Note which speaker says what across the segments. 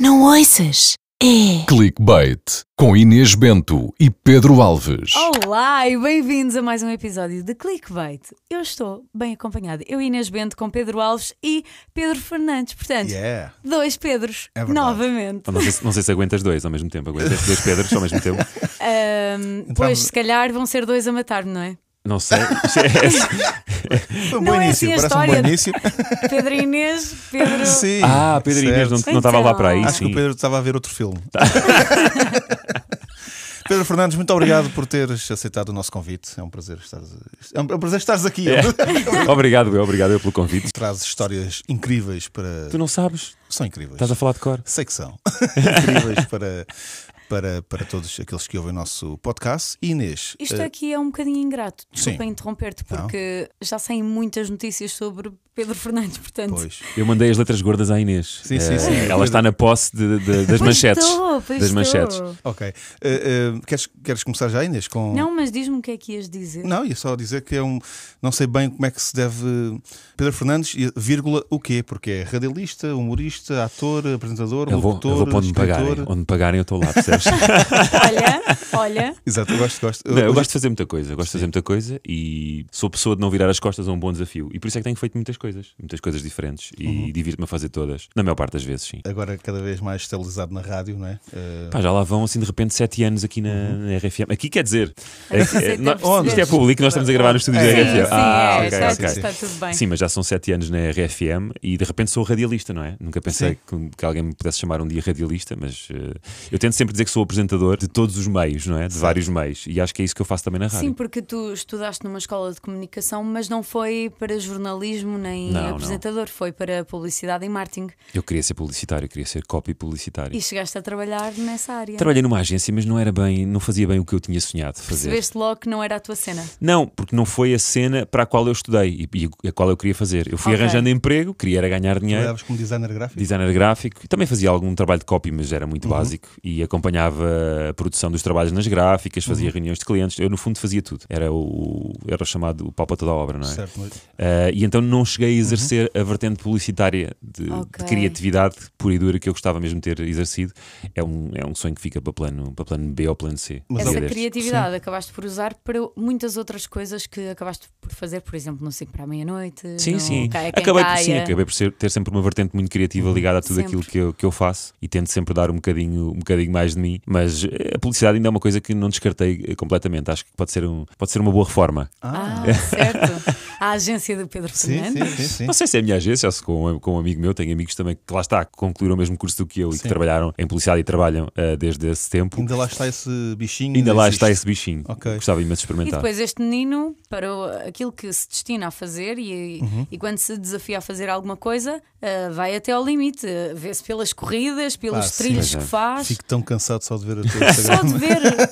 Speaker 1: Não ouças? É.
Speaker 2: Clickbait com Inês Bento e Pedro Alves.
Speaker 3: Oh. Olá e bem-vindos a mais um episódio de Clickbait. Eu estou bem acompanhada. Eu, Inês Bento, com Pedro Alves e Pedro Fernandes. Portanto,
Speaker 4: Yeah.
Speaker 3: dois Pedros,
Speaker 4: É verdade.
Speaker 3: novamente.
Speaker 5: Então, Não sei, se- não sei se aguentas dois ao mesmo tempo. Aguentas dois pedras ao mesmo tempo?
Speaker 3: Ahm,
Speaker 4: Então,
Speaker 3: pois, se calhar vão ser dois a matar-me, não é?
Speaker 5: Não sei. Isto é-
Speaker 4: Foi um
Speaker 3: Não
Speaker 4: bom
Speaker 3: é assim
Speaker 4: início,
Speaker 3: a
Speaker 4: parece um bom início.
Speaker 3: Pedro Inês, Pedro.
Speaker 4: Sim.
Speaker 5: Ah, Pedro e Inês
Speaker 4: certo.
Speaker 5: não Tá. não estava lá para aí.
Speaker 4: Acho
Speaker 5: sim.
Speaker 4: que o Pedro estava a ver outro filme. Pedro Fernandes, muito obrigado por teres aceitado o nosso convite. É um prazer estares, é um é um prazer estares aqui.
Speaker 5: Obrigado, eu, obrigado eu pelo convite.
Speaker 4: Traz histórias incríveis para.
Speaker 5: Tu não sabes?
Speaker 4: São incríveis.
Speaker 5: Estás a falar de cor?
Speaker 4: Sei que são. incríveis para, para, para todos aqueles que ouvem o nosso podcast. E Inês,
Speaker 3: Isto
Speaker 4: eh,
Speaker 3: aqui é um bocadinho ingrato. Desculpa
Speaker 4: sim.
Speaker 3: interromper-te, porque já saem muitas notícias sobre Pedro Fernandes, portanto.
Speaker 4: pois.
Speaker 5: Eu mandei as letras gordas à Inês.
Speaker 4: Sim, sim,
Speaker 5: Eh,
Speaker 4: sim.
Speaker 5: Ela está na posse de- de- das
Speaker 3: Pois
Speaker 5: manchetes.
Speaker 3: estou, pois
Speaker 5: das
Speaker 3: estou.
Speaker 5: manchetes.
Speaker 4: Ok. Eh, eh, queres, queres começar já, Inês? Com...
Speaker 3: Não, mas diz-me o que é que ias dizer.
Speaker 4: Não, ia só dizer que é um. Não sei bem como é que se deve. Pedro Fernandes, e- vírgula, o quê? Porque é radialista, humorista, ator, apresentador,
Speaker 5: Eu vou,
Speaker 4: locutor,
Speaker 5: eu vou para onde me pagarem.
Speaker 4: escritor.
Speaker 5: Onde me pagarem, eu estou lá, percebes?
Speaker 3: Olha, olha.
Speaker 4: Exato, eu gosto, gosto.
Speaker 5: Não, eu
Speaker 4: Hoje-
Speaker 5: gosto de fazer muita coisa, eu gosto de fazer muita coisa e sou pessoa de não virar as costas a um bom desafio. E por isso é que tenho feito muitas coisas, muitas coisas diferentes e
Speaker 4: Uhum.
Speaker 5: divirto-me a fazer todas, na maior parte das vezes, sim.
Speaker 4: Agora cada vez mais estabilizado na rádio, não é? Eh,
Speaker 5: Pá, já lá vão assim de repente 7 anos aqui na, na RFM. Aqui quer dizer, é,
Speaker 3: sei
Speaker 5: é,
Speaker 3: até
Speaker 5: nó-
Speaker 3: perceber.
Speaker 5: isto é público, nós estamos a gravar no estúdio
Speaker 4: É,
Speaker 5: da
Speaker 3: Sim,
Speaker 5: RFM.
Speaker 3: sim,
Speaker 5: ah,
Speaker 3: é,
Speaker 5: ok,
Speaker 3: está,
Speaker 5: ok.
Speaker 3: está tudo bem.
Speaker 5: Sim, mas já são 7 anos na RFM e de repente sou radialista, não é? Nunca pensei que, que alguém me pudesse chamar um dia radialista, mas eh, eu tento sempre dizer que sou apresentador de todos os meios, não é? De vários meios. E acho que é isso que eu faço também na rádio.
Speaker 3: Sim, porque tu estudaste numa escola de comunicação, mas não foi para jornalismo nem
Speaker 5: Não, não.
Speaker 3: apresentador, foi para publicidade e marketing.
Speaker 5: Eu queria ser publicitário, eu queria ser copy publicitário.
Speaker 3: E chegaste a trabalhar nessa área.
Speaker 5: Trabalhei numa agência, mas não era bem, não fazia bem o que eu tinha sonhado fazer.
Speaker 3: Percebeste logo que não era a tua cena.
Speaker 5: Não, porque não foi a cena para a qual eu estudei e, e a qual eu queria fazer. Eu fui
Speaker 3: Ok.
Speaker 5: arranjando emprego, queria era ganhar dinheiro.
Speaker 4: Trabalhavas como designer gráfico?
Speaker 5: Designer gráfico, também fazia algum trabalho de copy, mas era
Speaker 3: Uhum.
Speaker 5: muito básico e acompanhava a produção dos trabalhos nas gráficas, fazia
Speaker 3: Uhum.
Speaker 5: reuniões de clientes. Eu, no fundo, fazia tudo. Era o, era o chamado o palpata da obra, não é?
Speaker 4: Certo, mas
Speaker 5: Ah, e então não cheguei a exercer a vertente publicitária de, de
Speaker 3: Uhum. Ok.
Speaker 5: criatividade pura e dura que eu gostava mesmo de ter exercido. É um, é um sonho que fica para plano, para plano B ou plano C.
Speaker 4: Mas
Speaker 5: Um
Speaker 3: Essa
Speaker 5: dia destes.
Speaker 3: criatividade acabaste por usar para muitas outras coisas que acabaste por fazer, por exemplo, no 5 para a meia-noite.
Speaker 5: Sim,
Speaker 3: no
Speaker 5: sim.
Speaker 3: Caia é Quem
Speaker 5: Acabei por, sim,
Speaker 3: Caia.
Speaker 5: acabei por ser- ter sempre uma vertente muito criativa ligada a tudo
Speaker 3: Sempre.
Speaker 5: aquilo que eu, que eu faço e tento sempre dar um bocadinho, um bocadinho mais de mim. Mas eh, a publicidade ainda é uma coisa que não descartei eh, completamente. Acho que pode ser, um, pode ser uma boa reforma.
Speaker 3: Ah, certo. A agência do Pedro
Speaker 4: Sim,
Speaker 3: Fernandes.
Speaker 4: sim, sim, sim.
Speaker 5: Não sei se é a minha agência ou se com, com um amigo meu, tenho amigos também que lá está, que concluíram o mesmo curso do que eu e que trabalharam em publicidade e trabalham eh, desde esse tempo.
Speaker 4: Ainda lá está esse bichinho.
Speaker 5: Ainda lá está
Speaker 4: existe.
Speaker 5: esse bichinho.
Speaker 4: Ok.
Speaker 5: Gostava imenso de
Speaker 3: E
Speaker 5: experimentar.
Speaker 3: depois este menino, para o- aquilo que se destina a fazer e,
Speaker 4: Uhum.
Speaker 3: e quando se desafia a fazer alguma coisa, ah, vai até ao limite. Ah, Vê-se pelas corridas, pelos
Speaker 4: Ah, sim.
Speaker 3: trilhos
Speaker 5: Pois é.
Speaker 3: que faz.
Speaker 4: Fico tão cansado só de ver a tua
Speaker 3: Só de
Speaker 4: Instagram.
Speaker 3: ver.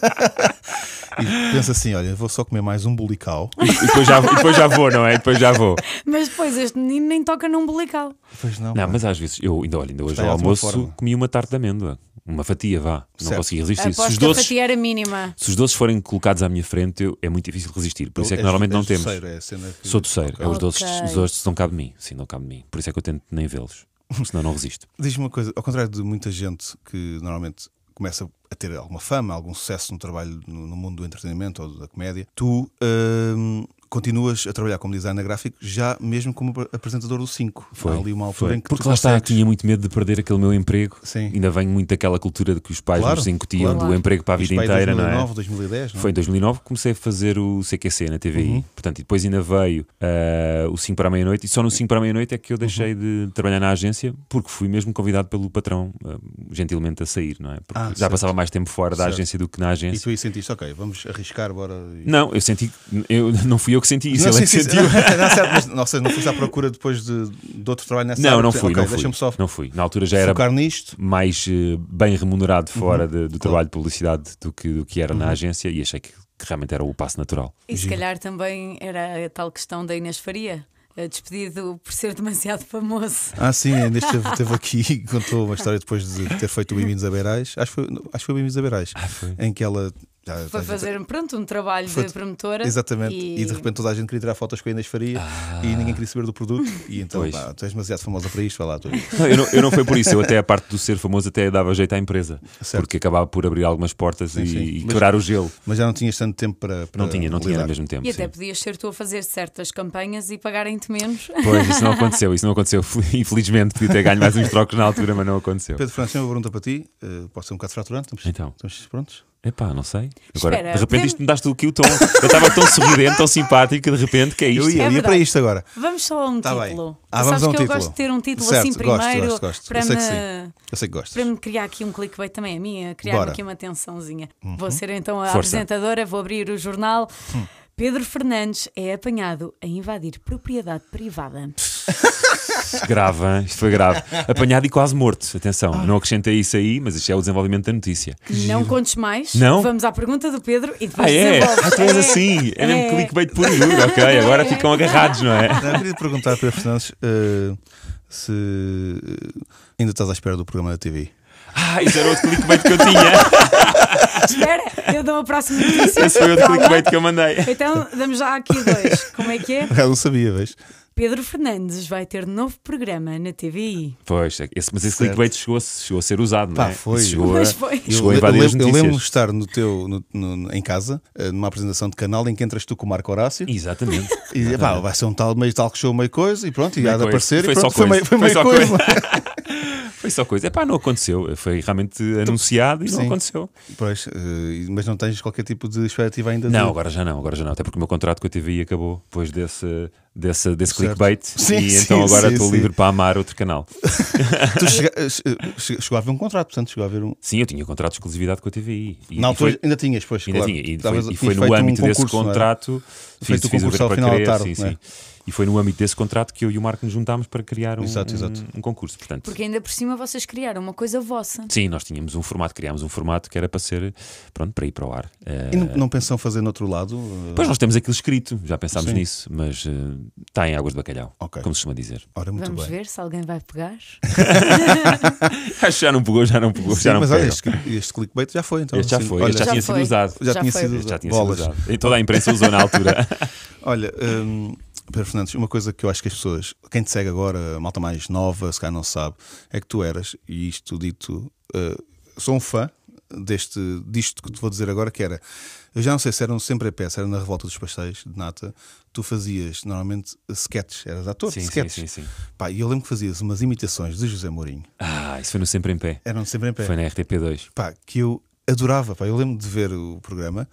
Speaker 4: e penso assim: olha, vou só comer mais um bulical.
Speaker 5: E depois, já, e depois já vou, não é? E Depois já vou.
Speaker 3: Mas depois este menino nem toca num umbilical.
Speaker 4: Pois não. pá.
Speaker 5: Não, mas às vezes, eu ainda, olha, ainda hoje
Speaker 4: Está em
Speaker 5: ao
Speaker 4: ótima
Speaker 5: almoço
Speaker 4: forma.
Speaker 5: comi uma tarte de amêndoa. Uma fatia, vá. Não
Speaker 4: Certo.
Speaker 5: consegui resistir. Se os,
Speaker 3: Aposto que a
Speaker 5: doces,
Speaker 3: fatia era mínima.
Speaker 5: se os doces forem colocados à minha frente, eu- é muito difícil resistir. Por isso é que
Speaker 4: És-
Speaker 5: normalmente não
Speaker 4: és
Speaker 5: temos.
Speaker 4: doceiro, é a cena que-
Speaker 5: Sou doceiro. É os doces,
Speaker 3: Ok.
Speaker 5: os doces não cabe de mim. Sim, não cabe de mim. Por isso é que eu tento nem vê-los. Senão não resisto.
Speaker 4: Diz-me uma coisa, ao contrário de muita gente que normalmente começa a ter alguma fama, algum sucesso no trabalho no, no mundo do entretenimento ou da comédia, tu hum, continuas a trabalhar como designer gráfico já mesmo como ap- apresentador do 5.
Speaker 5: Foi.
Speaker 4: Há ali uma altura
Speaker 5: Foi.
Speaker 4: em que
Speaker 5: Porque
Speaker 4: tu
Speaker 5: lá está,
Speaker 4: consegues-
Speaker 5: tinha muito medo de perder aquele meu emprego.
Speaker 4: Sim.
Speaker 5: Ainda venho muito daquela cultura de que os pais
Speaker 4: Claro,
Speaker 5: nos incutiam
Speaker 3: claro.
Speaker 5: do emprego para a
Speaker 4: Isto
Speaker 5: vida
Speaker 4: vai em
Speaker 5: inteira, não é?
Speaker 4: 2009, 2010, não é?
Speaker 5: Foi em 2009 que comecei a fazer o CQC na TVI.
Speaker 4: Uhum.
Speaker 5: Portanto, e depois ainda veio ah, o 5 para a meia-noite. E só no 5 para a meia-noite é que
Speaker 4: Uhum.
Speaker 5: eu deixei de trabalhar na agência porque fui mesmo convidado pelo patrão, ah, gentilmente, a sair, não é? Porque
Speaker 4: Ah,
Speaker 5: já
Speaker 4: certo.
Speaker 5: passava mais tempo fora da
Speaker 4: Certo.
Speaker 5: agência do que na
Speaker 4: E
Speaker 5: agência.
Speaker 4: tu aí sentiste, ok, vamos arriscar, bora. e-
Speaker 5: Não, eu senti. Eu, não fui eu que senti isso,
Speaker 4: não,
Speaker 5: ele é
Speaker 4: sim,
Speaker 5: que
Speaker 4: sim, sim, ah,
Speaker 5: sentiu.
Speaker 4: não, não, certo, mas, não, ou seja, não foste à procura depois de, de outro trabalho nessa
Speaker 5: Não,
Speaker 4: área,
Speaker 5: não
Speaker 4: portanto,
Speaker 5: fui,
Speaker 4: ok,
Speaker 5: não fui.
Speaker 4: Deixa-me só
Speaker 5: Não fui. Na altura já era
Speaker 4: focar Uhum. nisto.
Speaker 5: mais eh, bem remunerado fora de- do trabalho de publicidade do que, do que era
Speaker 4: Uhum.
Speaker 5: na agência e achei que, que realmente era o passo natural.
Speaker 3: E se calhar também era a tal questão da Inês Faria, eh, despedido por ser demasiado famoso.
Speaker 4: Ah, sim, ainda esteve, esteve aqui e
Speaker 5: Ah,
Speaker 4: contou uma história depois de ter feito o Bem-vindos a Beirais. Acho que foi, acho que foi o Bem-vindos a Beirais. Em que ela Já
Speaker 3: Foi
Speaker 4: estás a-
Speaker 3: fazer, pronto, um trabalho
Speaker 4: Foi-
Speaker 3: de promotora.
Speaker 4: Exatamente,
Speaker 3: E,
Speaker 4: e... de repente toda a gente queria tirar fotos com a Inês Faria e ninguém queria saber do produto. E então,
Speaker 5: Ah. Pois.
Speaker 4: pá, tu és demasiado famosa para isto, vai lá tu.
Speaker 5: Não, eu, não, eu não foi por isso, eu até a parte do ser famoso até dava jeito à empresa,
Speaker 4: Certo.
Speaker 5: porque acabava por abrir algumas portas e,
Speaker 4: sim.
Speaker 5: e
Speaker 4: Mas-
Speaker 5: quebrar o gelo.
Speaker 4: Mas já não tinhas tanto tempo para. para
Speaker 5: Não tinha, não tinha
Speaker 4: lidar.
Speaker 5: ao mesmo tempo.
Speaker 3: e até
Speaker 5: sim.
Speaker 3: podias ser tu a fazer certas campanhas e pagarem-te menos.
Speaker 5: Pois, isso não aconteceu, isso não aconteceu. Infelizmente, podia ter ganho mais uns trocos na altura, mas não aconteceu.
Speaker 4: Pedro Francisco, uma pergunta para ti, eh, pode ser um bocado fraturante, estamos,
Speaker 5: Então.
Speaker 4: estamos prontos?
Speaker 5: Epá, não sei.
Speaker 3: Espera,
Speaker 5: Agora, de repente,
Speaker 3: podemos-
Speaker 5: isto me daste aqui o tom. Eu estava tão sorridente, tão simpático, que de repente, que é isto?
Speaker 4: Eu ia,
Speaker 3: É
Speaker 4: eu ia para
Speaker 3: verdade.
Speaker 4: isto agora.
Speaker 3: Vamos só a um
Speaker 4: Tá bem.
Speaker 3: título.
Speaker 4: Ah,
Speaker 3: Sabes
Speaker 4: vamos a um
Speaker 3: que eu
Speaker 4: título.
Speaker 3: gosto de ter um título
Speaker 4: Certo,
Speaker 3: assim
Speaker 4: gosto,
Speaker 3: primeiro
Speaker 4: gosto, gosto.
Speaker 3: para
Speaker 4: Eu sei que
Speaker 3: me.
Speaker 4: Eu sei que gostas.
Speaker 3: Para me criar aqui um clickbait também a minha, criar
Speaker 4: Bora. Uhum.
Speaker 3: me aqui uma tensãozinha. Vou ser então a
Speaker 5: Força.
Speaker 3: apresentadora, vou abrir o jornal.
Speaker 4: Hum.
Speaker 3: Pedro Fernandes é apanhado a invadir propriedade privada.
Speaker 5: Grave, hein? isto foi grave. Apanhado e quase morto. Atenção,
Speaker 4: Ah.
Speaker 5: não acrescentei isso aí, mas isto é o desenvolvimento da notícia.
Speaker 3: Não contes mais.
Speaker 5: Não?
Speaker 3: Vamos à pergunta do Pedro e depois
Speaker 5: Ah, é?
Speaker 3: desenvolves.
Speaker 5: Ah, tu és assim. É mesmo clickbait puro e duro. Ok, agora ficam agarrados, não é?
Speaker 4: Não, eu queria perguntar para Fernandes eh, se eh, ainda estás à espera do programa da TV.
Speaker 5: Ah, isso era outro clickbait que eu tinha.
Speaker 3: Espera, eu dou a próxima notícia.
Speaker 5: Esse foi outro
Speaker 3: Calma.
Speaker 5: clickbait que eu mandei.
Speaker 3: Então, damos já aqui dois. Como é que é?
Speaker 4: Eu não sabia, vês?
Speaker 3: Pedro Fernandes vai ter novo programa na TVI.
Speaker 5: Pois, é que esse- mas esse
Speaker 4: Certo.
Speaker 5: clickbait chegou a, chegou a ser usado, não
Speaker 4: Pá,
Speaker 5: é?
Speaker 4: foi.
Speaker 5: Isso Chegou a,
Speaker 3: Mas foi.
Speaker 5: Chegou a
Speaker 4: eu,
Speaker 5: invadir
Speaker 4: eu
Speaker 5: as
Speaker 4: lembro- eu
Speaker 5: notícias.
Speaker 4: lembro-me de estar no teu, no- no- em casa, eh, numa apresentação de canal em que entras tu com o Marco Horácio.
Speaker 5: Exatamente.
Speaker 4: E pá, vai ser um tal meio tal que show, meio coisa, e pronto, e
Speaker 5: Meio
Speaker 4: há de
Speaker 5: coisa.
Speaker 4: aparecer.
Speaker 5: Foi
Speaker 4: e pronto,
Speaker 5: só coisa.
Speaker 4: Foi meio, foi
Speaker 5: Foi
Speaker 4: meio
Speaker 5: só
Speaker 4: coisa.
Speaker 5: Foi só coisa. Epá, não aconteceu. Foi realmente anunciado e não
Speaker 4: Sim.
Speaker 5: aconteceu.
Speaker 4: Pois, eh, mas não tens qualquer tipo de expectativa ainda
Speaker 5: Não,
Speaker 4: de...
Speaker 5: agora já não, agora já não. Até porque o meu contrato com a TVI acabou depois desse, desse,
Speaker 4: Certo.
Speaker 5: desse clickbait.
Speaker 4: Sim,
Speaker 5: e
Speaker 4: sim,
Speaker 5: então agora
Speaker 4: sim,
Speaker 5: estou
Speaker 4: sim.
Speaker 5: livre para amar outro canal.
Speaker 4: Tu chega- eh, che- chegou a haver um contrato, portanto, chegou a haver um.
Speaker 5: Sim, eu tinha contrato de exclusividade com a TVI.
Speaker 4: Na
Speaker 5: E, e foi-
Speaker 4: altura ainda tinhas, pois,
Speaker 5: Ainda
Speaker 4: claro.
Speaker 5: tinha, e foi,
Speaker 4: Estavas-
Speaker 5: e
Speaker 4: tinhas
Speaker 5: foi
Speaker 4: feito
Speaker 5: no âmbito
Speaker 4: um
Speaker 5: desse
Speaker 4: concurso, não era?
Speaker 5: contrato.
Speaker 4: Feito o concurso ao
Speaker 5: para
Speaker 4: final da
Speaker 5: Querer,
Speaker 4: tarde,
Speaker 5: sim,
Speaker 4: não é?
Speaker 5: sim. E foi no âmbito desse contrato que eu e o Marco nos juntámos para criar um,
Speaker 4: Exato, exato.
Speaker 5: um- um concurso. Portanto,
Speaker 3: Porque ainda por cima vocês criaram uma coisa vossa.
Speaker 5: Sim, nós tínhamos um formato, criámos um formato que era para ser, pronto, para ir para o ar. Eh,
Speaker 4: E não, não pensam fazer no outro lado? eh,
Speaker 5: Pois nós temos aquilo escrito, já pensámos
Speaker 4: Sim.
Speaker 5: nisso, mas eh, está em águas de bacalhau,
Speaker 4: Ok.
Speaker 5: como se costuma dizer.
Speaker 4: Ora, muito
Speaker 3: Vamos
Speaker 4: bem.
Speaker 3: ver se alguém vai pegar.
Speaker 5: Acho que já não pegou, já não pegou,
Speaker 4: Sim,
Speaker 5: já não
Speaker 4: mas
Speaker 5: pegou.
Speaker 4: olha,
Speaker 5: Este,
Speaker 4: este, este clickbait já foi, então.
Speaker 5: já
Speaker 4: Sim,
Speaker 5: foi,
Speaker 4: olha,
Speaker 5: este já,
Speaker 3: já
Speaker 5: tinha
Speaker 3: foi.
Speaker 5: sido usado.
Speaker 4: já
Speaker 3: já
Speaker 4: tinha
Speaker 3: foi.
Speaker 4: sido.
Speaker 5: Este já tinha
Speaker 4: bolas.
Speaker 5: sido usado. E toda a imprensa usou na altura.
Speaker 4: Olha, hum, Pedro Fernandes, uma coisa que eu acho que as pessoas, quem te segue agora, a malta mais nova, se calhar não sabe, é que tu eras, e isto dito, uh, sou um fã deste, disto que te vou dizer agora, que era, eu já não sei se era um sempre a peça, era na Revolta dos Pastéis, de Nata, tu fazias normalmente sketches, eras ator,
Speaker 5: Sim,
Speaker 4: de
Speaker 5: sim,
Speaker 4: sketches.
Speaker 5: sim, sim.
Speaker 4: Pá, e eu lembro que fazias umas imitações de José Mourinho,
Speaker 5: Ah, isso foi no Sempre em Pé.
Speaker 4: eram sempre em pé
Speaker 5: Foi na RTP2.
Speaker 4: pá, que eu adorava. Pá. Eu lembro de ver o programa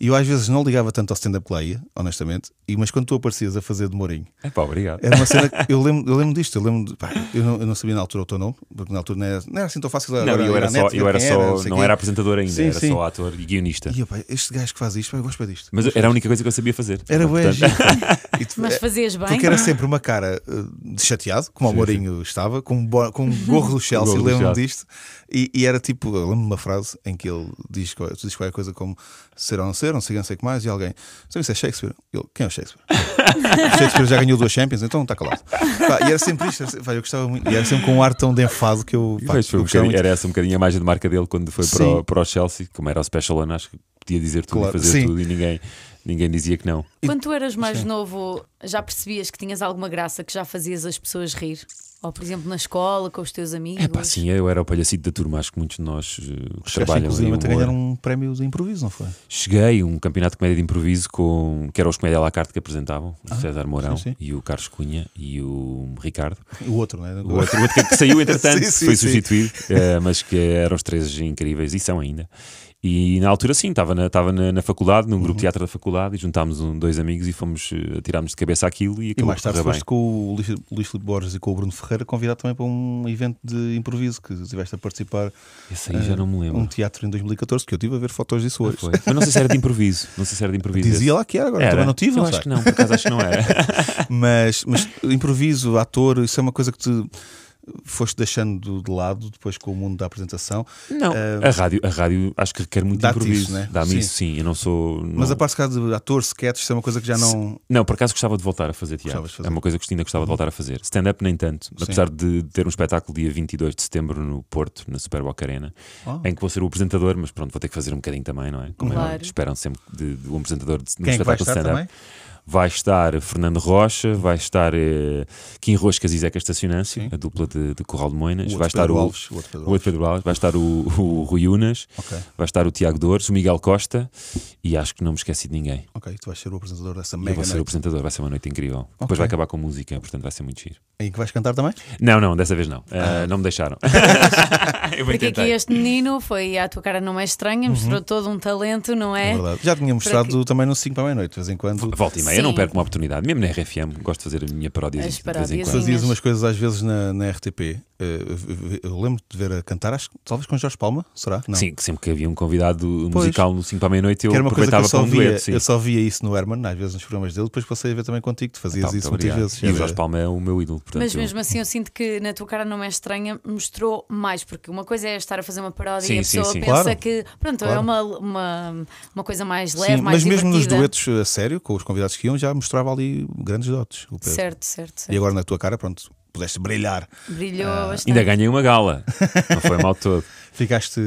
Speaker 4: e eu às vezes não ligava tanto ao stand-up que lá ia, honestamente, e, mas quando tu aparecias a fazer de Mourinho,
Speaker 5: É pá, obrigado.
Speaker 4: era uma cena que eu lembro, eu lembro disto. Eu, lembro de- pá, eu, não, eu não sabia na altura o teu nome, porque na altura não era, não era assim tão fácil.
Speaker 5: Não,
Speaker 4: agora
Speaker 5: eu
Speaker 4: ir
Speaker 5: era
Speaker 4: à net,
Speaker 5: só,
Speaker 4: ver
Speaker 5: eu era
Speaker 4: quem
Speaker 5: só,
Speaker 4: sei
Speaker 5: não
Speaker 4: quê.
Speaker 5: era apresentador ainda,
Speaker 4: Sim,
Speaker 5: era
Speaker 4: sim.
Speaker 5: só ator e guionista.
Speaker 4: E eu, pá, este gajo que faz isto, pá, eu gosto bem disto.
Speaker 5: Mas era a única coisa que eu sabia fazer.
Speaker 4: Era bué
Speaker 5: Portanto,
Speaker 4: giro. E tu- é,
Speaker 3: Mas fazias bem.
Speaker 4: Porque era sempre uma cara eh, de chateado, como o Mourinho estava, com um, bo- com um gorro do Chelsea,
Speaker 5: Gorro do
Speaker 4: lembro-me
Speaker 5: Chelsea.
Speaker 4: disto. E, e era tipo, eu lembro-me de uma frase em que ele diz, qual- diz qualquer coisa como ser ou não ser, não sei, não sei o que mais, e alguém, sabe isso é Shakespeare? Ele, quem é o Shakespeare? O Shakespeare já ganhou duas Champions, então está calado. Pá, e era sempre isto, era sempre- pá, eu gostava muito, e era sempre com um ar tão de enfado que eu,
Speaker 5: E
Speaker 4: pá,
Speaker 5: pois foi
Speaker 4: eu
Speaker 5: um
Speaker 4: gostava
Speaker 5: bocadinho-
Speaker 4: muito.
Speaker 5: era essa um bocadinho a imagem de marca dele quando foi para
Speaker 4: Sim.
Speaker 5: o, para o Chelsea, como era o Special One, acho que podia dizer tudo
Speaker 4: Claro,
Speaker 5: e fazer
Speaker 4: sim.
Speaker 5: tudo e ninguém, ninguém dizia que não.
Speaker 3: Quando tu eras mais novo, já percebias que tinhas alguma graça que já fazias as pessoas rir? Ou, por exemplo, na escola, com os teus amigos?
Speaker 5: É pá, sim, eu era o palhacito da turma, acho que muitos de nós eh, que
Speaker 4: Chegaste,
Speaker 5: trabalham em
Speaker 4: inclusive a ganhar
Speaker 5: humor.
Speaker 4: um prémio de improviso, não foi?
Speaker 5: Cheguei a um campeonato de comédia de improviso com que eram os comédia à la carte que apresentavam, o César Mourão
Speaker 4: Ah, sim, sim.
Speaker 5: e o Carlos Cunha e o Ricardo.
Speaker 4: O outro, não é?
Speaker 5: O outro, o outro que saiu, entretanto,
Speaker 4: Sim, sim,
Speaker 5: foi
Speaker 4: sim.
Speaker 5: substituído, eh, mas que eram os três incríveis e são ainda. E na altura, sim, estava na, estava na, na faculdade, num grupo
Speaker 4: Uhum.
Speaker 5: de teatro da faculdade, e juntámos um- dois amigos e fomos eh, atirámos de cabeça aquilo e
Speaker 4: E
Speaker 5: acabou
Speaker 4: mais
Speaker 5: por
Speaker 4: tarde
Speaker 5: correr bem.
Speaker 4: foste com o Luís, Luís Filipe Borges e com o Bruno Ferreira convidado também para um evento de improviso que estiveste a participar
Speaker 5: Esse aí já não me lembro.
Speaker 4: um teatro em 2014 que eu tive a ver fotos disso
Speaker 5: Ah,
Speaker 4: hoje.
Speaker 5: foi. Mas não sei se era de improviso. Não sei se era de improviso.
Speaker 4: Dizia lá que era, agora
Speaker 5: Era?
Speaker 4: também não tive,
Speaker 5: Eu
Speaker 4: não
Speaker 5: acho
Speaker 4: sei.
Speaker 5: que não, por acaso acho que não era.
Speaker 4: Mas, mas improviso, ator, isso é uma coisa que te foste deixando de lado depois com o mundo da apresentação.
Speaker 5: Não, a, rádio, a rádio acho que requer muito
Speaker 4: dá-te
Speaker 5: improviso.
Speaker 4: isso, né?
Speaker 5: Dá-me
Speaker 4: Sim.
Speaker 5: isso, sim. Eu não sou. Não,
Speaker 4: Mas a parte se calhar, de ator, sketch, isso é uma coisa que já não.
Speaker 5: não, por acaso gostava de voltar a fazer teatro.
Speaker 4: Gostavas de fazer. Uhum.
Speaker 5: É uma coisa que ainda gostava de voltar a fazer. Stand-up, nem tanto. Apesar de ter um espetáculo dia 22 de setembro no Porto, na Super Boca Arena,
Speaker 4: Ah.
Speaker 5: em que vou ser o apresentador, mas pronto, vou ter que fazer um bocadinho também, não é? Como é
Speaker 3: Claro.
Speaker 5: óbvio, esperam sempre de, de um apresentador de, num
Speaker 4: Quem é que vai
Speaker 5: espetáculo de
Speaker 4: estar
Speaker 5: stand-up.
Speaker 4: também?
Speaker 5: Vai estar Fernando Rocha, vai estar eh, Kim Roscas e Zeca Estacionâncio,
Speaker 4: Sim.
Speaker 5: a dupla de, de Corral de Moinas.
Speaker 4: O outro
Speaker 5: vai estar
Speaker 4: Pedro
Speaker 5: o,
Speaker 4: Alves, o outro Pedro
Speaker 5: o outro Pedro Alves, vai estar o, o Rui Unas,
Speaker 4: Ok.
Speaker 5: vai estar o Tiago Dores, o Miguel Costa e acho que não me esqueci de ninguém.
Speaker 4: Ok, tu vais ser o apresentador dessa
Speaker 5: Eu
Speaker 4: mega
Speaker 5: vou ser o
Speaker 4: noite.
Speaker 5: apresentador, vai ser uma noite incrível.
Speaker 4: Ok.
Speaker 5: Depois vai acabar com música, portanto vai ser muito giro.
Speaker 4: Em que vais cantar também?
Speaker 5: Não, não, dessa vez não.
Speaker 4: Ah.
Speaker 5: Eh, não me deixaram. Eu bem
Speaker 3: Porque aqui
Speaker 5: tentei.
Speaker 3: este menino foi à tua cara numa estranha, mostrou todo um talento, não é?
Speaker 4: Uhum. verdade. Já tinha mostrado também no 5 para a meia-noite, de vez em quando.
Speaker 5: Volta e meia, eu não
Speaker 3: Sim.
Speaker 5: perco uma oportunidade, mesmo na RFM, gosto de fazer a minha paródia
Speaker 3: As
Speaker 5: de vez em
Speaker 3: paródias,
Speaker 5: quando.
Speaker 3: sim.
Speaker 4: Fazias umas coisas às vezes na, na RTP. Eh, eu- eu lembro de ver a cantar, acho que talvez com Jorge Palma, será? Não.
Speaker 5: Sim, que sempre que havia um convidado
Speaker 4: Pois.
Speaker 5: musical no 5 para a meia-noite, eu
Speaker 4: que era uma coisa que
Speaker 5: aproveitava
Speaker 4: eu só,
Speaker 5: para um
Speaker 4: via,
Speaker 5: dueto. sim.
Speaker 4: eu só via isso no Herman, às vezes nos programas dele, depois passei a ver também contigo, tu fazias
Speaker 5: Tá, muito
Speaker 4: isso muitas
Speaker 5: obrigado.
Speaker 4: vezes.
Speaker 5: E o
Speaker 4: Era-
Speaker 5: Jorge Palma é o meu ídolo, portanto.
Speaker 3: Mas
Speaker 5: eu-
Speaker 3: mesmo assim eu sinto que na tua cara não é estranha, mostrou mais, porque uma coisa é estar a fazer uma paródia e
Speaker 5: Sim,
Speaker 3: a
Speaker 5: sim,
Speaker 3: pessoa
Speaker 5: sim.
Speaker 3: pensa
Speaker 4: Claro.
Speaker 3: que pronto,
Speaker 4: Claro.
Speaker 3: é uma, uma, uma coisa mais
Speaker 4: Sim,
Speaker 3: leve, mais
Speaker 4: mas mesmo nos
Speaker 3: divertida.
Speaker 4: duetos a sério, com os convidados que iam, já mostrava ali grandes dotes. o Pedro.
Speaker 3: Certo, certo. certo.
Speaker 4: E agora na tua cara, pronto, pudeste brilhar.
Speaker 3: Brilhou
Speaker 4: Ah,
Speaker 3: bastante.
Speaker 5: Ainda ganhei uma gala. Não foi mal todo.
Speaker 4: Ficaste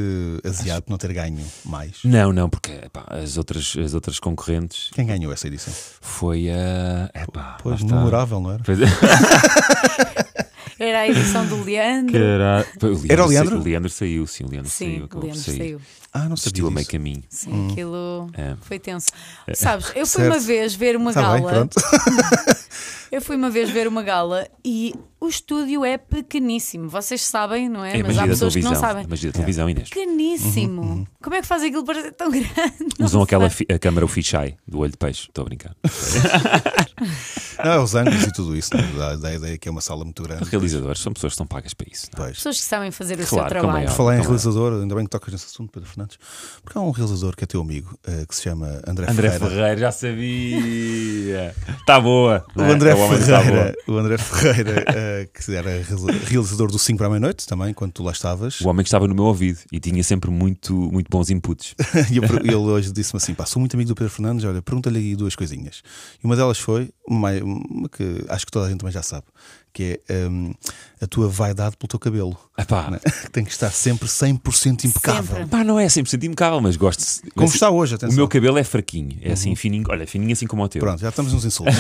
Speaker 4: aziado por não ter ganho mais.
Speaker 5: Não, não, porque epá, as, outras, as outras concorrentes
Speaker 4: Quem ganhou essa edição?
Speaker 5: foi a. Epá,
Speaker 4: Pois,
Speaker 5: lá está.
Speaker 4: memorável, não era?
Speaker 5: Pois- é.
Speaker 3: Era a edição do Leandro.
Speaker 5: Era, foi
Speaker 4: Era o
Speaker 5: sa-
Speaker 4: Leandro?
Speaker 5: O Leandro saiu, sim, o Leandro
Speaker 3: Sim,
Speaker 5: saiu.
Speaker 3: o
Speaker 5: acabou por
Speaker 3: Leandro
Speaker 5: sair.
Speaker 3: saiu.
Speaker 4: Ah, não
Speaker 5: Estil
Speaker 4: sabia
Speaker 5: a meio
Speaker 4: disso.
Speaker 5: caminho.
Speaker 3: Sim,
Speaker 4: Hum.
Speaker 3: aquilo
Speaker 5: É.
Speaker 3: foi tenso. Sabes, eu fui
Speaker 4: Certo.
Speaker 3: uma vez ver uma
Speaker 4: Tá bem,
Speaker 3: gala.
Speaker 4: pronto.
Speaker 3: eu fui uma vez ver uma gala e o estúdio é pequeníssimo. Vocês sabem, não é?
Speaker 5: É a
Speaker 3: Mas há
Speaker 5: magia da
Speaker 3: pessoas que não
Speaker 5: televisão.
Speaker 3: sabem.
Speaker 5: A magia da televisão, Inês.
Speaker 3: Pequeníssimo.
Speaker 4: Uhum,
Speaker 3: Como é que faz aquilo para ser tão grande? Não
Speaker 5: Usam
Speaker 3: sei.
Speaker 5: aquela fi- a câmara, o fisheye, do olho de peixe. Estou a brincar.
Speaker 4: Não, é os ângulos e tudo isso, né? dá, dá a ideia que é uma sala muito grande.
Speaker 5: Realizadores, são pessoas que são pagas para isso. não é?
Speaker 4: Pois.
Speaker 3: Pessoas que sabem fazer o
Speaker 5: Claro,
Speaker 3: seu trabalho.
Speaker 5: como é
Speaker 4: Falar em
Speaker 5: Então,
Speaker 4: realizador, ainda bem que tocas nesse assunto, Pedro Fernandes, porque há um realizador que é teu amigo, eh, que se chama André,
Speaker 5: André
Speaker 4: Ferreira.
Speaker 5: Ferreira, já sabia. Está boa.
Speaker 4: O
Speaker 5: não é?
Speaker 4: André
Speaker 5: É homem que tá
Speaker 4: Ferreira,
Speaker 5: boa.
Speaker 4: o André Ferreira eh, que era realiza- realizador do 5 para a meia-noite também, quando tu lá estavas.
Speaker 5: O homem que estava no meu ouvido e tinha sempre muito, muito bons inputs.
Speaker 4: E eu per- ele hoje disse-me assim: pá, sou muito amigo do Pedro Fernandes, olha, pergunta-lhe aí duas coisinhas. E uma delas foi, uma, uma que acho que toda a gente também já sabe, que é hum, a tua vaidade pelo teu cabelo.
Speaker 5: Epá,
Speaker 4: né? Que tem que estar sempre 100% impecável.
Speaker 3: Sempre.
Speaker 5: pá, não é 100% impecável, mas gosto. de-
Speaker 4: Como está Uhum. hoje, atenção.
Speaker 5: O meu cabelo é fraquinho, é assim fininho, olha, fininho assim como o teu.
Speaker 4: Pronto, já estamos nos insultos.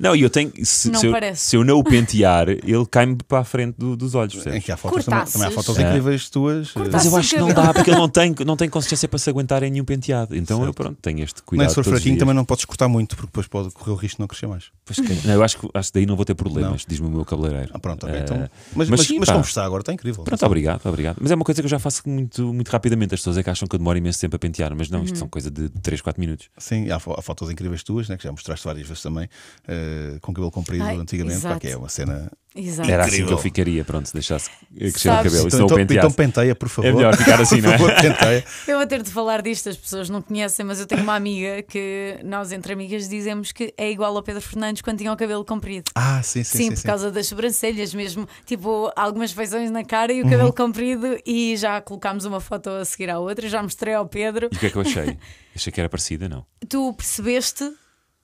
Speaker 5: Não, e eu tenho. Se,
Speaker 3: Não
Speaker 5: se eu,
Speaker 3: parece.
Speaker 5: se eu não o pentear, ele cai-me para a frente do- dos olhos,
Speaker 4: em
Speaker 5: percebes?
Speaker 4: É que há fotos, também,
Speaker 3: Cortaças.
Speaker 4: também há
Speaker 5: É.
Speaker 4: fotos incríveis tuas. eh,
Speaker 5: Mas eu
Speaker 3: Passa o
Speaker 5: acho que não
Speaker 3: cabelo.
Speaker 5: dá, porque ele não tem, não tem consistência para se aguentar em nenhum penteado. Então eu, pronto, tenho este cuidado.
Speaker 4: Nem se for
Speaker 5: todos os
Speaker 4: fraquinho
Speaker 5: dias.
Speaker 4: também não podes cortar muito, porque depois pode correr o risco de não crescer mais.
Speaker 5: Pois, que- não, eu acho que, acho que daí não vou ter problemas, diz-me o meu cabeleireiro.
Speaker 4: Ah, pronto, ok.
Speaker 5: Eh,
Speaker 4: então, mas
Speaker 5: mas
Speaker 4: mas,
Speaker 5: sim,
Speaker 4: mas
Speaker 5: pá.
Speaker 4: como está agora, está incrível.
Speaker 5: Pronto, obrigado, obrigado. Mas é uma coisa que eu já faço muito, muito rapidamente. As pessoas é que acham que eu demoro imenso tempo a pentear, mas não, isto
Speaker 3: Uhum.
Speaker 5: são coisa de 3, 4 minutos.
Speaker 4: Sim, há, fo- há fotos incríveis tuas, né, que já mostraste várias vezes também, eh, com cabelo comprido
Speaker 3: Ai,
Speaker 4: antigamente, pá,
Speaker 3: exato.
Speaker 4: que é uma cena.
Speaker 3: Exato.
Speaker 5: Era assim
Speaker 4: Incrível.
Speaker 5: que eu ficaria, pronto, se deixasse crescer o
Speaker 3: Sabes-
Speaker 5: cabelo. Isso
Speaker 4: Então,
Speaker 5: não o
Speaker 4: então,
Speaker 5: penteasse.
Speaker 4: então penteia, por favor.
Speaker 5: É melhor ficar assim, não é?
Speaker 4: Por favor, penteia.
Speaker 3: Eu vou ter de falar disto, as pessoas não conhecem, mas eu tenho uma amiga que nós, entre amigas, dizemos que é igual ao Pedro Fernandes quando tinha o cabelo comprido.
Speaker 4: Ah, sim, sim.
Speaker 3: Sim, por causa das sobrancelhas mesmo, tipo algumas feições na cara
Speaker 5: Uhum.
Speaker 3: e o cabelo comprido, e já colocámos uma foto a seguir à outra, já mostrei ao Pedro.
Speaker 5: E o que é que eu achei? Achei que era parecida, não.
Speaker 3: Tu percebeste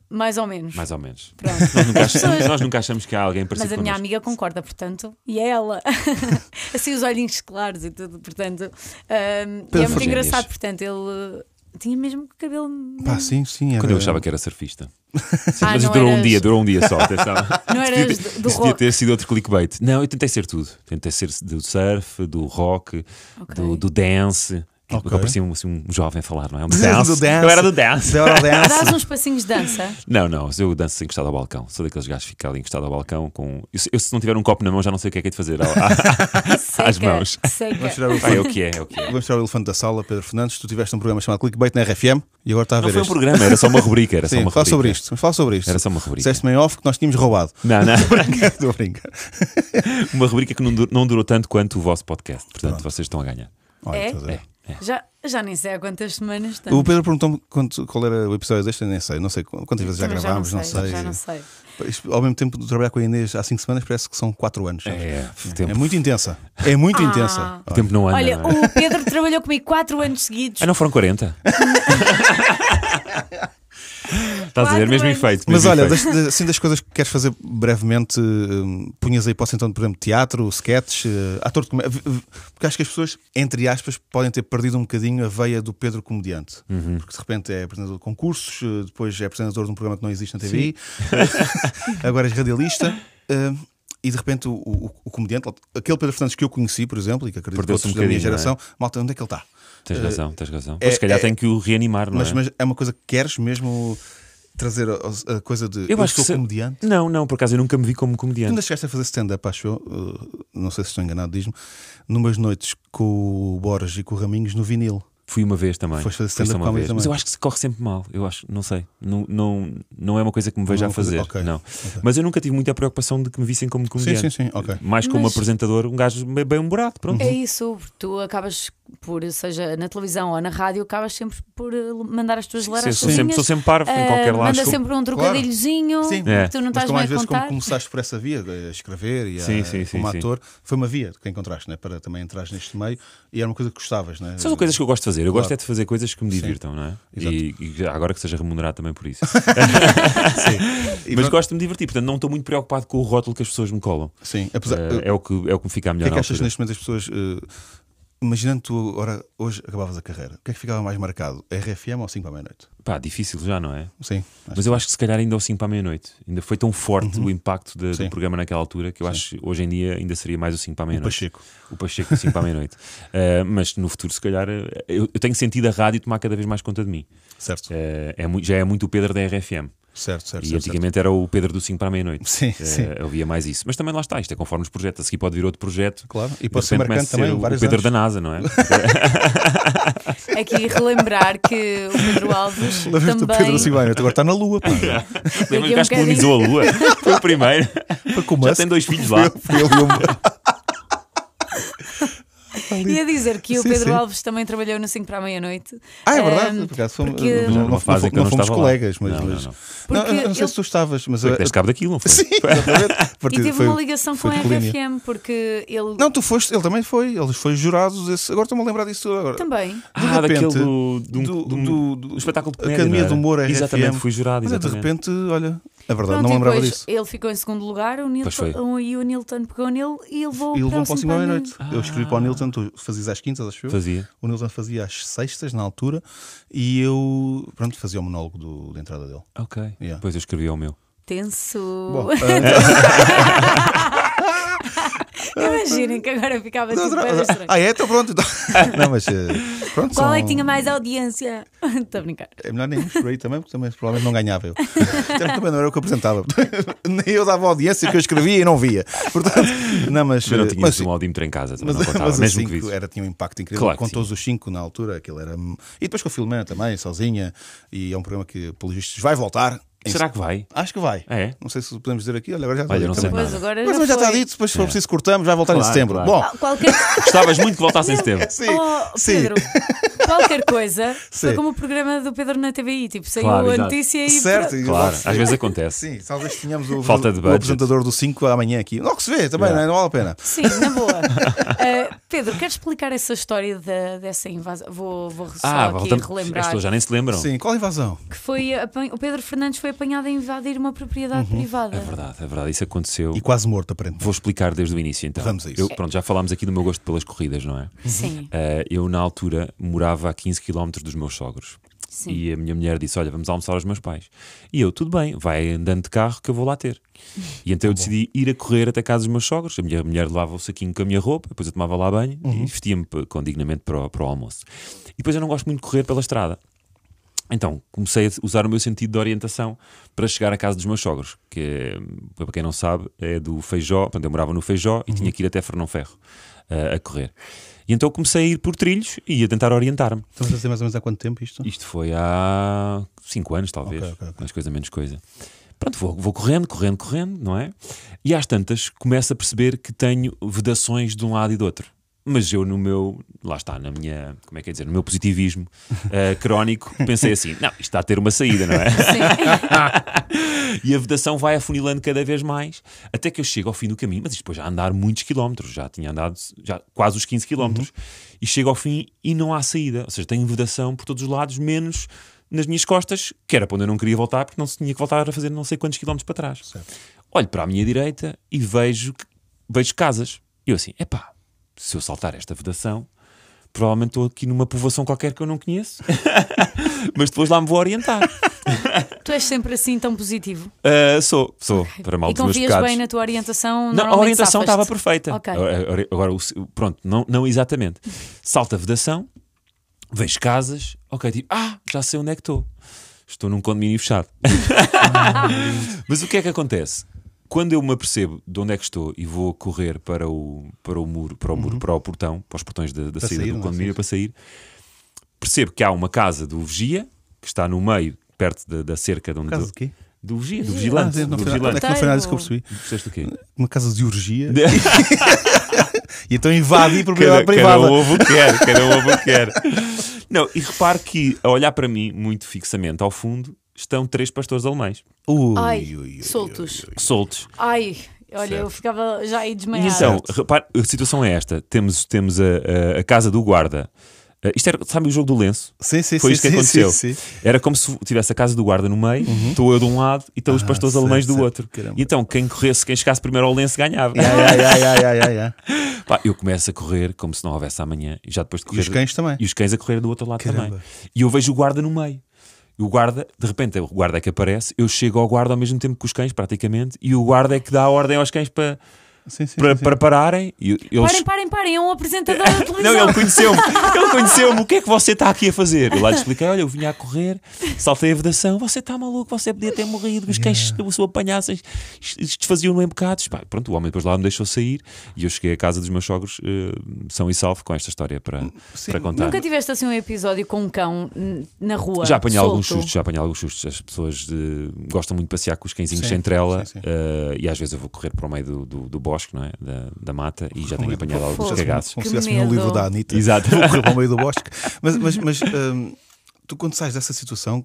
Speaker 3: mais ou menos.
Speaker 5: Mais ou menos.
Speaker 3: Pronto.
Speaker 5: Nós nunca,
Speaker 3: As pessoas-
Speaker 5: achamos, nós nunca achamos que há alguém parecido
Speaker 3: Mas a minha
Speaker 5: connosco.
Speaker 3: amiga concorda, portanto, e é ela. assim, os olhinhos claros e tudo, portanto. hum, e é muito
Speaker 5: Fernandes.
Speaker 3: engraçado, portanto, ele uh, tinha mesmo cabelo.
Speaker 4: Pá, sim, sim. Era...
Speaker 5: Quando eu achava que era surfista. Sim,
Speaker 3: Eh, Ah,
Speaker 5: mas
Speaker 3: não
Speaker 5: durou um
Speaker 3: eras-
Speaker 5: dia, durou um dia só. atenção.
Speaker 3: Não
Speaker 5: Isso
Speaker 3: eras
Speaker 5: devia ter-
Speaker 3: do
Speaker 5: isso devia
Speaker 3: rock.
Speaker 5: ter sido outro clickbait. Não, eu tentei ser tudo. Tentei ser do surf, do rock,
Speaker 3: Ok.
Speaker 5: do, do dance.
Speaker 4: Ok.
Speaker 5: Eu parecia um, assim, um jovem a falar, não é? Um do
Speaker 4: Do dance. Então-
Speaker 5: Eu era do dance.
Speaker 4: Zero
Speaker 3: Dás
Speaker 4: dance.
Speaker 3: uns passinhos de dança.
Speaker 5: Não, não, eu danço encostado ao balcão. Sou daqueles gajos que fica ali encostado ao balcão com. Eu, se- eu se não tiver um copo na mão já não sei o que é que é de fazer ao-
Speaker 3: Seca,
Speaker 5: às mãos.
Speaker 4: Vamos
Speaker 3: Seca.
Speaker 4: tirar o
Speaker 5: Ah, é o
Speaker 4: elefante-
Speaker 5: que é, é o que é.
Speaker 4: Vamos tirar o elefante da sala, Pedro Fernandes. Tu tiveste um programa chamado Clickbait na RFM e agora está a
Speaker 5: Não
Speaker 4: ver
Speaker 5: foi um
Speaker 4: este.
Speaker 5: programa, era só uma rubrica. Era só
Speaker 4: Sim,
Speaker 5: uma
Speaker 4: fala
Speaker 5: rubrica.
Speaker 4: sobre isto. Mas fala sobre isto.
Speaker 5: Era só uma rubrica.
Speaker 4: Disseste-me em off que nós tínhamos roubado.
Speaker 5: Não, não.
Speaker 4: Estou a brincar.
Speaker 5: Uma rubrica que não, dur- não durou tanto quanto o vosso podcast. Portanto, vocês estão a ganhar.
Speaker 4: Olha,
Speaker 3: É?
Speaker 4: estás a ver.
Speaker 3: Já, já nem sei há quantas semanas
Speaker 4: O
Speaker 3: estamos.
Speaker 4: Pedro perguntou-me quanto- qual era o episódio deste, eu nem sei, não sei qu- quantas vezes já
Speaker 3: Também
Speaker 4: gravámos,
Speaker 3: já
Speaker 4: não
Speaker 3: não
Speaker 4: sei.
Speaker 3: Já não sei.
Speaker 4: Isto, Ao mesmo tempo de trabalhar com a Inês há 5 semanas, parece que são 4 anos. sabes?
Speaker 5: É, o
Speaker 4: É
Speaker 5: tempo,
Speaker 4: muito intensa. É muito
Speaker 3: Ah.
Speaker 4: intensa.
Speaker 5: o tempo não anda.
Speaker 3: Olha,
Speaker 5: não é?
Speaker 3: o Pedro trabalhou comigo 4 anos seguidos.
Speaker 5: Ah, não foram 40? Estás Tá a ver,
Speaker 3: Quatro
Speaker 5: mesmo
Speaker 3: anos.
Speaker 5: efeito.
Speaker 4: Mas
Speaker 5: mesmo
Speaker 4: olha,
Speaker 5: efeito.
Speaker 4: das, da- assim das coisas que queres fazer brevemente, hum, punhas aí posso então, por exemplo, teatro, sketch, eh, ator de comédia. Porque acho que as pessoas, entre aspas, podem ter perdido um bocadinho a veia do Pedro comediante.
Speaker 5: Uhum.
Speaker 4: Porque de repente é apresentador de concursos, eh, depois é apresentador de um programa que não existe na TV, agora és radialista. eh, e de repente o, o- o comediante, aquele Pedro Fernandes que eu conheci, por exemplo, e que acredito que
Speaker 5: Perdeu-se
Speaker 4: outros
Speaker 5: um
Speaker 4: da minha
Speaker 5: bocadinho, não é?
Speaker 4: geração, malta, onde é que ele está?
Speaker 5: Tens razão, tens razão.
Speaker 4: é-
Speaker 5: Mas se calhar
Speaker 4: é-
Speaker 5: tem que o reanimar, não
Speaker 4: Mas,
Speaker 5: é?
Speaker 4: mas é uma coisa que queres mesmo trazer a- a, coisa de eu, sou
Speaker 5: se-
Speaker 4: comediante?
Speaker 5: Não, não, por acaso eu nunca me vi como
Speaker 4: Tu ainda
Speaker 5: comediante.
Speaker 4: chegaste a fazer stand-up, acho eu, uh, não sei se estou enganado, diz-me, numas noites com o Borges e com o Raminhos no vinil.
Speaker 5: Fui uma vez também.
Speaker 4: Foste fazer
Speaker 5: Fui só
Speaker 4: stand-up
Speaker 5: uma
Speaker 4: comedy
Speaker 5: vez.
Speaker 4: também.
Speaker 5: Mas eu acho que se corre sempre mal. Eu acho, não sei. Não, não, não é uma coisa que me
Speaker 4: é
Speaker 5: veja a
Speaker 4: uma coisa-
Speaker 5: fazer.
Speaker 4: ok,
Speaker 5: Não.
Speaker 4: ok.
Speaker 5: Mas eu nunca tive muita preocupação de que me vissem como comediante.
Speaker 4: sim, sim, ok.
Speaker 5: Mais como
Speaker 3: Mas-
Speaker 5: apresentador, um gajo bem- bem-humorado. Pronto.
Speaker 3: É isso, tu acabas por, seja na televisão ou na rádio, acabas sempre por eh, mandar as tuas
Speaker 5: Sim,
Speaker 3: laras
Speaker 5: sou, sempre, sou
Speaker 3: sozinhas.
Speaker 5: sempre parvo em
Speaker 3: Ah,
Speaker 5: qualquer lado.
Speaker 3: manda
Speaker 5: desculpa.
Speaker 3: sempre um trocadilhozinho
Speaker 4: Sim.
Speaker 5: É.
Speaker 3: que tu não
Speaker 4: Mas
Speaker 3: estás
Speaker 4: como
Speaker 3: bem
Speaker 4: às
Speaker 3: a
Speaker 4: vezes como
Speaker 3: contar.
Speaker 4: começaste por essa via, a escrever e a,
Speaker 5: Sim, sim, sim,
Speaker 4: como
Speaker 5: sim.
Speaker 4: ator, foi uma via que encontraste, né? para também entrar neste meio e era uma coisa que gostavas, né?
Speaker 5: São as coisas que eu gosto de fazer. Eu gosto
Speaker 4: Claro.
Speaker 5: é de fazer coisas que me divirtam, não é?
Speaker 4: Exato.
Speaker 5: E, e já agora que seja remunerado também por isso.
Speaker 4: E
Speaker 5: Mas
Speaker 4: pronto,
Speaker 5: gosto de me divertir, portanto não estou muito preocupado com o rótulo que as pessoas me colam.
Speaker 4: Sim, apesar.
Speaker 5: Eh,
Speaker 4: uh,
Speaker 5: é, o que, é o que me fica a
Speaker 4: o
Speaker 5: melhor
Speaker 4: que é
Speaker 5: na
Speaker 4: que achas
Speaker 5: altura.
Speaker 4: neste momento as pessoas. uh, imaginando tu, ora, hoje acabavas a carreira, o que é que ficava mais marcado? RFM ou 5 à meia-noite?
Speaker 5: Pá, difícil já, não é?
Speaker 4: Sim. acho
Speaker 5: Mas eu acho que se calhar ainda ao 5 para a meia-noite. Ainda foi tão forte o impacto de-
Speaker 4: Uhum. Sim.
Speaker 5: do programa naquela altura que eu acho que hoje em dia ainda seria mais o 5 para a
Speaker 4: que o
Speaker 5: meia-noite.
Speaker 4: Pacheco.
Speaker 5: O Pacheco, do 5 para a meia-noite. Eh, mas no futuro, se calhar, eh, eu, eu tenho sentido a rádio tomar cada vez mais conta de mim.
Speaker 4: Certo,
Speaker 5: Eh, é, mui- já é muito o Pedro da RFM.
Speaker 4: certo, certo. certo,
Speaker 5: E
Speaker 4: certo.
Speaker 5: antigamente era o Pedro do 5 para a meia-noite.
Speaker 4: Sim,
Speaker 5: Eh,
Speaker 4: sim.
Speaker 5: Eu via mais isso. Mas também lá está, isto é conforme os projetos. A seguir pode vir outro projeto.
Speaker 4: Claro, e
Speaker 5: De
Speaker 4: pode ser
Speaker 5: repente
Speaker 4: marcante
Speaker 5: começa a
Speaker 4: também
Speaker 5: ser o-
Speaker 4: vários
Speaker 5: o Pedro
Speaker 4: anos.
Speaker 5: da NASA, não é?
Speaker 3: Aqui relembrar que o Pedro Alves
Speaker 4: Lembras-te do
Speaker 3: também.
Speaker 4: Pedro da Silveira, agora está na Lua, pá.
Speaker 5: Lembra-me
Speaker 3: Daqui
Speaker 5: que
Speaker 3: a
Speaker 5: o
Speaker 3: um
Speaker 5: gajo que colonizou a Lua? Foi o primeiro.
Speaker 4: Foi com o
Speaker 5: Já
Speaker 4: Musk.
Speaker 5: tem dois filhos lá.
Speaker 4: Foi Tá ele e o Musk.
Speaker 3: E é- a dizer que o
Speaker 4: Sim,
Speaker 3: Pedro
Speaker 4: sim.
Speaker 3: Alves também trabalhou no 5 para a meia-noite.
Speaker 4: Ah, é
Speaker 3: Ahm,
Speaker 4: verdade, por acaso fomos,
Speaker 3: porque-
Speaker 4: não,
Speaker 5: Já
Speaker 4: não,
Speaker 5: numa fase
Speaker 4: não
Speaker 5: em que eu não
Speaker 4: fomos
Speaker 5: estava lá.
Speaker 4: colegas, mas.
Speaker 5: Não, não,
Speaker 4: mas-
Speaker 5: não.
Speaker 4: Não, eu
Speaker 3: Porque
Speaker 4: não sei
Speaker 3: ele-
Speaker 4: se tu estavas, mas.
Speaker 5: Deste cabo daquilo, não foi?
Speaker 4: Sim, exatamente. A partir-
Speaker 3: E teve
Speaker 4: foi- um-
Speaker 3: uma ligação
Speaker 4: foi
Speaker 3: com a
Speaker 4: de colínia.
Speaker 3: RFM, porque ele
Speaker 4: Não, tu foste, ele também foi, ele foi jurado desse. Agora estou-me a lembrar disso agora.
Speaker 3: também.
Speaker 4: De
Speaker 5: Ah, daquele
Speaker 4: repente,
Speaker 5: do- do- do- do espetáculo de comédia,
Speaker 4: um Academia
Speaker 5: não
Speaker 4: do
Speaker 5: era?
Speaker 4: Humor RFM.
Speaker 5: Exatamente, fui jurado,
Speaker 4: Olha, é,
Speaker 5: exatamente.
Speaker 4: de repente, olha, é verdade,
Speaker 3: Pronto, e
Speaker 4: não me lembrava
Speaker 3: depois
Speaker 4: disso.
Speaker 3: Ele ficou em segundo lugar o
Speaker 5: foi.
Speaker 3: Nilton, um, e o Nilton pegou nele e levou
Speaker 4: E
Speaker 3: o
Speaker 4: levou para o
Speaker 3: próximo
Speaker 4: cinema
Speaker 3: para Ah. a
Speaker 4: noite. Eu escrevi para o Nilton, tu fazias às quintas, acho eu.
Speaker 5: Fazia.
Speaker 4: O Nilton fazia às sextas, na altura, e eu, pronto, fazia o monólogo do, da entrada dele.
Speaker 5: Ok.
Speaker 4: Yeah.
Speaker 5: Pois eu escrevi ao meu.
Speaker 3: Tenso.
Speaker 4: Bom, ah,
Speaker 3: Imaginem que agora ficava assim
Speaker 4: outra-
Speaker 3: bem estranho.
Speaker 4: ah, é? Então pronto. então. Não, mas eh, pronto.
Speaker 3: Qual é
Speaker 4: são-
Speaker 3: que tinha mais audiência? Estou a brincar.
Speaker 4: É melhor nem irmos por aí também, porque também provavelmente não ganhava eu. Também também não era o que eu apresentava. Nem eu dava audiência que eu escrevia e não via. Portanto, não, mas. eh,
Speaker 5: Mas não tinha
Speaker 4: mas-
Speaker 5: um audímetro em casa, também
Speaker 4: Mas,
Speaker 5: não contava,
Speaker 4: mas
Speaker 5: mesmo
Speaker 4: assim,
Speaker 5: que visse.
Speaker 4: era, tinha um impacto incrível.
Speaker 5: Claro que
Speaker 4: com
Speaker 5: sim.
Speaker 4: todos os cinco na altura, aquilo era. E depois com a Filomena também, sozinha. E é um programa que, pelos vistos, vai voltar.
Speaker 5: Será que vai?
Speaker 4: Acho que vai.
Speaker 5: É?
Speaker 4: Não sei se podemos dizer aqui. Olha, agora já está
Speaker 5: Olha,
Speaker 4: dito
Speaker 5: não sei
Speaker 4: também.
Speaker 3: Pois
Speaker 5: nada. É.
Speaker 3: agora
Speaker 4: Mas também já
Speaker 3: foi.
Speaker 4: está dito, depois se for preciso cortamos, vai voltar em
Speaker 5: Claro,
Speaker 4: setembro.
Speaker 5: claro.
Speaker 4: Bom,
Speaker 3: Qual- Qualquer
Speaker 5: Gostavas muito que voltasse em setembro.
Speaker 4: sim,
Speaker 3: Oh,
Speaker 4: sim.
Speaker 3: Pedro, qualquer coisa foi
Speaker 4: Sim.
Speaker 3: como o programa do Pedro na TVI, tipo, saiu
Speaker 5: Claro,
Speaker 3: a
Speaker 5: exato.
Speaker 3: notícia e
Speaker 4: Certo, e
Speaker 5: Claro,
Speaker 4: logo se
Speaker 5: às
Speaker 4: vê.
Speaker 5: vezes acontece.
Speaker 4: Sim, talvez tenhamos o,
Speaker 5: Falta de
Speaker 4: o
Speaker 5: budget.
Speaker 4: apresentador do 5 amanhã aqui. Logo se vê também,
Speaker 5: Yeah.
Speaker 4: não, é? Não vale a pena.
Speaker 3: Sim, na boa. Uh, Pedro, queres explicar essa história da- dessa invasão? Vou, vou só
Speaker 5: Ah,
Speaker 3: aqui
Speaker 5: voltamos. As
Speaker 3: relembrar
Speaker 5: pessoas já nem se lembram.
Speaker 4: Sim, qual a invasão?
Speaker 3: que foi apan- o Pedro Fernandes foi apanhado a invadir uma propriedade privada.
Speaker 5: É verdade, é verdade. Isso aconteceu.
Speaker 4: E quase morto, aparentemente.
Speaker 5: Vou explicar desde o início então.
Speaker 4: Vamos a isso.
Speaker 5: Eu- pronto, já falámos aqui do meu gosto pelas corridas, não é?
Speaker 3: Sim,
Speaker 5: Eh, eu, na altura, morava a 15 km dos meus sogros.
Speaker 3: Sim.
Speaker 5: E a minha mulher disse: Olha, vamos almoçar aos meus pais. E eu, tudo bem, vai andando de carro que eu vou lá ter. E então eu decidi ir a correr até a casa dos meus sogros. A minha mulher levava o saquinho com a minha roupa, depois eu tomava lá banho e vestia-me p- com dignamente para o, para o almoço. E depois eu não gosto muito de correr pela estrada. Então, comecei a usar o meu sentido de orientação para chegar à casa dos meus sogros, que, eh, para quem não sabe, é do Feijó. Portanto, eu morava no Feijó e tinha que ir até Fernão Ferro eh, a correr. E então comecei a ir por trilhos e a tentar orientar-me.
Speaker 4: Estamos a dizer mais ou menos há quanto tempo isto?
Speaker 5: Isto foi há 5 anos, talvez.
Speaker 4: Ok, ok, ok.
Speaker 5: Mais coisa, menos coisa. Pronto, vou, vou correndo, correndo, correndo, não é? E às tantas começo a perceber que tenho vedações de um lado e do outro. Mas eu, no meu, lá está, na minha, como é que é dizer, no meu positivismo eh, crónico, pensei assim: não, isto está a ter uma saída, não é? e a vedação vai afunilando cada vez mais, até que eu chego ao fim do caminho, mas isto depois já andar muitos quilómetros, já tinha andado já quase os 15 quilómetros, e chego ao fim e não há saída. Ou seja, tenho vedação por todos os lados, menos nas minhas costas, que era para onde eu não queria voltar, porque não se tinha que voltar a fazer não sei quantos quilómetros para trás. Olho para a minha direita e vejo, que- vejo casas. E eu assim, epá, se eu saltar esta vedação, provavelmente estou aqui numa povoação qualquer que eu não conheço, mas depois lá me vou orientar.
Speaker 3: Tu és sempre assim tão positivo.
Speaker 5: Ah, sou, sou, para mal
Speaker 3: e
Speaker 5: dos meus
Speaker 3: confias
Speaker 5: pecados.
Speaker 3: bem na tua orientação.
Speaker 5: Não, a
Speaker 3: normalmente
Speaker 5: orientação
Speaker 3: safas-te.
Speaker 5: estava perfeita.
Speaker 3: Ok.
Speaker 5: Agora- agora- Agora, o se- pronto, não, não exatamente. Salta a vedação, vejo casas, ok, tipo, ah, já sei onde é que estou. Estou num condomínio fechado. Mas o que é que acontece? Quando eu me apercebo de onde é que estou e vou correr para o, para o muro, para o muro, para o portão, para os portões da, da
Speaker 4: Uhum.
Speaker 5: saída
Speaker 4: sair,
Speaker 5: do
Speaker 4: não é?
Speaker 5: condomínio para sair, percebo que há uma casa do vigia que está no meio, perto da, da cerca de onde
Speaker 4: Casa de quê?
Speaker 5: do vigia, do
Speaker 4: Ah,
Speaker 5: vigilante.
Speaker 4: não foi nada-
Speaker 5: do
Speaker 4: não é
Speaker 5: vigilante.
Speaker 4: que não foi nada disso que eu percebi.
Speaker 5: Disseste o quê?
Speaker 4: Uma casa de urgia. E então invade a propriedade
Speaker 5: cada, cada
Speaker 4: privada.
Speaker 5: ovo quer, cada ovo quer. Não, e repare que a olhar para mim, muito fixamente ao fundo, estão três pastores alemães,
Speaker 4: Ui,
Speaker 3: Ai,
Speaker 4: ui, ui, ui,
Speaker 3: soltos.
Speaker 5: soltos.
Speaker 3: Ai, olha, eu
Speaker 5: Certo.
Speaker 3: ficava já aí
Speaker 5: E
Speaker 3: desmaiada.
Speaker 5: então, repare, a situação é esta: temos, temos a, a- a casa do guarda. Uh, isto era, sabe, o jogo do lenço?
Speaker 4: Sim, sim,
Speaker 5: Foi
Speaker 4: sim,
Speaker 5: isto que
Speaker 4: sim,
Speaker 5: aconteceu.
Speaker 4: sim, sim.
Speaker 5: Era como se tivesse a casa do guarda no meio, estou eu de um lado e estão os pastores
Speaker 4: certo,
Speaker 5: alemães do
Speaker 4: certo.
Speaker 5: outro.
Speaker 4: Caramba.
Speaker 5: E então, quem corresse, quem chegasse primeiro ao lenço ganhava.
Speaker 4: Ai, ai, ai, ai, ai, ai.
Speaker 5: Pá, eu começo a correr como se não houvesse amanhã e já depois de
Speaker 4: E
Speaker 5: correr.
Speaker 4: os cães também.
Speaker 5: E os cães a correr do outro lado
Speaker 4: É. Caramba.
Speaker 5: também. E eu vejo o guarda no meio. E o guarda, de repente, é o guarda que aparece. Eu chego ao guarda ao mesmo tempo que os cães, praticamente. E o guarda é que dá a ordem aos cães para,
Speaker 4: Sim, sim,
Speaker 5: para,
Speaker 4: sim.
Speaker 5: para pararem. E eles...
Speaker 3: Parem, parem, parem, é um apresentador da televisão.
Speaker 5: Não, ele conheceu-me. Ele conheceu-me. O que é que você está aqui a fazer? Eu lá lhe expliquei: olha, eu vinha a correr, saltei a vedação. Você está maluco, você podia ter morrido. Os cães, se o apanhassem, es- es- desfaziam-no em bocados. Pá, pronto, o homem depois lá me deixou sair. E eu cheguei à casa dos meus sogros, eh, são e salvo, com esta história para, para contar.
Speaker 3: Nunca tiveste assim um episódio com um cão n- na rua?
Speaker 5: Já apanhei
Speaker 3: solto?
Speaker 5: alguns sustos, já apanhei alguns sustos. As pessoas eh, gostam muito de passear com os cãezinhos
Speaker 4: Sim,
Speaker 5: sem trela
Speaker 4: sim, sim.
Speaker 5: eh, e às vezes eu vou correr para o meio do, do, do bosque, não é? Da, da mata e já tenho apanhado alguns
Speaker 3: fofo.
Speaker 5: cagaços.
Speaker 4: Como
Speaker 3: Que
Speaker 4: se estivéssemos no
Speaker 3: medo.
Speaker 4: livro da Anitta.
Speaker 5: Exato.
Speaker 4: Vou correr para o meio do bosque. Mas, mas, mas hum, tu, quando sais dessa situação,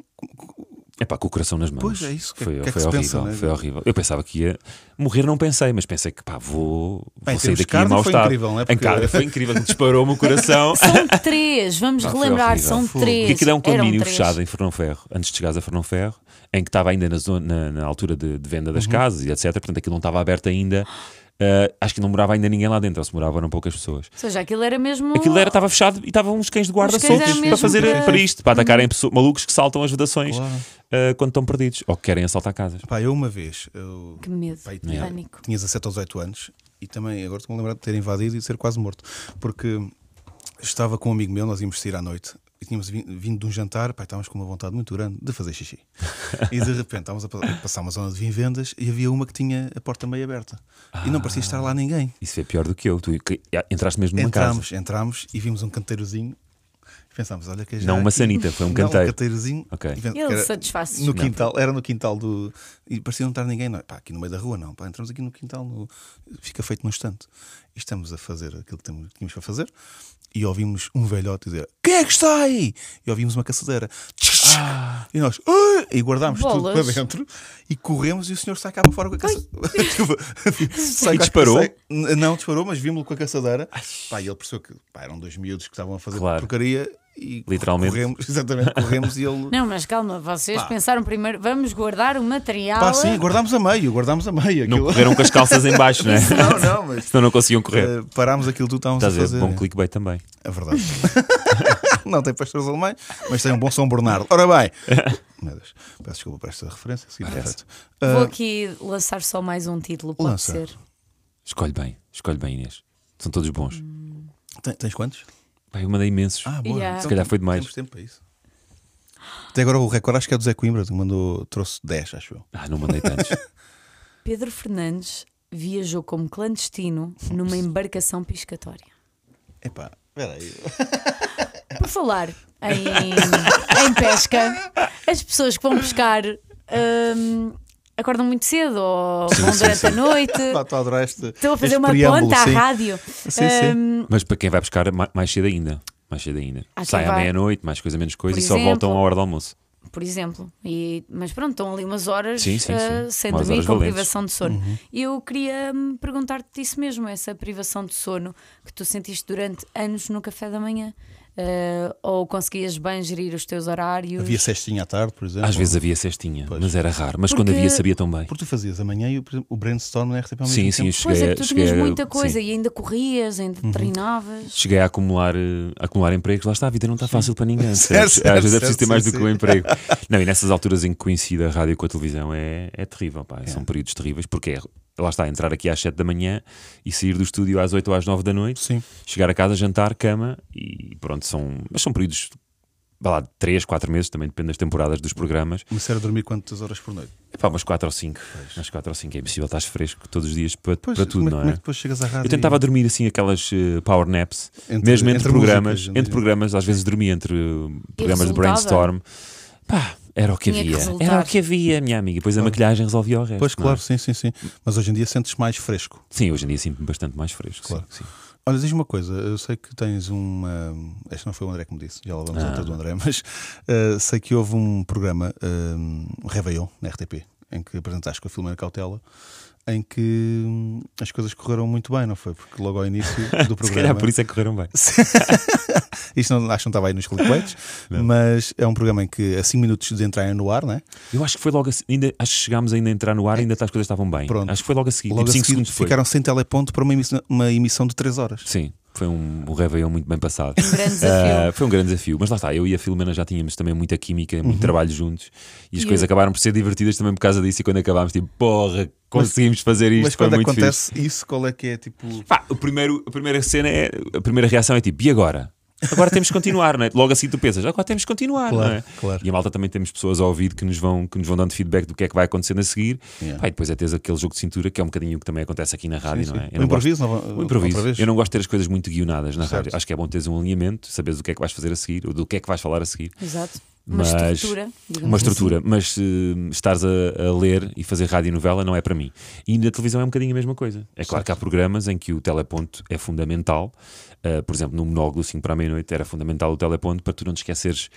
Speaker 5: É pá, com o coração nas mãos.
Speaker 4: Pois é isso, que-
Speaker 5: Foi,
Speaker 4: que é que
Speaker 5: foi
Speaker 4: se
Speaker 5: horrível,
Speaker 4: pensa, não é?
Speaker 5: foi horrível. Eu pensava que ia morrer, não pensei, mas pensei que pá, vou,
Speaker 4: Bem, em termos
Speaker 5: vou sair
Speaker 4: de
Speaker 5: daqui em
Speaker 4: cardio
Speaker 5: mau
Speaker 4: foi
Speaker 5: estado.
Speaker 4: incrível, não é?
Speaker 5: Em
Speaker 4: Porque-
Speaker 5: cardio foi incrível, disparou-me o coração.
Speaker 3: São três, vamos
Speaker 5: Pá, foi
Speaker 3: relembrar,
Speaker 5: horrível.
Speaker 3: são
Speaker 5: Fogo.
Speaker 3: três.
Speaker 5: Porque aquilo é um
Speaker 3: Eram
Speaker 5: condomínio
Speaker 3: três.
Speaker 5: fechado em Fernão Ferro, antes de chegares a Fernão Ferro, em que estava ainda na, zona, na, na altura de, de venda
Speaker 4: Uhum.
Speaker 5: das casas e etc. Portanto, aquilo não estava aberto ainda. Ah, acho que não morava ainda ninguém lá dentro, ou se morava eram poucas pessoas.
Speaker 3: Ou seja, aquilo era mesmo. um
Speaker 5: Aquilo era, estava fechado e estavam uns cães de guarda
Speaker 3: Os Ah. cães eram
Speaker 5: soltos para
Speaker 3: mesmo Uhum.
Speaker 5: fazer
Speaker 3: para-
Speaker 5: para isto, para atacarem pessoas, malucos que saltam as vedações
Speaker 4: Claro.
Speaker 5: ah, quando estão perdidos ou que querem assaltar casas.
Speaker 4: pá, eu uma vez, eu
Speaker 3: Que medo,
Speaker 4: Pai, tinha-
Speaker 3: pânico.
Speaker 4: tinha 17 ou 18 anos e também agora estou-me a lembrar de ter invadido e de ser quase morto, porque estava com um amigo meu, nós íamos sair à noite e tínhamos vin- vindo de um jantar, pá, estávamos com uma vontade muito grande de fazer xixi. E de repente estávamos a pa- a passar uma zona de vivendas e havia uma que tinha a porta meio aberta e não parecia estar lá ninguém.
Speaker 5: Isso é pior do que eu. Tu que- entraste mesmo numa casa.
Speaker 4: Entramos, entramos e vimos um canteirozinho. e Pensámos, olha que é já
Speaker 5: Não uma
Speaker 4: aqui.
Speaker 5: sanita, foi um
Speaker 4: Não,
Speaker 5: cantei-
Speaker 4: canteirozinho.
Speaker 5: Ok.
Speaker 4: E pensámos que
Speaker 3: Ele
Speaker 4: era-
Speaker 3: satisfaz-se.
Speaker 4: no quintal, era no quintal do. E parecia não estar ninguém. Não, é? pá, aqui no meio da rua, não. Pá, entramos aqui no quintal, no- fica feito num instante. E estamos a fazer aquilo que temos- tínhamos para fazer. E ouvimos um velhote dizer: Quem é que está aí? E ouvimos uma caçadeira. E nós. "Ah!" E guardámos tudo
Speaker 3: Bolas.
Speaker 4: para dentro. E corremos. E o senhor sai cá para fora com a caçadeira. Desculpa. Sai
Speaker 5: E
Speaker 4: cá-
Speaker 5: disparou?
Speaker 4: sai- N- Não disparou, mas vimos-lo com a caçadeira. Pá, e ele percebeu que pá, eram dois miúdos que estavam a fazer
Speaker 5: Claro.
Speaker 4: porcaria. E
Speaker 5: Literalmente.
Speaker 4: Corremos, exatamente, corremos e ele.
Speaker 3: Não, mas calma, vocês
Speaker 4: Pá.
Speaker 3: pensaram primeiro, vamos guardar o material.
Speaker 4: Pá, sim, guardámos a meio, guardámos a meio.
Speaker 5: Não
Speaker 4: aquilo.
Speaker 5: correram com as calças em baixo, não é?
Speaker 4: Não, não, mas
Speaker 5: Senão não conseguiam correr.
Speaker 4: eh, parámos aquilo que tu estávamos a
Speaker 5: Estás a
Speaker 4: fazer.
Speaker 5: ver? Bom clickbait também.
Speaker 4: É verdade. não tem pastores alemães, mas tem um bom São Bernardo. Ora bem. Meu Deus, peço desculpa por esta referência. Sim, perfeito. Ah,
Speaker 3: Vou aqui lançar só mais um título, pode
Speaker 4: Lança.
Speaker 3: ser.
Speaker 5: Escolhe bem, escolhe bem, Inês. São todos bons.
Speaker 4: tem- tens quantos?
Speaker 5: Pá, eu mandei imensos.
Speaker 4: Ah,
Speaker 3: Yeah.
Speaker 4: então
Speaker 5: Se calhar
Speaker 4: tem-
Speaker 5: foi demais.
Speaker 4: Temos tempo para isso. Até agora o recorde acho que é do Zé Coimbra, que mandou, trouxe 10, acho eu.
Speaker 5: Ah, não mandei tantos.
Speaker 3: Pedro Fernandes viajou como clandestino numa embarcação piscatória.
Speaker 4: Epá, espera aí.
Speaker 3: Por falar em, em pesca, as pessoas que vão pescar hum, acordam muito cedo ou
Speaker 5: Sim,
Speaker 3: vão
Speaker 5: sim,
Speaker 3: durante
Speaker 5: sim.
Speaker 3: a noite.
Speaker 4: Pá, Estou a adorar este.
Speaker 3: Estou a fazer
Speaker 4: este
Speaker 3: uma
Speaker 4: preâmbulo,
Speaker 3: ponta à
Speaker 4: sim.
Speaker 3: rádio.
Speaker 4: Sim, sim.
Speaker 3: Hum,
Speaker 5: Mas para quem vai buscar ma- mais cedo ainda. Mais cedo ainda.
Speaker 3: Há quem
Speaker 5: Sai à
Speaker 3: vá.
Speaker 5: meia-noite, mais coisa, menos coisa,
Speaker 3: Por
Speaker 5: e só voltam
Speaker 3: exemplo.
Speaker 5: à hora do almoço.
Speaker 3: por exemplo. E, mas pronto, estão ali umas horas
Speaker 5: Sim, sim,
Speaker 3: eh,
Speaker 5: sim.
Speaker 3: sem
Speaker 5: Umas
Speaker 3: dormir,
Speaker 5: horas
Speaker 3: com
Speaker 5: valentes.
Speaker 3: privação de sono. E eu queria hum, perguntar-te isso mesmo, essa privação de sono que tu sentiste durante anos no café da manhã. Eh, ou conseguias bem gerir os teus horários?
Speaker 4: Havia cestinha à tarde, por exemplo.
Speaker 5: Às vezes havia cestinha,
Speaker 4: Pois.
Speaker 5: mas era raro. Mas quando
Speaker 3: Porque-
Speaker 5: havia, sabia tão bem.
Speaker 4: Porque tu fazias amanhã e por exemplo, o brainstorm na RTP ao
Speaker 5: Sim,
Speaker 4: mesmo
Speaker 5: sim, eu
Speaker 4: tempo.
Speaker 5: cheguei,
Speaker 3: Pois é,
Speaker 5: a-
Speaker 3: que tu
Speaker 5: cheguei
Speaker 3: tinhas
Speaker 5: a-
Speaker 3: muita coisa
Speaker 5: sim.
Speaker 3: e ainda corrias, ainda treinavas.
Speaker 5: Cheguei a acumular, eh, a acumular empregos, lá está, a vida não está fácil para ninguém. percebes?
Speaker 4: certo,
Speaker 5: Às vezes
Speaker 4: certo,
Speaker 5: é preciso ter mais
Speaker 4: sim,
Speaker 5: do que
Speaker 4: sim.
Speaker 5: um emprego. Não, e nessas alturas em que coincide a rádio com a televisão é, é terrível, pá. São períodos terríveis, porque é, lá está, entrar aqui às 7 da manhã e sair do estúdio às 8 ou às 9 da noite,
Speaker 4: Sim.
Speaker 5: chegar a casa, jantar, cama e pronto, são. Mas são períodos, vá lá, 3, 4 meses, também depende das temporadas dos programas.
Speaker 4: Começar a dormir quantas horas por noite?
Speaker 5: Epá, umas 4 ou 5. Umas 4 ou 5 é impossível, estás fresco todos os dias para,
Speaker 4: Pois,
Speaker 5: para tudo,
Speaker 4: como, é-
Speaker 5: não
Speaker 4: como
Speaker 5: é?
Speaker 4: é que depois chegas à rádio?
Speaker 5: Eu tentava
Speaker 4: e-
Speaker 5: dormir assim aquelas eh, power naps,
Speaker 4: Entre-
Speaker 5: mesmo entre,
Speaker 4: entre
Speaker 5: programas,
Speaker 4: músicas, entre-
Speaker 5: entre programas, às vezes dormia entre eh, programas
Speaker 3: resultava?
Speaker 5: de brainstorm. Pá, era o que
Speaker 3: Tinha que
Speaker 5: havia.
Speaker 3: resultar.
Speaker 5: era o que havia, minha amiga. Depois a maquilhagem resolvia o resto.
Speaker 4: Pois,
Speaker 5: não é?
Speaker 4: claro, sim, sim, sim. Mas hoje em dia sentes mais fresco.
Speaker 5: Sim, hoje em dia sinto-me bastante mais fresco.
Speaker 4: Claro.
Speaker 5: sim, sim.
Speaker 4: Olha, diz-me uma coisa, eu sei que tens uma. Este não foi o André que me disse, já lá vamos à
Speaker 5: Ah.
Speaker 4: outra do André, mas eh, sei que houve um programa, um, Réveillon, na RTP, em que apresentaste com a Filomena Cautela, em que hum, as coisas correram muito bem, não foi? Porque logo ao início do
Speaker 5: Se calhar
Speaker 4: programa.
Speaker 5: por isso é que correram bem.
Speaker 4: Isto não, acho que não estava aí nos clickbaits, mas é um programa em que a 5 minutos de entrarem no ar, não é?
Speaker 5: Eu acho que foi logo a se- ainda Acho que chegámos ainda a entrar no ar e ainda tá, as coisas estavam bem.
Speaker 4: Pronto.
Speaker 5: Acho que foi logo a seguir.
Speaker 4: Logo
Speaker 5: tipo,
Speaker 4: a
Speaker 5: 5
Speaker 4: seguir
Speaker 5: segundos foi.
Speaker 4: ficaram sem teleponto para uma emissão, uma emissão de 3 horas.
Speaker 5: Sim, foi um, um Réveillon muito bem passado.
Speaker 3: Um grande desafio.
Speaker 5: Ah, foi um grande desafio, mas lá está, eu e a Filomena já tínhamos também muita química, muito
Speaker 4: Uhum.
Speaker 5: trabalho juntos e as
Speaker 3: E
Speaker 5: coisas
Speaker 3: eu-
Speaker 5: acabaram por ser divertidas também por causa disso. E quando acabámos, tipo, porra, conseguimos fazer isto.
Speaker 4: mas
Speaker 5: foi
Speaker 4: quando
Speaker 5: muito fixe.
Speaker 4: acontece isso, qual é que é tipo.
Speaker 5: Pá, o primeiro, a primeira cena é a primeira reação é tipo, e agora? Agora temos que continuar, não é? Logo assim tu pensas, agora temos que continuar,
Speaker 4: Claro,
Speaker 5: não é?
Speaker 4: claro.
Speaker 5: E a malta também temos pessoas ao ouvido que nos vão, que nos vão dando feedback do que é que vai acontecendo a seguir.
Speaker 4: Yeah.
Speaker 5: Pá, e depois é teres aquele jogo de cintura que é um bocadinho o que também acontece aqui na rádio,
Speaker 4: Sim,
Speaker 5: não é?
Speaker 4: sim.
Speaker 5: Eu
Speaker 4: O
Speaker 5: não gosto-
Speaker 4: improviso, não-
Speaker 5: o improviso.
Speaker 4: outra vez?
Speaker 5: Eu não gosto de ter as coisas muito guionadas na
Speaker 4: Certo.
Speaker 5: rádio. Acho que é bom teres um alinhamento, saberes o que é que vais fazer a seguir, ou do que é que vais falar a seguir.
Speaker 3: Exato. Uma
Speaker 5: Mas-
Speaker 3: estrutura. digamos assim.
Speaker 5: Uma estrutura, mas eh, estares a, a ler e fazer rádio e novela não é para mim. E na televisão é um bocadinho a mesma coisa. É claro que há programas em que o teleponto é fundamental. Eh, por exemplo, no monólogo 5 para a meia-noite era fundamental o teleponto para tu não te esqueceres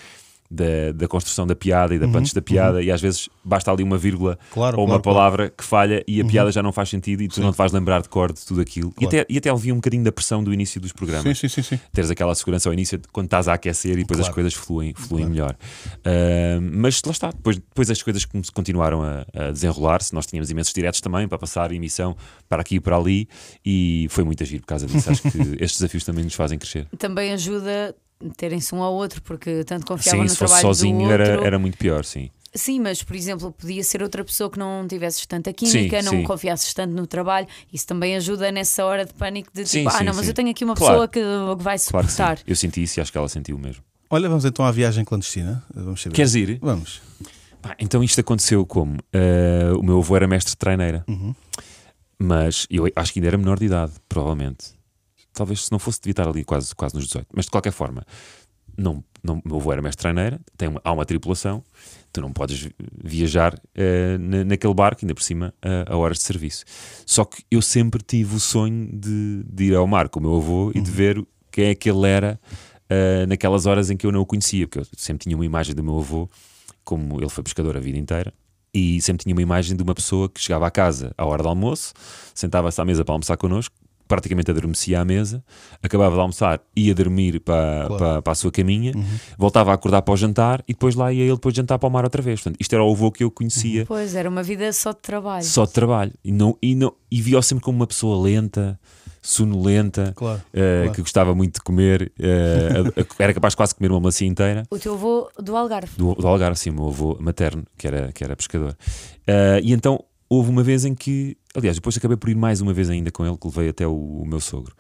Speaker 5: da, da construção da piada e da punch da piada. E às vezes basta ali uma vírgula
Speaker 4: Uhum, Claro,
Speaker 5: ou uma
Speaker 4: claro, Uhum. claro.
Speaker 5: palavra que falha e a piada já não faz sentido e tu não te vais lembrar de cor de tudo aquilo. E, até, e até alivia um bocadinho da pressão do início dos programas
Speaker 4: Sim, sim, sim, sim.
Speaker 5: teres aquela segurança ao início de quando estás a aquecer e depois as
Speaker 4: Claro.
Speaker 5: coisas fluem, fluem melhor. Ah, mas lá está, depois, depois as coisas como se continuaram a, a desenrolar-se, nós tínhamos imensos diretos também para passar emissão para aqui e para ali e foi muito agir por causa disso. Acho que estes desafios também nos fazem crescer.
Speaker 3: Também ajuda terem-se um ao outro, porque tanto confiavam
Speaker 5: sim,
Speaker 3: no
Speaker 5: se fosse
Speaker 3: trabalho do
Speaker 5: sozinho
Speaker 3: outro.
Speaker 5: era, era muito pior, sim.
Speaker 3: Sim, mas por exemplo, podia ser outra pessoa que não tivesses tanta química,
Speaker 5: Sim,
Speaker 3: não
Speaker 5: sim.
Speaker 3: confiasses tanto no trabalho. Isso também ajuda nessa hora de pânico de tipo,
Speaker 5: Sim,
Speaker 3: ah,
Speaker 5: sim,
Speaker 3: não, mas
Speaker 5: sim.
Speaker 3: eu tenho aqui uma pessoa
Speaker 5: Claro.
Speaker 3: que, que vai
Speaker 5: Claro que sim.
Speaker 3: suportar.
Speaker 5: Eu senti isso e acho que ela sentiu mesmo.
Speaker 4: Olha, vamos então à viagem clandestina. Vamos saber.
Speaker 5: Queres ir?
Speaker 4: Vamos.
Speaker 5: Pá, então isto aconteceu como? Ah, o meu avô era mestre de treineira, mas eu acho que ainda era menor de idade, provavelmente. Talvez se não fosse, devia estar ali quase, quase nos 18. Mas de qualquer forma, não, não, o meu avô era mestre de treineira, tem uma- há uma tripulação, tu não podes vi- viajar ah, na- naquele barco, ainda por cima, ah, a horas de serviço. Só que eu sempre tive o sonho de, de ir ao mar com o meu avô e de ver quem é que ele era ah, naquelas horas em que eu não o conhecia, porque eu sempre tinha uma imagem do meu avô como ele foi pescador a vida inteira, e sempre tinha uma imagem de uma pessoa que chegava à casa à hora do almoço, sentava-se à mesa para almoçar connosco, praticamente adormecia à mesa, acabava de almoçar, ia dormir para, para, para a sua caminha, voltava a acordar para o jantar e depois lá ia ele depois jantar para o mar outra vez. Portanto, isto era o avô que eu conhecia
Speaker 3: Pois, era uma vida só de Uhum. trabalho.
Speaker 5: só de trabalho. E, não, e, não, e vi-o sempre como uma pessoa lenta, sonolenta,
Speaker 4: Claro,
Speaker 5: eh,
Speaker 4: claro.
Speaker 5: que gostava muito de comer, eh, a- a- era capaz de quase comer uma macia inteira
Speaker 3: O teu avô do Algarve.
Speaker 5: do, do Algarve, sim, o meu avô materno, que era, que era pescador. Ah, e então houve uma vez em que, aliás, depois acabei por ir mais uma vez ainda com ele, que levei até o, o meu sogro.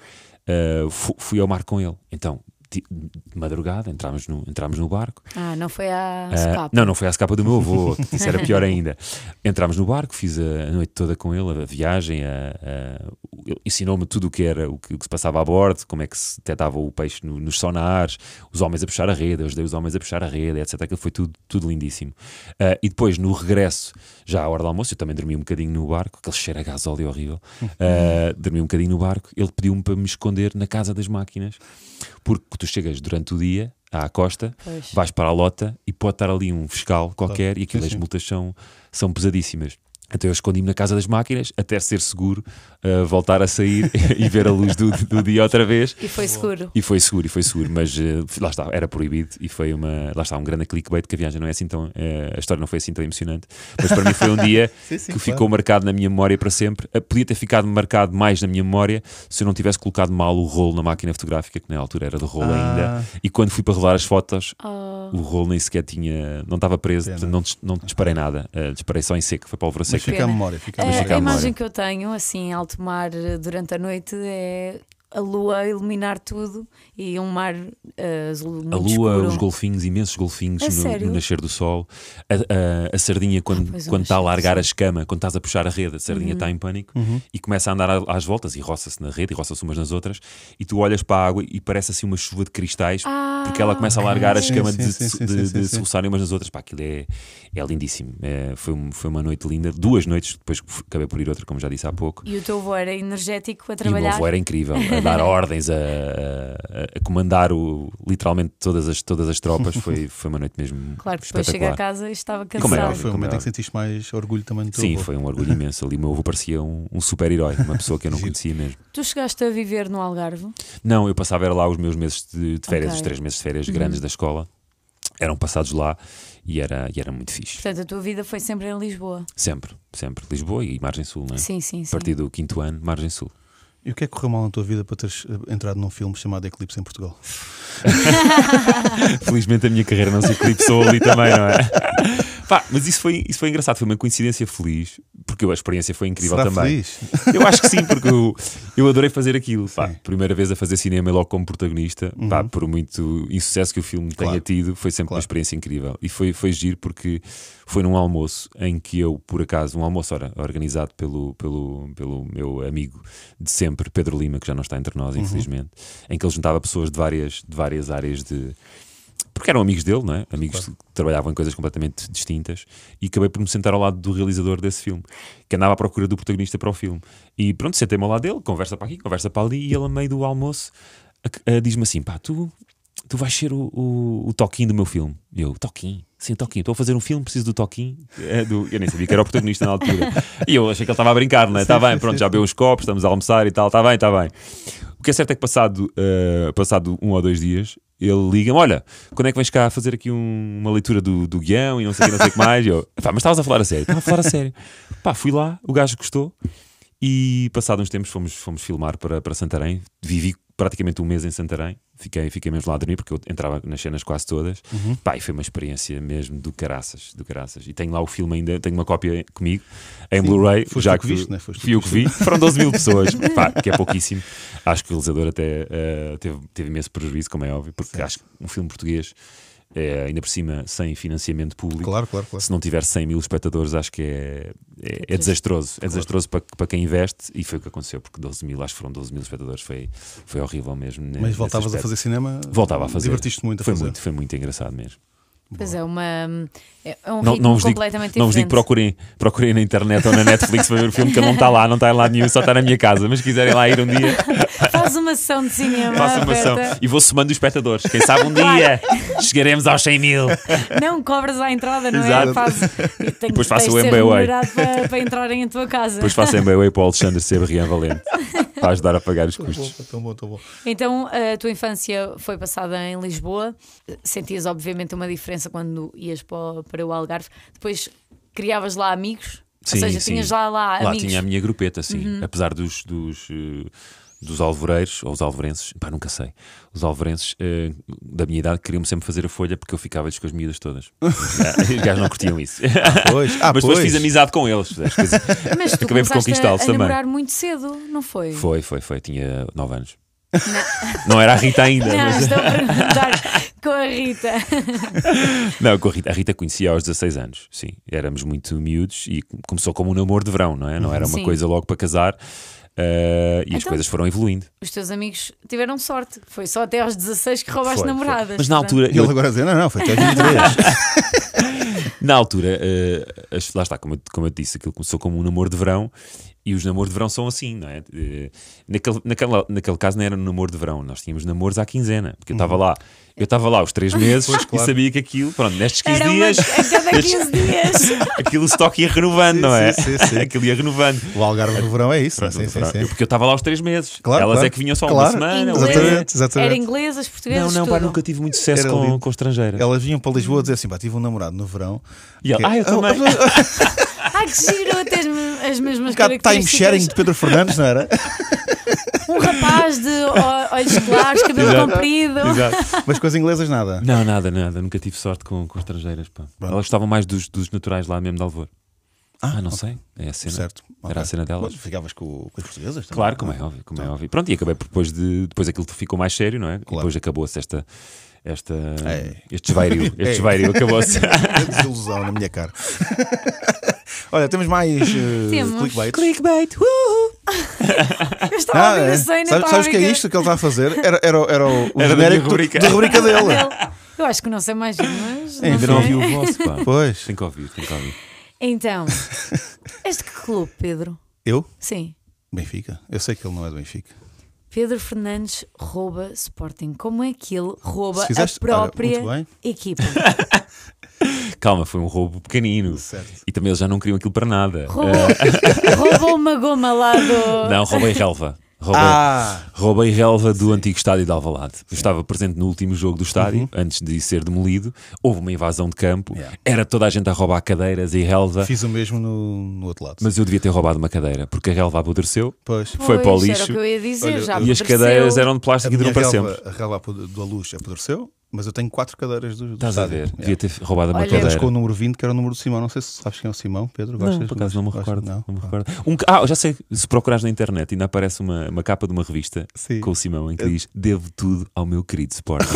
Speaker 5: Ah, fu- fui ao mar com ele. Então, ti- de madrugada, entrámos no, entrámos no barco.
Speaker 3: Ah, não foi à
Speaker 5: Ah,
Speaker 3: SCAP.
Speaker 5: não, não foi à escapa do meu avô, que isso era pior ainda. Entrámos no barco, fiz a, a noite toda com ele, a viagem, a- a- ele ensinou-me tudo o que era, o que, o que se passava a bordo, como é que se detectava o peixe no- nos sonares, os homens a puxar a rede, eu ajudei os homens a puxar a rede, etc. Aquilo foi tudo, tudo lindíssimo. Ah, e depois, no regresso, já à hora do almoço, eu também dormi um bocadinho no barco, aquele cheiro a gasóleo horrível. Ah, dormi um bocadinho no barco, ele pediu-me para me esconder na casa das máquinas, porque tu chegas durante o dia à costa,
Speaker 3: Pois.
Speaker 5: vais para a lota e pode estar ali um fiscal qualquer e aquilo
Speaker 4: Sim,
Speaker 5: as
Speaker 4: sim.
Speaker 5: multas são, são pesadíssimas. Então eu escondi-me na casa das máquinas até ser seguro uh, voltar a sair e ver a luz do, do dia outra vez.
Speaker 3: E foi seguro.
Speaker 5: E foi seguro, e foi seguro, mas uh, lá está, era proibido e foi uma, lá está, um grande clickbait que a viagem não é assim tão, eh, a história não foi assim tão emocionante. Mas para mim foi um dia
Speaker 4: Sim, sim,
Speaker 5: que
Speaker 4: claro.
Speaker 5: ficou marcado na minha memória para sempre. Eh, Podia ter ficado marcado mais na minha memória se eu não tivesse colocado mal o rolo na máquina fotográfica, que na altura era de rolo
Speaker 4: Ah.
Speaker 5: ainda. E quando fui para rolar as fotos,
Speaker 3: Oh,
Speaker 5: o rolo nem sequer tinha, não estava preso,
Speaker 4: Pena.
Speaker 5: portanto não, dis- não disparei nada. Eh, disparei só em seco, foi pólvora
Speaker 4: Mas
Speaker 5: seca.
Speaker 4: fica a
Speaker 3: pena.
Speaker 4: memória. Fica a
Speaker 3: Oh, é, a,
Speaker 5: mas
Speaker 4: memória.
Speaker 5: fica
Speaker 3: a
Speaker 5: a memória.
Speaker 3: imagem que eu tenho, assim, em alto mar eh, durante a noite é a lua a iluminar tudo e um mar eh, azul muito
Speaker 5: A lua,
Speaker 3: escuro.
Speaker 5: os golfinhos, imensos golfinhos
Speaker 3: A
Speaker 5: no- no,
Speaker 3: sério? Ah,
Speaker 5: nascer do sol. A, a- a sardinha, quando,
Speaker 3: pois, o
Speaker 5: quando está a
Speaker 3: nascer do
Speaker 5: largar
Speaker 3: sol.
Speaker 5: a escama, quando estás a puxar a rede, a
Speaker 3: Uhum.
Speaker 5: sardinha está em pânico
Speaker 4: Uhum.
Speaker 5: e começa a andar a- às voltas e roça-se na rede e roça-se umas nas outras. E tu olhas para a água e parece assim uma chuva de cristais
Speaker 3: Ah,
Speaker 5: porque ela começa a largar a
Speaker 4: ok.
Speaker 5: escama
Speaker 4: Sim,
Speaker 5: de,
Speaker 4: sim,
Speaker 5: de,
Speaker 4: sim,
Speaker 5: de-
Speaker 4: sim,
Speaker 5: de
Speaker 4: sim,
Speaker 5: se
Speaker 4: sim.
Speaker 5: roçarem umas nas outras. Pá, aquilo é, é lindíssimo. É, foi, um- foi uma noite linda, duas noites, depois acabei por ir outra, como já disse há pouco.
Speaker 3: E o teu voo era energético a
Speaker 5: E o meu
Speaker 3: trabalhar.
Speaker 5: avô era incrível, a dar ordens, a, a- a comandar o, literalmente todas as, todas as tropas. Foi, foi uma noite mesmo
Speaker 3: Claro que depois chega
Speaker 5: espetacular.
Speaker 3: a casa e estava
Speaker 5: E como é
Speaker 3: cansado.
Speaker 5: óbvio.
Speaker 4: Foi o momento
Speaker 5: Como
Speaker 4: em que sentiste mais orgulho também do teu
Speaker 5: Sim,
Speaker 4: avô.
Speaker 5: foi um orgulho imenso. Ali o meu avô parecia um, um super-herói, uma pessoa que eu não
Speaker 4: Giro.
Speaker 5: conhecia mesmo.
Speaker 3: tu chegaste a viver no Algarve?
Speaker 5: Não, eu passava era lá os meus meses de, de
Speaker 3: Ok.
Speaker 5: férias,
Speaker 3: Uhum.
Speaker 5: os três meses de férias grandes da escola. Eram passados lá e era, e era muito fixe.
Speaker 3: Portanto, a tua vida foi sempre em Lisboa.
Speaker 5: Sempre, sempre. Lisboa e Margem Sul, não é?
Speaker 3: Sim, sim,
Speaker 5: A
Speaker 3: sim.
Speaker 5: partir do quinto ano, Margem Sul.
Speaker 4: E o que é que correu mal na tua vida para teres eh, entrado num filme chamado Eclipse em Portugal?
Speaker 5: Felizmente a minha carreira não se eclipsou ali também, não é? Pá, mas isso foi, isso foi engraçado, foi uma coincidência feliz, porque a experiência foi incrível
Speaker 4: Será
Speaker 5: também.
Speaker 4: feliz?
Speaker 5: Eu acho que sim, porque eu, eu adorei fazer aquilo. Pá,
Speaker 4: Sim.
Speaker 5: primeira vez a fazer cinema e logo como protagonista,
Speaker 4: Uhum.
Speaker 5: pá, por muito insucesso que o filme
Speaker 4: Claro.
Speaker 5: tenha tido, foi sempre uma
Speaker 4: Claro.
Speaker 5: experiência incrível. E foi, foi giro porque foi num almoço em que eu, por acaso, um almoço ora, organizado pelo, pelo, pelo meu amigo de sempre, Pedro Lima, que já não está entre nós,
Speaker 4: Uhum.
Speaker 5: infelizmente, em que ele juntava pessoas de várias, de várias áreas de. Porque eram amigos dele, não é? Amigos que trabalhavam em coisas completamente distintas. E acabei por me sentar ao lado do realizador desse filme, que andava à procura do protagonista para o filme. E pronto, sentei-me ao lado dele, conversa para aqui, conversa para ali. E ele, a meio do almoço, a- a- diz-me assim: pá, tu, tu vais ser o, o, o Toquinho do meu filme. E eu, Toquinho? Sim, Toquinho. Estou a fazer um filme, preciso do Toquinho. É, do- Eu nem sabia que era o protagonista na altura. E eu achei que ele estava a brincar, não é? Está bem,
Speaker 4: sim,
Speaker 5: pronto,
Speaker 4: sim,
Speaker 5: já bebeu uns copos, estamos a almoçar e tal, está bem, está bem. O que é certo é que passado, eh, passado um ou dois dias, ele liga-me: Olha, quando é que vens cá fazer aqui um- uma leitura do, do guião e não sei o que, não sei o que mais? E eu, "Pá, mas estavas a falar a sério, estava a falar a sério. Pá, fui lá, o gajo gostou e passado uns tempos fomos, fomos filmar para, para Santarém. Vivi praticamente um mês em Santarém, fiquei, fiquei mesmo lá a dormir porque eu entrava nas cenas quase todas. Pá, e foi uma experiência mesmo do caraças, do caraças. E tenho lá o filme ainda, tenho uma cópia comigo em
Speaker 4: Sim,
Speaker 5: Blu-ray,
Speaker 4: foste
Speaker 5: já
Speaker 4: tu que
Speaker 5: tu-
Speaker 4: viste, né? Foste tu
Speaker 5: fui
Speaker 4: que
Speaker 5: eu que vi, foram 12 mil pessoas, pá, que é pouquíssimo. Acho que o realizador até eh, teve, teve imenso prejuízo, como é óbvio, porque acho que um filme português, eh, ainda por cima, sem financiamento público,
Speaker 4: Claro, claro, claro.
Speaker 5: se não tiver 100 mil espectadores, acho que é, é, é desastroso. É desastroso para, para quem investe e foi o que aconteceu, porque 12 mil, acho que foram 12 mil espectadores, foi, foi horrível mesmo. ne-
Speaker 4: Mas
Speaker 5: nesse
Speaker 4: voltavas a
Speaker 5: aspecto.
Speaker 4: fazer cinema?
Speaker 5: Voltava a fazer.
Speaker 4: Divertiste muito a
Speaker 5: foi
Speaker 4: fazer.
Speaker 5: Muito, foi muito engraçado mesmo.
Speaker 3: Pois é, uma, é é um
Speaker 5: Não-
Speaker 3: ritmo
Speaker 5: não vos digo-
Speaker 3: completamente
Speaker 5: Não vos
Speaker 3: diferente.
Speaker 5: digo procurem, procurem na internet ou na Netflix para ver o filme, que ele não está lá, não está em lado nenhum, só está na minha casa. Mas se quiserem lá ir um dia,
Speaker 3: Faz uma sessão de cinema.
Speaker 5: façam uma ação.
Speaker 3: aberta.
Speaker 5: E vou somando os espectadores. Quem sabe um dia chegaremos aos 100 mil.
Speaker 3: Não cobras à entrada, não
Speaker 5: Exato.
Speaker 3: é? Faz, tem,
Speaker 5: Depois faço
Speaker 3: tens
Speaker 5: o
Speaker 3: de ser
Speaker 5: MBA.
Speaker 3: remunerado Para, para entrarem em tua casa.
Speaker 5: Depois façam bem o para o Alexandre Sebarrian Valente para ajudar a pagar os
Speaker 4: Tão bom,
Speaker 5: custos.
Speaker 4: tão bom, tão bom.
Speaker 3: Então, a tua infância foi passada em Lisboa. Sentias, obviamente, uma diferença quando ias para o, para o Algarve. Depois criavas lá amigos.
Speaker 5: Sim,
Speaker 3: Ou seja,
Speaker 5: sim.
Speaker 3: tinhas lá, lá
Speaker 5: Lá
Speaker 3: amigos. Uhum.
Speaker 5: tinha a minha grupeta, sim. Apesar dos, dos, eh, dos alvoreiros, ou os alvorenses, pá, nunca sei. Os alvorenses eh, da minha idade queriam-me sempre fazer a folha porque eu ficava-lhes com as miúdas todas. Os gajos não curtiam isso.
Speaker 4: Pois, ah, pois.
Speaker 5: Mas depois fiz amizade com eles. sabes? Quer dizer,
Speaker 3: Mas tu
Speaker 5: Acabei por
Speaker 3: começaste a, a
Speaker 5: conquistá-los também.
Speaker 3: namorar muito cedo, não foi?
Speaker 5: Foi, foi, foi. Tinha 9 anos. Não. era a Rita ainda.
Speaker 3: Não,
Speaker 5: mas-
Speaker 3: estou a perguntar com a Rita.
Speaker 5: Não, com a Rita, a Rita conhecia aos 16 anos, sim. Éramos muito miúdos e começou como um namoro de verão, não é? Não era uma
Speaker 3: Sim.
Speaker 5: coisa logo para casar. Eh, e as
Speaker 3: Então-
Speaker 5: coisas foram evoluindo.
Speaker 3: Os teus amigos tiveram sorte. Foi só até aos 16 que roubaste
Speaker 4: Foi, foi.
Speaker 3: namoradas.
Speaker 5: Mas na
Speaker 3: portanto.
Speaker 5: altura,
Speaker 4: E
Speaker 5: eu-
Speaker 4: ele agora a dizer, não, não, foi até 23.
Speaker 5: na altura eh, as- lá está, como eu, como eu disse, aquilo começou como um namoro de verão e os namoros de verão são assim, não é? Eh, naquele, naquela- naquele caso não era um namoro de verão, nós tínhamos namoros à quinzena, porque eu estava lá. Eu estava lá os três meses
Speaker 4: Uhum. claro.
Speaker 5: e sabia que aquilo, pronto, nestes 15
Speaker 3: Era uma-
Speaker 5: dias,
Speaker 3: a cada 15 dias.
Speaker 5: aquilo o estoque ia renovando,
Speaker 4: Sim,
Speaker 5: não é?
Speaker 4: sim, sim, sim.
Speaker 5: aquilo ia renovando.
Speaker 4: o Algarve do verão é isso. sim, sim, sim.
Speaker 5: Eu- Porque eu estava lá os três meses.
Speaker 4: Claro,
Speaker 5: Elas
Speaker 4: claro.
Speaker 5: é que vinham só uma
Speaker 4: Claro.
Speaker 5: semana.
Speaker 3: Inglês.
Speaker 5: outra-
Speaker 4: Exatamente, exatamente.
Speaker 3: Era inglesas,
Speaker 5: Não,
Speaker 3: portuguesas,
Speaker 5: não, pá,
Speaker 3: tudo.
Speaker 5: nunca tive muito sucesso
Speaker 4: Era
Speaker 5: com,
Speaker 4: lindo.
Speaker 5: com estrangeiras.
Speaker 4: Elas vinham para Lisboa dizer assim: pá, tive um namorado no verão.
Speaker 5: E ela,
Speaker 4: que é-
Speaker 5: ah, eu também.
Speaker 3: Ai, que giro, tens me- as
Speaker 4: Um
Speaker 3: mesmas
Speaker 4: bocado de time sharing
Speaker 3: características.
Speaker 4: de Pedro Fernandes, não era?
Speaker 3: Um rapaz de ó- olhos claros, cabelo
Speaker 5: Exato.
Speaker 3: comprido.
Speaker 5: Exato.
Speaker 4: Mas com as inglesas nada.
Speaker 5: Não, nada, nada. Nunca tive sorte com, com estrangeiras. Pá. Elas gostavam mais dos, dos naturais lá mesmo de Alvor. Ah, não sei. É a cena.
Speaker 4: Certo.
Speaker 5: Era a
Speaker 4: ok.
Speaker 5: cena delas.
Speaker 4: Mas Ficavas com, com as portuguesas também? Então.
Speaker 5: Claro, como é óbvio, como é óbvio. Pronto, e acabei por depois de. Depois aquilo ficou mais sério, não é? E Depois acabou-se esta. esta
Speaker 4: Ei.
Speaker 5: este desvario. Este
Speaker 4: Ei.
Speaker 5: desvario acabou-se.
Speaker 4: Grande desilusão na minha cara. Olha, temos mais eh,
Speaker 3: Temos.
Speaker 4: clickbait.
Speaker 5: Clickbait! Uhul.
Speaker 3: Eu estava a
Speaker 4: Ah,
Speaker 3: ouvir
Speaker 4: é.
Speaker 3: a cena e
Speaker 4: Sabes,
Speaker 3: estava a
Speaker 4: sabes o que é
Speaker 3: brincar.
Speaker 4: isto que ele está a fazer? Era, era, o- era o, o
Speaker 5: Era da
Speaker 4: genérico
Speaker 5: minha
Speaker 4: do-
Speaker 5: rubrica.
Speaker 4: da rubrica dele.
Speaker 3: Dele. Eu acho que não sei mais, mas. não
Speaker 5: Ainda não
Speaker 3: sei.
Speaker 5: ouvi
Speaker 4: É.
Speaker 5: o vosso, pá.
Speaker 4: Pois.
Speaker 5: Tem que ouvir, tem que ouvir.
Speaker 3: Então, és de que clube, Pedro?
Speaker 4: Eu?
Speaker 3: Sim.
Speaker 4: Benfica. Eu sei que ele não é do Benfica.
Speaker 3: Pedro Fernandes rouba Sporting. Como é que ele rouba
Speaker 4: Se fizeste-
Speaker 3: a própria
Speaker 4: olha, muito
Speaker 3: equipa?
Speaker 5: Calma, foi um roubo pequenino.
Speaker 4: Certo.
Speaker 5: E também eles já não queriam aquilo para nada. Eh,
Speaker 4: É.
Speaker 3: Roubou, roubou uma goma lá do.
Speaker 5: Não, roubei relva. Roubei,
Speaker 4: Ah!
Speaker 5: roubei relva do antigo estádio de Alvalade. Eu estava presente no último jogo do estádio, antes de ser demolido. Houve uma invasão de campo.
Speaker 4: Uhum. Yeah.
Speaker 5: Era toda a gente a roubar cadeiras e relva.
Speaker 4: Fiz o mesmo no, no outro lado.
Speaker 5: Mas eu devia ter roubado uma cadeira, porque a relva apodreceu
Speaker 4: Pois.
Speaker 5: foi para o
Speaker 3: Pois, Era
Speaker 5: lixo.
Speaker 3: o que eu ia dizer,
Speaker 4: Olha,
Speaker 3: já
Speaker 5: e as
Speaker 3: apodreceu.
Speaker 5: cadeiras eram de plástico e
Speaker 4: minha
Speaker 5: duram para
Speaker 4: relva-
Speaker 5: sempre.
Speaker 4: A relva apod- da luz apodreceu, mas eu tenho quatro cadeiras do, do
Speaker 5: Estás a
Speaker 4: estádio.
Speaker 5: ver?
Speaker 4: Yeah.
Speaker 5: Devia ter roubado uma
Speaker 3: Olha,
Speaker 5: cadeira.
Speaker 4: Mas com o número 20, que era o número do Simão. Não sei se sabes quem é o Simão, Pedro. Gostas?
Speaker 5: Não, por acaso não me
Speaker 4: Gostas?
Speaker 5: recordo. Não?
Speaker 4: Não?
Speaker 5: me recordo. Um ca- ah, já sei. Se procurares na internet, ainda aparece uma, uma capa de uma revista
Speaker 4: Sim.
Speaker 5: com o Simão em que diz: Devo tudo ao meu querido Sporting.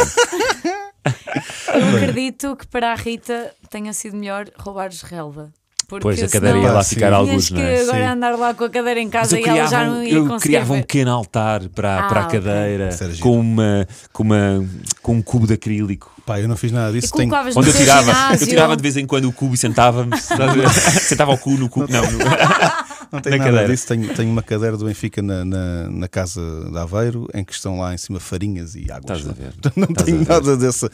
Speaker 3: Eu acredito que para a Rita tenha sido melhor roubar relva. Porque
Speaker 5: Pois a cadeira
Speaker 3: senão
Speaker 5: ia lá
Speaker 4: Ah, sim.
Speaker 5: ficar alguns,
Speaker 3: tinhas
Speaker 5: não
Speaker 3: que
Speaker 5: é?
Speaker 3: agora
Speaker 4: Sim.
Speaker 3: andar lá com a cadeira em
Speaker 5: Mas
Speaker 3: casa
Speaker 5: eu
Speaker 3: e ela já
Speaker 5: criava, um-
Speaker 3: não ia
Speaker 5: eu
Speaker 3: conseguir.
Speaker 5: criava um
Speaker 3: ver.
Speaker 5: pequeno altar para,
Speaker 3: Ah,
Speaker 5: para a
Speaker 3: ok.
Speaker 5: cadeira
Speaker 4: Isso era giro.
Speaker 5: com, uma, com, uma, com um cubo de acrílico.
Speaker 4: Pá, eu não fiz nada
Speaker 3: E
Speaker 4: disso. Tenho-
Speaker 3: colocavas no
Speaker 5: Onde eu
Speaker 3: teu
Speaker 5: tirava, eu
Speaker 3: ginásio.
Speaker 5: tirava de vez em quando o cubo e sentava-me. estás a ver? Sentava o cu no cubo. Não, no-
Speaker 4: Não tenho
Speaker 5: Na
Speaker 4: nada
Speaker 5: cadeira.
Speaker 4: disso, tenho, tenho uma cadeira do Benfica na, na, na casa de Aveiro, em que estão lá em cima farinhas e águas.
Speaker 5: Estás a ver.
Speaker 4: Portanto, Não
Speaker 5: Estás a
Speaker 4: tenho
Speaker 5: ver.
Speaker 4: nada dessa.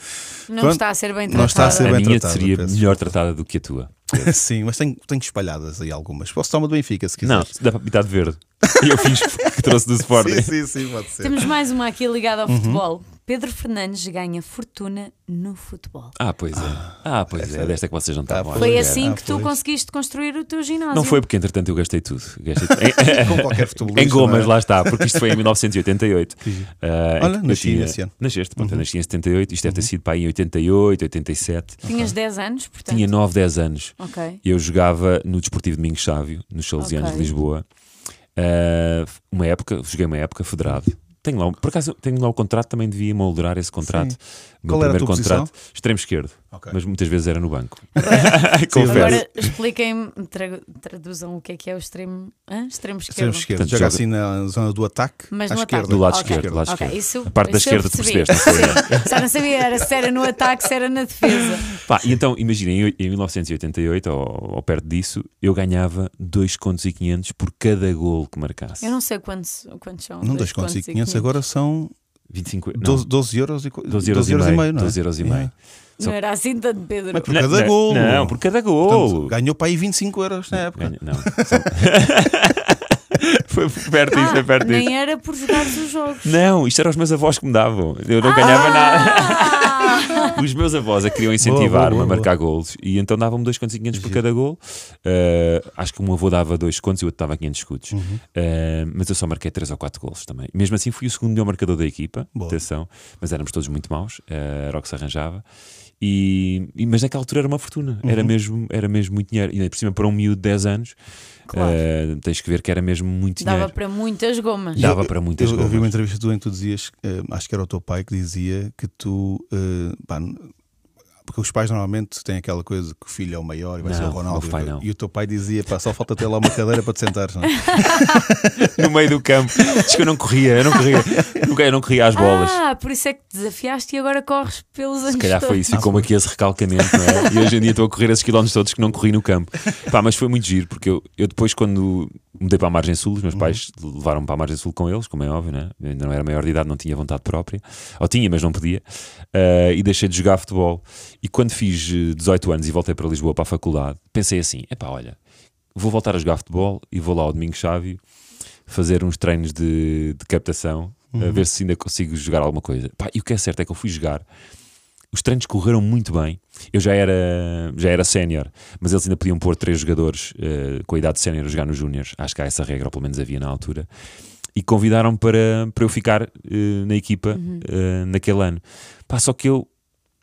Speaker 3: Não
Speaker 4: Pronto.
Speaker 3: está a ser bem tratada.
Speaker 4: Não está a ser
Speaker 5: A
Speaker 4: é bem
Speaker 5: minha
Speaker 4: tratada,
Speaker 5: seria
Speaker 4: peço.
Speaker 5: melhor tratada do que a tua.
Speaker 4: Sim, mas tenho, tenho espalhadas aí algumas. Posso tomar uma do Benfica se
Speaker 5: Não,
Speaker 4: quiser.
Speaker 5: dá para pintar de verde. E eu fiz que trouxe do Sporting.
Speaker 4: Sim, sim, sim, pode ser.
Speaker 3: Temos mais uma aqui ligada
Speaker 4: Uhum.
Speaker 3: ao futebol. Pedro Fernandes ganha fortuna no futebol.
Speaker 5: Ah, pois é. Ah, pois é. Desta que vocês não estavam a
Speaker 3: Foi
Speaker 5: ver.
Speaker 3: assim
Speaker 4: Ah,
Speaker 3: que tu
Speaker 4: pois.
Speaker 3: conseguiste construir o teu ginásio.
Speaker 5: Não foi porque, entretanto, eu gastei tudo. Gastei tudo. Em-
Speaker 4: Com qualquer futebolista.
Speaker 5: em gomas,
Speaker 4: não é?
Speaker 5: lá está, porque isto foi em 1988. Ah, em
Speaker 4: Olha,
Speaker 5: que eu
Speaker 4: nasci
Speaker 5: tinha-
Speaker 4: nesse ano. Uhum.
Speaker 5: Nasceste, portanto, eu nasci em 78, isto deve ter sido para aí em 88, 87.
Speaker 3: Tinhas 10 anos, portanto.
Speaker 5: Tinha 9, 10 anos.
Speaker 3: Ok.
Speaker 5: Eu jogava no Desportivo Domingos Sávio, nos Salesianos
Speaker 3: Ok.
Speaker 5: de Lisboa. Ah, uma época, joguei uma época federado. Tenho lá, um- por acaso, tenho lá o contrato, também devia moldurar esse contrato. O Meu
Speaker 4: Qual era a tua
Speaker 5: primeiro contrato, extremo esquerdo, mas muitas vezes era no banco. Confesso.
Speaker 3: Agora expliquem-me, tra- traduzam o que é que é o extremo, hã? extremo esquerdo.
Speaker 4: Extremo esquerdo.
Speaker 5: Portanto,
Speaker 4: Joga
Speaker 5: joga-
Speaker 4: assim na zona do ataque.
Speaker 3: Mas
Speaker 4: à
Speaker 3: no ataque.
Speaker 4: esquerda.
Speaker 5: Do lado
Speaker 3: Ok.
Speaker 5: esquerdo, do lado
Speaker 3: Ok,
Speaker 5: esquerda.
Speaker 3: isso-
Speaker 5: é. A parte da
Speaker 3: isso eu
Speaker 5: esquerda tu
Speaker 3: percebi.
Speaker 5: percebeste, não foi?
Speaker 3: Só não sabia era se era no ataque, se era na defesa.
Speaker 5: Pá, e então, imaginem, em- em 1988, ou, ou perto disso, eu ganhava 2 contos e 500 por cada gol que marcasse.
Speaker 3: Eu não sei quantos, quantos são.
Speaker 4: Não,
Speaker 3: dois
Speaker 4: 2 contos e
Speaker 3: contos
Speaker 4: 500 agora são
Speaker 5: 25 não,
Speaker 4: 12, 12 euros e co-
Speaker 5: 12 euros, e meio. 12 euros e meio.
Speaker 4: É.
Speaker 5: Só-
Speaker 3: Não era assim tanto,
Speaker 5: é
Speaker 3: Pedro.
Speaker 4: Por cada
Speaker 5: não,
Speaker 4: golo.
Speaker 5: Não, por cada
Speaker 4: Portanto,
Speaker 5: gol.
Speaker 4: ganhou para aí 25 euros na época.
Speaker 5: Oh! Ganha- Não. só- foi perto disso, foi É
Speaker 3: Ah,
Speaker 5: perto disso.
Speaker 3: nem era por jogar os jogos.
Speaker 5: Não, isto eram os meus avós que me davam. Eu não ganhava nada.
Speaker 3: Ah!
Speaker 5: Os meus avós a queriam incentivar-me
Speaker 4: boa, boa.
Speaker 5: a marcar golos e então davam-me dois contos e 500 por cada gol. Uh, acho que um avô dava dois contos e o outro dava 500 escudos.
Speaker 4: Uhum.
Speaker 5: Uh, mas eu só marquei três ou quatro golos também. Mesmo assim, fui o segundo melhor marcador da equipa.
Speaker 4: Boa.
Speaker 5: Atenção, mas éramos todos muito maus. Uh, era o que se arranjava. E, e- mas naquela altura era uma fortuna,
Speaker 4: Uhum.
Speaker 5: era, mesmo, era mesmo muito dinheiro. E ainda por cima, para um miúdo de 10 anos,
Speaker 3: Claro.
Speaker 5: uh, tens que ver que era mesmo muito
Speaker 3: Eh, Dava
Speaker 5: dinheiro.
Speaker 3: para muitas gomas.
Speaker 5: Dava para muitas
Speaker 4: eu, eu vi uma
Speaker 5: gomas.
Speaker 4: entrevista tua em que tu dizias, eh, acho que era o teu pai que dizia que tu, eh, pá, n- Porque os pais normalmente têm aquela coisa que o filho é o maior e vai ser
Speaker 5: Não,
Speaker 4: o Ronaldo.
Speaker 5: meu pai
Speaker 4: E o-
Speaker 5: não.
Speaker 4: E o teu pai dizia: pá, só falta ter lá uma cadeira para te sentares. Não? é?
Speaker 5: no meio do campo. Diz que eu não corria, eu não corria. Nunca, eu não corria às bolas.
Speaker 3: Ah, por isso é que te desafiaste e agora corres pelos anos.
Speaker 5: Se calhar foi
Speaker 3: todos.
Speaker 5: isso, ficou-me aqui esse recalcamento, não é? E hoje em dia estou a correr esses quilómetros todos que não corri no campo. Pá, mas foi muito giro, porque eu, eu depois, quando mudei para a Margem Sul, os meus pais levaram-me para a Margem Sul com eles, como é óbvio, né? Eu ainda não era maior de idade, não tinha vontade própria, ou tinha, mas não podia, Ah, e deixei de jogar futebol. E quando fiz eh, 18 anos e voltei para Lisboa para a faculdade, pensei assim: epá, olha, vou voltar a jogar futebol e vou lá ao Domingo Chávio fazer uns treinos de, de captação, a ver se ainda consigo jogar alguma coisa. Pá, e o que é certo é que eu fui jogar. Os treinos correram muito bem. Eu já era, já era sénior, mas eles ainda podiam pôr três jogadores eh, com a idade de sénior a jogar nos júniores. Acho que há essa regra, ou pelo menos havia na altura. E convidaram-me para, para eu ficar eh, na equipa eh, naquele ano. Pá, só que eu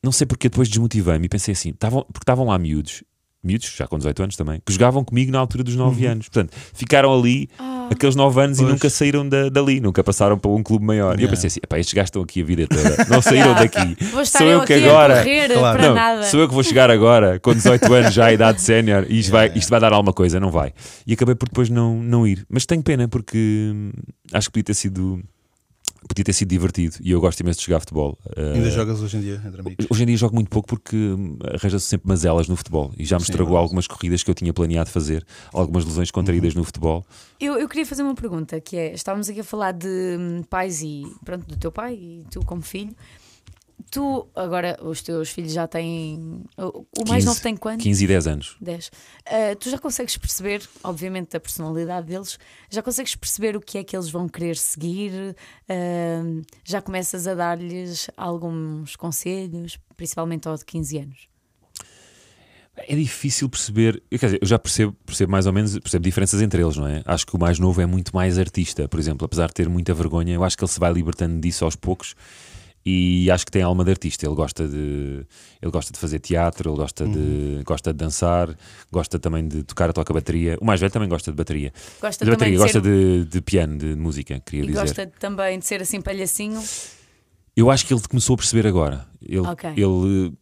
Speaker 5: não sei porque depois desmotivei-me e pensei assim, tavam, porque estavam lá miúdos, miúdos, já com 18 anos também, que jogavam comigo na altura dos 9 anos. Portanto, ficaram ali aqueles 9 anos
Speaker 4: Pois.
Speaker 5: e nunca saíram da, dali, nunca passaram para um clube maior. E eu
Speaker 4: Yeah.
Speaker 5: pensei assim, "Epá, estes gajos estão aqui a vida toda, não saíram daqui.
Speaker 3: Vou estar
Speaker 5: Sou
Speaker 3: eu
Speaker 5: eu que
Speaker 3: aqui
Speaker 5: agora-
Speaker 3: a correr
Speaker 4: Claro.
Speaker 3: para
Speaker 5: Não,
Speaker 3: nada.
Speaker 5: sou eu que vou chegar agora, com 18 anos, já à idade sénior, e isto, vai,
Speaker 3: É.
Speaker 4: yeah.
Speaker 5: isto vai dar alguma coisa, não vai. E acabei por depois não, não ir. Mas tenho pena, porque hum, acho que podia ter sido. Podia ter sido divertido e eu gosto imenso de jogar futebol. Uh,
Speaker 4: Ainda jogas hoje em dia entre amigos.
Speaker 5: Hoje em dia jogo muito pouco porque hum, arranja-se sempre mazelas no futebol e já me
Speaker 3: é
Speaker 4: Sim,
Speaker 5: estragou
Speaker 4: verdade.
Speaker 5: algumas corridas que eu tinha planeado fazer, algumas lesões contraídas
Speaker 3: Uhum.
Speaker 5: no futebol.
Speaker 3: Eu, eu queria fazer uma pergunta, que é, estávamos aqui a falar de hum, pais e, pronto, do teu pai e tu como filho. Tu, agora, os teus filhos já têm, o o mais
Speaker 5: 15,
Speaker 3: novo tem quanto?
Speaker 5: 15 e 10 anos.
Speaker 3: 10. Ah, tu já consegues perceber, obviamente, a personalidade deles, já consegues perceber o que é que eles vão querer seguir, Ah, já começas a dar-lhes alguns conselhos, principalmente ao de 15 anos.
Speaker 5: É difícil perceber. eu, Quer dizer, eu já percebo, percebo mais ou menos percebo diferenças entre eles, não é? Acho que o mais novo é muito mais artista, por exemplo, apesar de ter muita vergonha, eu acho que ele se vai libertando disso aos poucos e acho que tem alma de artista. Ele gosta de, ele gosta de fazer teatro, ele gosta,
Speaker 3: Uhum.
Speaker 5: de, gosta de dançar, gosta também de tocar a toca bateria. O mais velho também gosta de bateria.
Speaker 3: Gosta
Speaker 5: de
Speaker 3: também
Speaker 5: bateria,
Speaker 3: de
Speaker 5: gosta
Speaker 3: ser- um
Speaker 5: de, de piano, de música, queria
Speaker 3: E
Speaker 5: dizer.
Speaker 3: gosta também de ser assim palhacinho.
Speaker 5: Eu acho que ele começou a perceber agora. Ele,
Speaker 3: Ok.
Speaker 5: ele,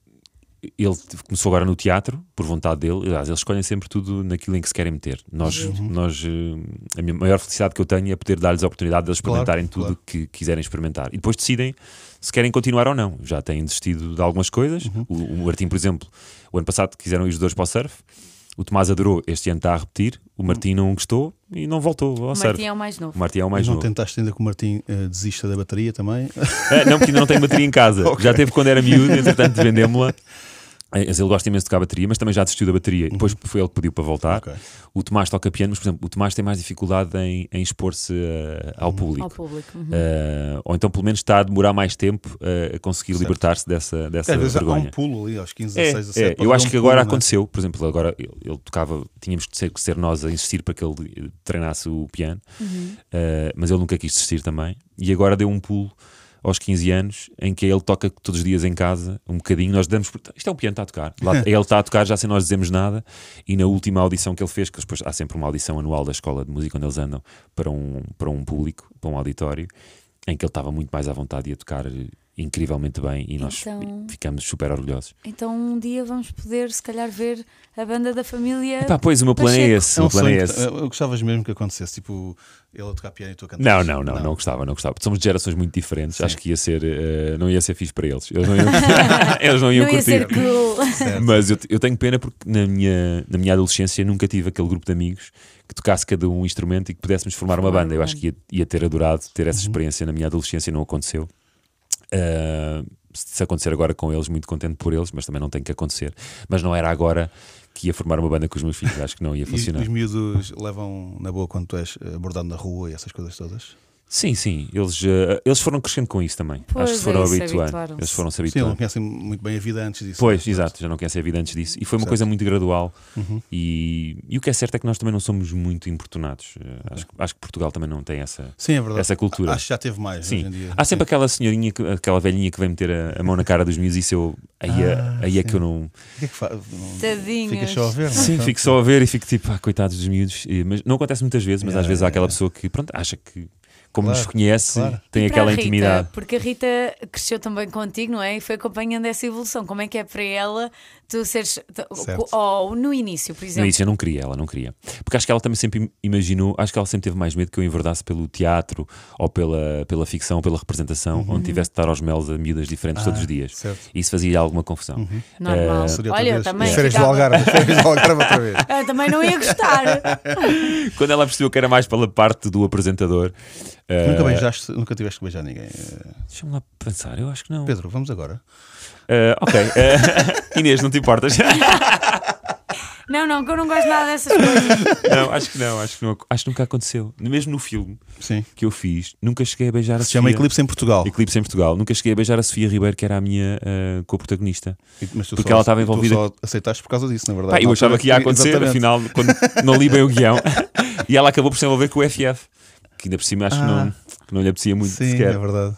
Speaker 5: ele começou agora no teatro, por vontade dele. Aliás, eles escolhem sempre tudo naquilo em que se querem meter. Nós,
Speaker 4: Uhum.
Speaker 5: nós, eh, a minha maior felicidade que eu tenho é poder dar-lhes a oportunidade de eles
Speaker 4: Claro,
Speaker 5: experimentarem tudo
Speaker 4: claro.
Speaker 5: que quiserem experimentar. E depois decidem se querem continuar ou não. Já têm desistido de algumas coisas.
Speaker 4: Uhum.
Speaker 5: O, o Martim, por exemplo, o ano passado quiseram ir os dois para o surf. O Tomás adorou, este ano está a repetir. O Martim não gostou e não voltou ao
Speaker 3: O
Speaker 5: surf.
Speaker 3: Martim é o mais novo.
Speaker 5: O Martim é o mais
Speaker 4: não
Speaker 5: novo.
Speaker 4: tentaste ainda que o Martim eh, desista da bateria também?
Speaker 5: Ah, não, porque ainda não tenho bateria em casa. Já teve quando era miúdo, entretanto vendemos-la. Eh, Ele gosta imenso de tocar bateria, mas também já desistiu da bateria. Depois foi ele que pediu para voltar.
Speaker 4: Uhum. Ok.
Speaker 5: O Tomás toca piano, mas, por exemplo, o Tomás tem mais dificuldade em, em expor-se eh, ao público.
Speaker 3: Ao público. uhum.
Speaker 5: Eh, ou então, pelo menos, está a demorar mais tempo eh, a conseguir libertar-se dessa, dessa
Speaker 4: Às vezes há
Speaker 5: vergonha.
Speaker 4: um pulo ali aos 15,
Speaker 5: É,
Speaker 4: 16, 17.
Speaker 5: é.
Speaker 4: pode
Speaker 5: Eu
Speaker 4: dar
Speaker 5: acho
Speaker 4: um
Speaker 5: que agora
Speaker 4: pulo, não é?
Speaker 5: aconteceu, por exemplo, agora ele, ele tocava, tínhamos de ser, que ser nós a insistir para que ele eh, treinasse o piano, eh, mas ele nunca quis desistir também. E agora deu um pulo aos 15 anos em que ele toca todos os dias em casa, um bocadinho. Nós damos por. Isto é um piano, está a tocar. Lá- ele está a tocar já sem nós dizermos nada. E na última audição que ele fez, que depois há sempre uma audição anual da escola de música onde eles andam para um, para um público, para um auditório, em que ele estava muito mais à vontade e a tocar. eh, Incrivelmente bem, e nós
Speaker 3: Então-
Speaker 5: ficamos super orgulhosos.
Speaker 3: Então um dia vamos poder, se calhar, ver a banda da família.
Speaker 5: Epá, pois o meu plano é
Speaker 3: Pacheco.
Speaker 5: esse.
Speaker 4: É um
Speaker 5: o meu plano é
Speaker 4: sonho.
Speaker 5: esse.
Speaker 4: Eu eu gostavas mesmo que acontecesse, tipo, ele a tocar piano e tu a cantar.
Speaker 5: Não, não, não, não, gostava, não gostava. Somos de gerações muito diferentes. Acho que ia ser, eh, não ia ser fixe para eles. Eles não iam, eles não iam
Speaker 3: não ia
Speaker 5: curtir.
Speaker 3: ser cool.
Speaker 5: Mas eu, te- eu tenho pena porque na minha, na minha adolescência nunca tive aquele grupo de amigos que tocasse cada um instrumento e que pudéssemos formar uma
Speaker 3: Formar
Speaker 5: banda.
Speaker 3: uma
Speaker 5: Eu acho
Speaker 3: banda.
Speaker 5: que ia, ia ter adorado ter
Speaker 4: Uhum.
Speaker 5: essa experiência na minha adolescência, não aconteceu. Ah, se se acontecer agora com eles, muito contente por eles, mas também não tem que acontecer. Mas não era agora que ia formar uma banda com os meus filhos, acho que não ia
Speaker 4: E os-
Speaker 5: funcionar.
Speaker 4: os miúdos levam na boa quando tu és eh, abordado na rua e essas coisas todas?
Speaker 5: Sim, sim, eles, eh, eles foram crescendo com isso também.
Speaker 3: Pois,
Speaker 5: Acho que se foram
Speaker 3: é isso,
Speaker 5: habituando.
Speaker 3: habituaram-se.
Speaker 5: Eles foram se
Speaker 4: Sim, eles
Speaker 5: habituando.
Speaker 4: não conhecem muito bem a vida antes disso.
Speaker 5: Pois, exato, já não conhece a vida antes disso. E foi uma
Speaker 4: Certo. Uhum.
Speaker 5: coisa muito gradual. E, e o que é certo é que nós também não somos muito importunados. Eh, Acho, que- acho que Portugal também não tem essa.
Speaker 4: Sim, é verdade.
Speaker 5: Essa cultura.
Speaker 4: Acho que já teve mais
Speaker 5: Sim,
Speaker 4: hoje em dia.
Speaker 5: há sempre aquela senhorinha, que- aquela velhinha que vem meter a, a mão na cara dos miúdos e isso eu. Aí, é-
Speaker 4: Ah,
Speaker 5: aí é
Speaker 4: sim.
Speaker 5: que eu não.
Speaker 4: O que é que faz? Não-
Speaker 3: Tadinhos.
Speaker 4: Ficas só a ver? não é?
Speaker 5: Sim,
Speaker 4: Então,
Speaker 5: fico só a ver e fico tipo, ah, coitados dos miúdos. E- mas não acontece muitas vezes, mas
Speaker 4: Yeah,
Speaker 5: às vezes
Speaker 4: yeah,
Speaker 5: há aquela
Speaker 4: yeah.
Speaker 5: pessoa que, pronto, acha que como
Speaker 4: Claro,
Speaker 5: nos conhece,
Speaker 4: claro.
Speaker 5: tem
Speaker 3: E para
Speaker 5: aquela
Speaker 3: a Rita,
Speaker 5: intimidade.
Speaker 3: Porque a Rita cresceu também contigo, não é? E foi acompanhando essa evolução. Como é que é para ela tu seres. tu-
Speaker 4: Certo.
Speaker 3: Ou no início, por
Speaker 5: No
Speaker 3: exemplo.
Speaker 5: início eu não queria, ela não queria. Porque acho que ela também sempre im- imaginou, acho que ela sempre teve mais medo que eu enverdasse pelo teatro ou pela, pela ficção, pela representação, onde tivesse de estar aos melos a miúdas diferentes todos os dias.
Speaker 4: Uhum. Ah, certo. Uhum.
Speaker 5: Isso fazia alguma confusão. eh,
Speaker 3: Normal.
Speaker 4: Seria outra
Speaker 3: Olha, eu
Speaker 4: vez.
Speaker 3: também.
Speaker 4: As férias do
Speaker 3: ficava-
Speaker 4: Algarve, as férias do Algarve outra vez.
Speaker 3: Eu também não ia gostar.
Speaker 5: Quando ela percebeu que era mais pela parte do apresentador, eh,
Speaker 4: Nunca beijaste, nunca tiveste que beijar ninguém. Eh,
Speaker 5: deixa-me lá pensar, eu acho que não.
Speaker 4: Pedro, vamos agora.
Speaker 5: Eh, ok. Eh, Inês, não te importas?
Speaker 3: não, não, que eu não gosto nada dessas coisas.
Speaker 5: não, acho que não, acho que, não, acho que nunca aconteceu. Mesmo no filme
Speaker 4: Sim.
Speaker 5: que eu fiz, nunca cheguei a beijar a
Speaker 4: Se chama
Speaker 5: Sofia.
Speaker 4: Eclipse em Portugal.
Speaker 5: Eclipse em Portugal. Nunca cheguei a beijar a Sofia Ribeiro, que era a minha eh, co-protagonista.
Speaker 4: Mas tu
Speaker 5: Porque
Speaker 4: só-
Speaker 5: ela estava
Speaker 4: tu
Speaker 5: envolvida-
Speaker 4: só aceitaste por causa disso, na verdade.
Speaker 5: Pá, eu
Speaker 4: Na
Speaker 5: achava
Speaker 4: altura-
Speaker 5: que ia acontecer,
Speaker 4: Exatamente.
Speaker 5: afinal, quando não li bem o guião. e ela acabou por se envolver com o FF, que ainda por cima acho que, não, que não lhe apetecia muito
Speaker 4: Ah. Sim,
Speaker 5: sequer.
Speaker 4: é verdade.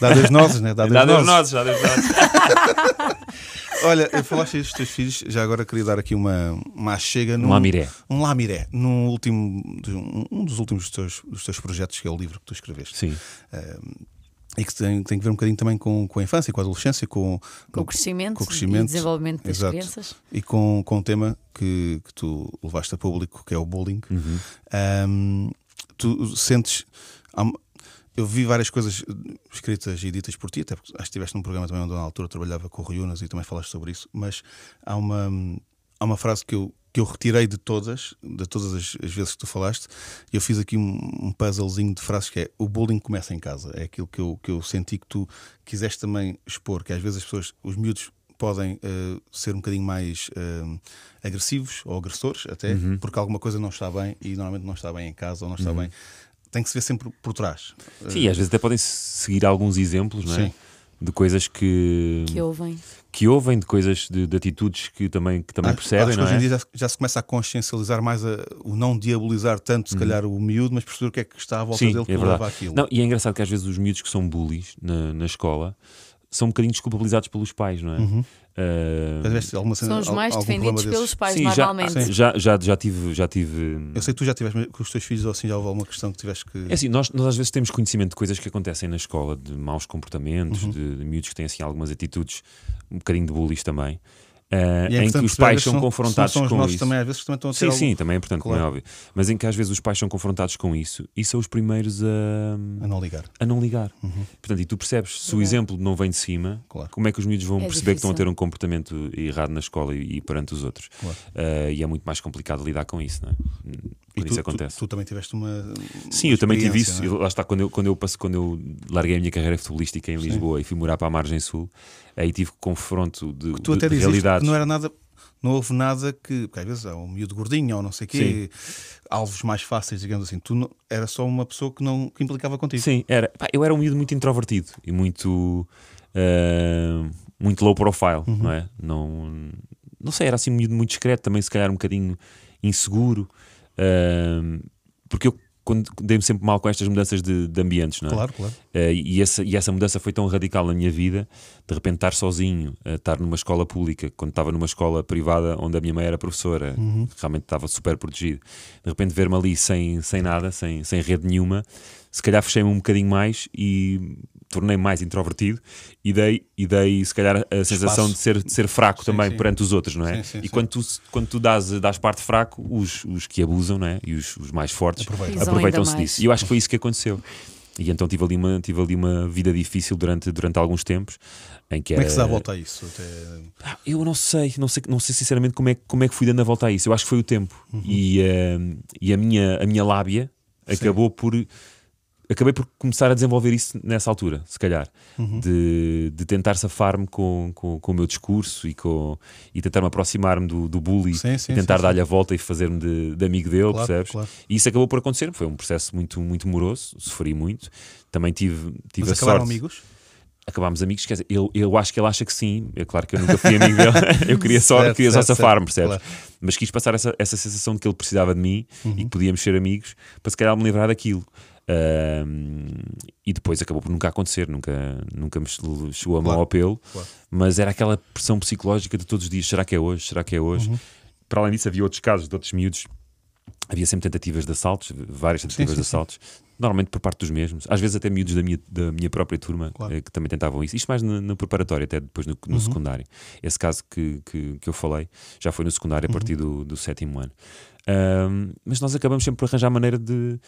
Speaker 4: Dá dois nozes, né? Dá dois
Speaker 5: Dá
Speaker 4: nozes.
Speaker 5: Deus nozes, dá Deus nozes.
Speaker 4: Olha, eu falaste aí dos teus filhos, já agora queria dar aqui uma, uma chega num,
Speaker 5: lamiré.
Speaker 4: Um lamiré, num último, um- um dos últimos dos teus, dos teus projetos, que é o livro que tu escreveste.
Speaker 5: Sim.
Speaker 4: E que tem, tem que ver um bocadinho também com, com a infância, com a adolescência, com,
Speaker 3: Com o crescimento,
Speaker 4: com o crescimento.
Speaker 3: e desenvolvimento das
Speaker 4: Exato.
Speaker 3: crianças.
Speaker 4: e com, com um tema que, que tu levaste a público, que é o bullying.
Speaker 5: Uhum.
Speaker 4: Ahm, tu sentes. há um- Eu vi várias coisas eh, escritas e ditas por ti, até porque acho que estiveste num programa também onde na altura trabalhava com o Rui Unas e também falaste sobre isso, mas há uma, há uma frase que eu, que eu retirei de todas, de todas as, as vezes que tu falaste, e eu fiz aqui um, um puzzlezinho de frases que é o bullying começa em casa, é aquilo que eu, que eu senti que tu quiseste também expor, que às vezes as pessoas, os miúdos podem eh, ser um bocadinho mais eh, agressivos ou agressores até, porque alguma coisa não está bem e normalmente não está bem em casa ou não está bem. Tem que se ver sempre por trás.
Speaker 5: Sim, às vezes até podem seguir alguns exemplos, não é?
Speaker 4: Sim.
Speaker 5: De coisas que,
Speaker 3: Que ouvem.
Speaker 5: que ouvem, de coisas, de, de atitudes que também, que também
Speaker 4: Acho-
Speaker 5: percebem,
Speaker 4: acho que
Speaker 5: não
Speaker 4: hoje
Speaker 5: é?
Speaker 4: em dia já, já se começa a consciencializar mais a- o não diabolizar tanto, se calhar, o miúdo, mas perceber o que é que está à volta
Speaker 5: Uhum. Sim,
Speaker 4: dele que
Speaker 5: é
Speaker 4: o
Speaker 5: verdade.
Speaker 4: leva àquilo.
Speaker 5: Não, e é engraçado que às vezes os miúdos que são bullies na, na escola são um bocadinho desculpabilizados pelos pais, não é?
Speaker 4: Uhum.
Speaker 5: Ah,
Speaker 4: Já tiveste alguma cena-
Speaker 3: São os
Speaker 4: al-
Speaker 3: mais
Speaker 4: algum
Speaker 3: defendidos
Speaker 4: problema
Speaker 3: pelos
Speaker 4: desses?
Speaker 3: pais,
Speaker 5: sim, já,
Speaker 3: normalmente.
Speaker 5: já, já, já tive. Já tive
Speaker 4: Eu sei que tu já tiveste com os teus filhos ou assim já houve alguma questão que tiveste que.
Speaker 5: É assim, nós, nós às vezes temos conhecimento de coisas que acontecem na escola, de maus comportamentos,
Speaker 4: Uhum.
Speaker 5: de, de miúdos que têm assim algumas atitudes, um bocadinho de bullies também, ah,
Speaker 4: E é
Speaker 5: em que
Speaker 4: importante
Speaker 5: os
Speaker 4: perceber, às
Speaker 5: pais
Speaker 4: vezes,
Speaker 5: são
Speaker 4: se não-
Speaker 5: confrontados
Speaker 4: se não são os
Speaker 5: com
Speaker 4: nossos
Speaker 5: isso.
Speaker 4: também, às vezes também estão a ter
Speaker 5: Sim,
Speaker 4: algo-
Speaker 5: sim, também é importante, como é
Speaker 4: Claro.
Speaker 5: óbvio. Mas em que às vezes os pais são confrontados com isso e são os primeiros a,
Speaker 4: a não ligar.
Speaker 5: a não ligar. Portanto, e tu percebes, se o exemplo não vem de cima,
Speaker 4: Uhum. Claro.
Speaker 5: como é que os miúdos vão
Speaker 3: É
Speaker 5: perceber que estão a
Speaker 3: difícil.
Speaker 5: ter um comportamento errado na escola e, e perante os outros?
Speaker 4: Claro.
Speaker 5: Ah, e é muito mais complicado lidar com isso, não é?
Speaker 4: E
Speaker 5: Quando
Speaker 4: tu,
Speaker 5: isso
Speaker 4: tu-
Speaker 5: acontece.
Speaker 4: Tu, também tiveste uma.
Speaker 5: Sim,
Speaker 4: uma
Speaker 5: eu também tive
Speaker 4: experiência,
Speaker 5: isso.
Speaker 4: não é?
Speaker 5: Eu- Lá está, quando eu, quando, eu passo, quando eu larguei a minha carreira futebolística em Lisboa e fui morar para a Margem Sul, aí tive confronto de,
Speaker 4: Tu
Speaker 5: de-
Speaker 4: até
Speaker 5: de
Speaker 4: dizes que
Speaker 5: realidades.
Speaker 4: não era nada. Não houve nada que. Porque às vezes há um miúdo gordinho ou não sei o quê, alvos mais fáceis, digamos assim. Tu não- era só uma pessoa que não que implicava contigo.
Speaker 5: Sim, era. Pá, eu era um miúdo muito introvertido e muito. ah, muito low profile,
Speaker 4: Uhum.
Speaker 5: não é? Não, não sei, era assim um miúdo muito discreto, também se calhar um bocadinho inseguro. ah, porque eu quando- dei-me sempre mal com estas mudanças de, de ambientes, não é?
Speaker 4: Claro, claro.
Speaker 5: Eh, e, essa, e essa mudança foi tão radical na minha vida, de repente estar sozinho, eh, estar numa escola pública, quando estava numa escola privada onde a minha mãe era professora,
Speaker 4: Uhum.
Speaker 5: realmente estava super protegido, de repente ver-me ali sem, sem nada, sem, sem rede nenhuma, se calhar fechei-me um bocadinho mais e tornei-me mais introvertido e dei, e dei se calhar a sensação de ser, de ser fraco
Speaker 4: Sim,
Speaker 5: também
Speaker 4: sim.
Speaker 5: perante os outros, não é?
Speaker 4: Sim, sim,
Speaker 5: e
Speaker 4: sim.
Speaker 5: quando tu, quando tu dás, dás parte fraco, os, os que abusam, não é? E os, os mais fortes
Speaker 4: Aproveitam.
Speaker 3: Pisam
Speaker 5: aproveitam-se
Speaker 3: ainda
Speaker 5: disso.
Speaker 3: mais.
Speaker 5: E eu acho que foi isso que aconteceu. E então tive ali uma, tive ali uma vida difícil durante, durante alguns tempos. Em que
Speaker 4: Como é
Speaker 5: era-
Speaker 4: que se dá a volta a isso? Até-
Speaker 5: Ah, Eu não sei, não sei, não sei sinceramente como é, que- como é que fui dando a volta a isso. Eu acho que foi o tempo.
Speaker 4: Uhum.
Speaker 5: E, eh, e a, minha, a minha lábia acabou por. Acabei por começar a desenvolver isso nessa altura, se calhar,
Speaker 4: Uhum.
Speaker 5: de, de tentar safar-me com, com, com o meu discurso e, com, e tentar-me aproximar-me do, do bully
Speaker 4: Sim, sim,
Speaker 5: e tentar
Speaker 4: sim,
Speaker 5: dar-lhe a volta e fazer-me de, de amigo dele,
Speaker 4: Claro,
Speaker 5: percebes?
Speaker 4: claro.
Speaker 5: E isso acabou por acontecer, foi um processo muito, muito moroso, sofri muito. Também tive,
Speaker 4: Mas
Speaker 5: tive a
Speaker 4: acabaram
Speaker 5: sorte
Speaker 4: amigos?
Speaker 5: acabámos amigos, quer dizer, eu, eu acho que ele acha que sim, é claro que eu nunca fui amigo dele, eu queria só,
Speaker 4: Certo,
Speaker 5: queria só
Speaker 4: certo,
Speaker 5: safar-me,
Speaker 4: certo,
Speaker 5: percebes? Mas quis passar essa, essa sensação de que ele precisava de mim
Speaker 4: Uhum.
Speaker 5: e que podíamos ser amigos para se calhar me livrar daquilo. Ahm, e depois acabou por nunca acontecer, nunca, nunca me chegou chegou a mão
Speaker 4: Claro,
Speaker 5: ao pelo,
Speaker 4: claro.
Speaker 5: mas era aquela pressão
Speaker 4: Uhum.
Speaker 5: psicológica de todos os dias: será que é hoje? Será que é hoje? Para além disso, havia outros casos de outros miúdos Havia sempre tentativas de assaltos, várias tentativas
Speaker 4: sim,
Speaker 5: de assaltos, normalmente por parte dos mesmos, às vezes até miúdos da minha, da minha própria turma
Speaker 4: Claro. Uhum.
Speaker 5: eh, que também tentavam isso. Isto mais na, na preparatória, até depois no, no secundário. Esse caso que, que, que eu falei já foi no secundário a partir
Speaker 4: Uhum.
Speaker 5: do, do sétimo ano. Ahm, mas nós acabamos sempre por arranjar maneira de.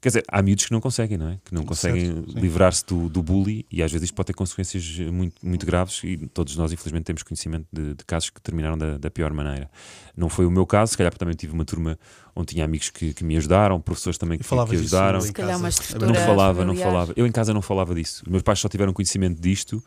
Speaker 5: Quer dizer, há miúdos que não conseguem, não é? Que não conseguem
Speaker 4: sim.
Speaker 5: livrar-se do, do bullying e às vezes isto pode ter consequências muito, muito graves e todos nós, infelizmente, temos conhecimento de, de casos que terminaram da, da pior maneira. Não foi o meu caso, se calhar porque também tive uma turma onde tinha amigos que, que me ajudaram, professores também
Speaker 4: E
Speaker 5: que,
Speaker 4: falavas
Speaker 5: que
Speaker 4: disso
Speaker 5: ajudaram.
Speaker 4: em
Speaker 3: Se calhar é
Speaker 4: casa?
Speaker 3: uma
Speaker 4: Não
Speaker 5: Não
Speaker 3: estrutura-
Speaker 5: falava, não
Speaker 3: familiar.
Speaker 5: falava. Eu em casa não falava disso. Os meus pais só tiveram conhecimento disto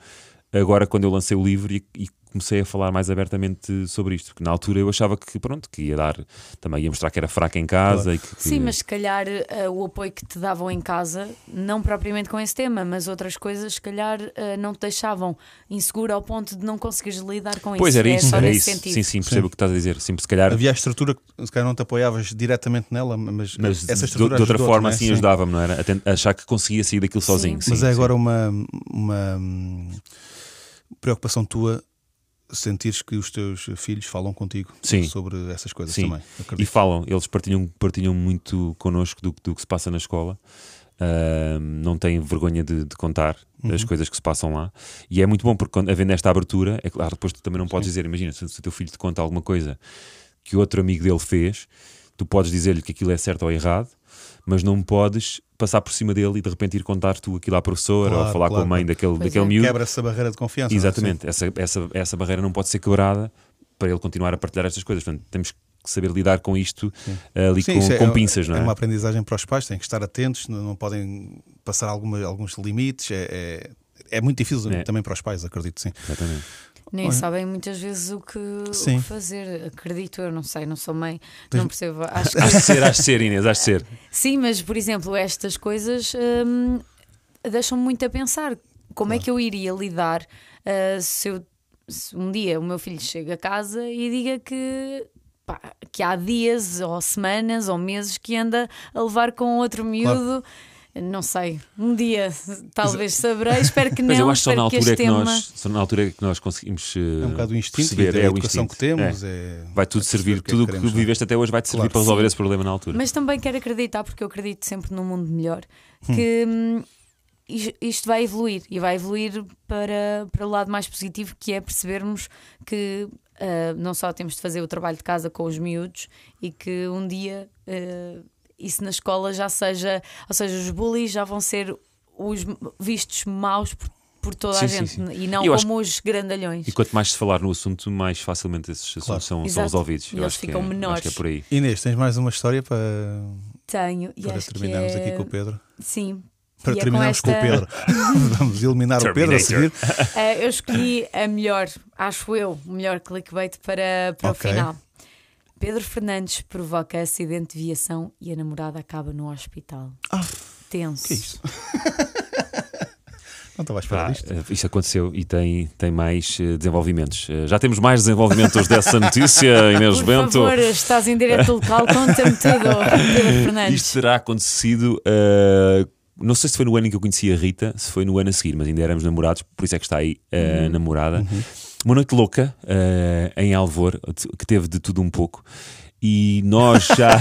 Speaker 5: agora quando eu lancei o livro e, e comecei a falar mais abertamente sobre isto. Porque na altura eu achava que, pronto, que ia dar, também ia mostrar que era fraca em casa e que. que-
Speaker 3: Sim, mas se calhar eh, o apoio que te davam em casa, não propriamente com esse tema, mas outras coisas, se calhar eh, não te deixavam inseguro ao ponto de não conseguires lidar com
Speaker 5: Pois
Speaker 3: isso.
Speaker 5: era
Speaker 3: é
Speaker 5: isso,
Speaker 3: só
Speaker 5: era
Speaker 3: nesse
Speaker 5: isso.
Speaker 3: sentido.
Speaker 5: Sim, sim, percebo o que estás a dizer. Sim, se calhar.
Speaker 4: Havia a estrutura que se calhar não te apoiavas diretamente nela, mas,
Speaker 5: Mas
Speaker 4: essa
Speaker 5: de, de
Speaker 4: estrutura
Speaker 5: outra
Speaker 4: ajudou-te,
Speaker 5: forma,
Speaker 4: não é?
Speaker 5: assim
Speaker 4: Sim.
Speaker 5: ajudava-me, não era? A ten- a achar que conseguia sair daquilo sozinho.
Speaker 3: Mas
Speaker 5: Sim,
Speaker 4: Mas é
Speaker 5: sim.
Speaker 4: agora uma, uma hum, preocupação tua sentires que os teus filhos falam contigo
Speaker 5: Sim.
Speaker 4: sobre essas coisas
Speaker 5: Sim.
Speaker 4: também.
Speaker 5: E
Speaker 4: acredito.
Speaker 5: falam, eles partilham, partilham muito connosco do, do que se passa na escola. Ahm, não têm vergonha de, de contar
Speaker 4: Uhum.
Speaker 5: as coisas que se passam lá. E é muito bom, porque quando- havendo esta abertura, é claro, depois tu também não podes dizer, imagina, se, se o teu filho te conta alguma coisa que outro amigo dele fez, tu podes dizer-lhe que aquilo é certo ou errado, mas não podes passar por cima dele e de repente ir contar tu aquilo à professora
Speaker 4: Claro,
Speaker 5: ou falar
Speaker 4: claro.
Speaker 5: com a mãe daquele,
Speaker 3: Pois
Speaker 5: daquele
Speaker 3: é.
Speaker 5: miúdo.
Speaker 4: Quebra-se a barreira de confiança. não é?
Speaker 5: Exatamente, essa, essa, essa barreira não pode ser quebrada para ele continuar a partilhar estas coisas. Portanto, temos que saber lidar com isto eh, ali
Speaker 4: Sim,
Speaker 5: com,
Speaker 4: isso é-
Speaker 5: com pinças, não é?
Speaker 4: É uma aprendizagem para os pais, têm que estar atentos, não, não podem passar alguma, alguns limites. É, é, é muito difícil
Speaker 5: É.
Speaker 4: também para os pais, acredito, sim.
Speaker 5: Exatamente.
Speaker 3: Nem
Speaker 4: Olha.
Speaker 3: sabem muitas vezes o que, o que
Speaker 4: Sim.
Speaker 3: fazer. Acredito, eu não sei, não sou mãe,
Speaker 4: Tens-
Speaker 3: não percebo. Acho
Speaker 5: Hás
Speaker 3: que...
Speaker 5: de ser, hás de ser, Inês, hás de ser.
Speaker 3: Sim, mas por exemplo, estas coisas hum, deixam-me muito a pensar. Como é que eu iria lidar ah, se, eu- se um dia o meu filho chega a casa e diga que, pá, que há dias ou semanas ou meses que anda a levar com outro miúdo? Não sei, um dia talvez saberei, espero que não.
Speaker 5: Mas eu acho que só
Speaker 3: espero
Speaker 5: na altura é
Speaker 3: este
Speaker 5: que
Speaker 3: tema...
Speaker 5: nós, só na altura é que nós conseguimos
Speaker 4: É um bocado o instinto
Speaker 5: perceber,
Speaker 4: e da
Speaker 5: é o
Speaker 4: educação
Speaker 5: instinto.
Speaker 4: que temos.
Speaker 5: É.
Speaker 4: É.
Speaker 5: Vai tudo
Speaker 4: é perceber
Speaker 5: servir,
Speaker 4: o que é
Speaker 5: tudo o
Speaker 4: que
Speaker 5: que,
Speaker 4: queremos, não é?
Speaker 5: viveste até hoje vai-te servir
Speaker 4: Claro.
Speaker 5: para resolver esse problema na altura.
Speaker 3: Mas também quero acreditar, porque eu acredito sempre num mundo melhor, que hum, is- isto vai evoluir e vai evoluir para, para o lado mais positivo, que é percebermos que ah, não só temos de fazer o trabalho de casa com os miúdos e que um dia ah, isso na escola já seja, ou seja, os bullies já vão ser os m- vistos maus por, por toda
Speaker 5: Sim,
Speaker 3: a
Speaker 5: sim,
Speaker 3: gente
Speaker 5: sim.
Speaker 3: e não
Speaker 5: Eu acho
Speaker 3: como os grandalhões.
Speaker 5: E quanto mais se falar no assunto, mais facilmente esses assuntos
Speaker 4: Claro.
Speaker 5: são, são
Speaker 3: Exato.
Speaker 5: resolvidos.
Speaker 3: E
Speaker 5: Eu
Speaker 3: eles
Speaker 5: acho que, é,
Speaker 3: ficam
Speaker 5: acho que é
Speaker 3: menores.
Speaker 5: por aí.
Speaker 4: Inês, tens mais uma história para,
Speaker 3: Tenho, e
Speaker 4: para
Speaker 3: acho que
Speaker 4: terminarmos
Speaker 3: é...
Speaker 4: aqui com o Pedro?
Speaker 3: Sim.
Speaker 4: Para
Speaker 3: E é com
Speaker 4: terminarmos com,
Speaker 3: esta-
Speaker 4: o Pedro. Vamos eliminar o Pedro a seguir.
Speaker 5: Terminator.
Speaker 3: Eh, eu escolhi a melhor, acho eu, o melhor clickbait para, para
Speaker 4: Ok.
Speaker 3: o final. Pedro Fernandes provoca acidente de viação e a namorada acaba no hospital.
Speaker 4: Ah,
Speaker 3: Tenso.
Speaker 4: Que é isto? Não estava a esperar
Speaker 5: Pá,
Speaker 4: isto.
Speaker 5: eh, isto aconteceu e tem, tem mais eh, desenvolvimentos. Eh, Já temos mais desenvolvimentos dessa notícia, Inês
Speaker 3: Por
Speaker 5: Bento.
Speaker 3: favor, estás em direto local, conta-me tudo, Pedro Fernandes.
Speaker 5: Isto terá acontecido. uh, não sei se foi no ano em que eu conheci a Rita, se foi no ano a seguir, mas ainda éramos namorados, por isso é que está aí a namorada. Uma noite louca uh, em Alvor, que teve de tudo um pouco. E nós já.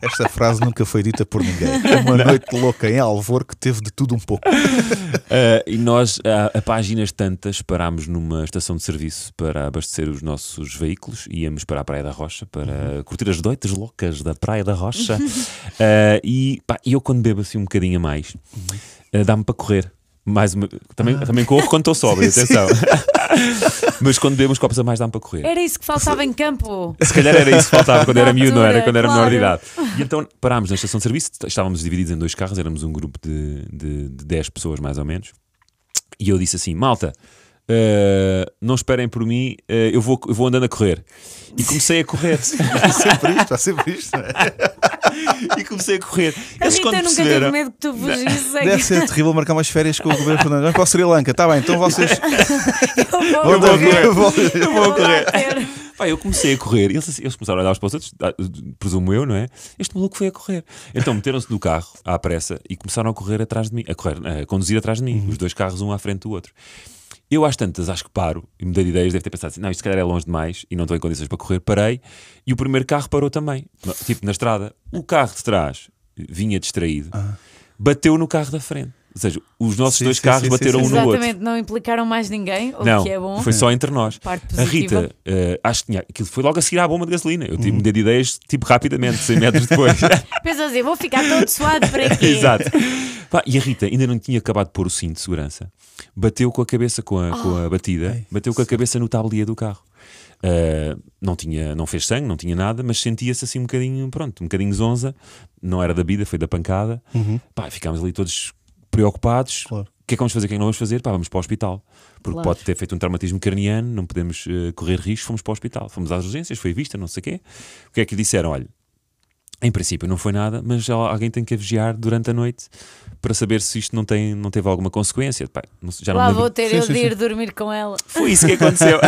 Speaker 4: Esta frase nunca foi dita por ninguém. Uma noite louca em Alvor que teve de tudo um pouco.
Speaker 5: Uh, e nós, a, a páginas tantas, parámos numa estação de serviço para abastecer os nossos veículos. Íamos para a Praia da Rocha para curtir as doitas loucas da Praia da Rocha. Uh, e pá, eu, quando bebo assim um bocadinho a mais, uh, dá-me para correr. Mais uma- também, também corro quando estou sóbrio, atenção. Mas quando bebo uns copos a mais, dá-me para correr.
Speaker 3: Era isso que faltava em campo.
Speaker 5: Se calhar era isso que faltava quando
Speaker 3: Na
Speaker 5: era miúdo, não era?
Speaker 3: altura,
Speaker 5: Quando era menor de idade.
Speaker 3: claro.
Speaker 5: E então parámos na estação de serviço, estávamos divididos em dois carros, éramos um grupo de, de, de 10 pessoas mais ou menos. E eu disse assim: malta, eh, não esperem por mim, eh, eu, vou, eu vou andando a correr. E comecei a correr.
Speaker 4: Há sempre isto, há sempre isto. não é?
Speaker 5: e comecei a correr.
Speaker 3: A Rita nunca teve medo que tu fugisse. é
Speaker 4: Deve ser terrível marcar umas férias com o governo Fernandes. Vamos para o Sri Lanka, está bem, então vocês.
Speaker 3: que eu vou
Speaker 4: Eu
Speaker 3: correr,
Speaker 4: vou correr, eu vou-
Speaker 3: eu
Speaker 5: vou
Speaker 3: lá
Speaker 5: correr.
Speaker 3: ter.
Speaker 5: Pá, eu comecei a correr. Eles, assim- eles começaram a olhar uns para os outros, ah, presumo eu, não é? Este maluco foi a correr. Então meteram-se do carro à
Speaker 4: Uhum.
Speaker 5: pressa e começaram a correr atrás de mim, a, correr, a conduzir atrás de mim, os dois carros um à frente do outro. Eu, às tantas, acho que paro e mudei de ideias. Deve ter pensado assim: não, isto se calhar é longe demais e não estou em condições para correr. Parei e o primeiro carro parou também, no- tipo na estrada. O carro de trás vinha distraído, bateu no carro da frente. Ou seja, os nossos
Speaker 4: Ah. Sim,
Speaker 5: dois
Speaker 4: sim,
Speaker 5: carros
Speaker 4: sim, sim,
Speaker 5: bateram
Speaker 4: sim,
Speaker 5: um
Speaker 4: sim.
Speaker 5: no outro.
Speaker 3: Exatamente, não implicaram mais ninguém, o
Speaker 5: Não,
Speaker 3: que é bom.
Speaker 5: foi só entre nós.
Speaker 3: Parte
Speaker 5: A
Speaker 3: positiva.
Speaker 5: Rita, eh, acho que tinha, aquilo foi logo a seguir à bomba de gasolina. Eu tive mudei de ideias, tipo, rapidamente, 100 metros depois.
Speaker 3: Pensa assim, vou ficar todo suado por aqui.
Speaker 5: Exato. Pá, e a Rita ainda não tinha acabado de pôr o cinto de segurança. Bateu com a cabeça com a, com a batida, bateu com a cabeça no tablier do carro. Ah, não, tinha, não fez sangue, não tinha nada, mas sentia-se assim um bocadinho, pronto, um bocadinho zonza. Não era da vida, foi da pancada. Pá, ficámos ali todos preocupados.
Speaker 4: Claro.
Speaker 5: O que é que vamos fazer? O que é que não vamos fazer? Pá, vamos para o hospital. Porque
Speaker 3: Claro.
Speaker 5: pode ter feito um traumatismo carniano, não podemos eh, correr risco. Fomos para o hospital. Fomos às urgências, foi vista, não sei o quê. O que é que lhe disseram? Olha, em princípio não foi nada, mas al- alguém tem que a vigiar durante a noite para saber se isto não, tem, não teve alguma consequência. Pá, não sei- já não me
Speaker 3: Lá
Speaker 5: lembro.
Speaker 3: vou ter
Speaker 4: Sim,
Speaker 3: eu
Speaker 4: sim,
Speaker 3: de ir
Speaker 4: sim.
Speaker 3: dormir com ela.
Speaker 5: Foi isso que aconteceu.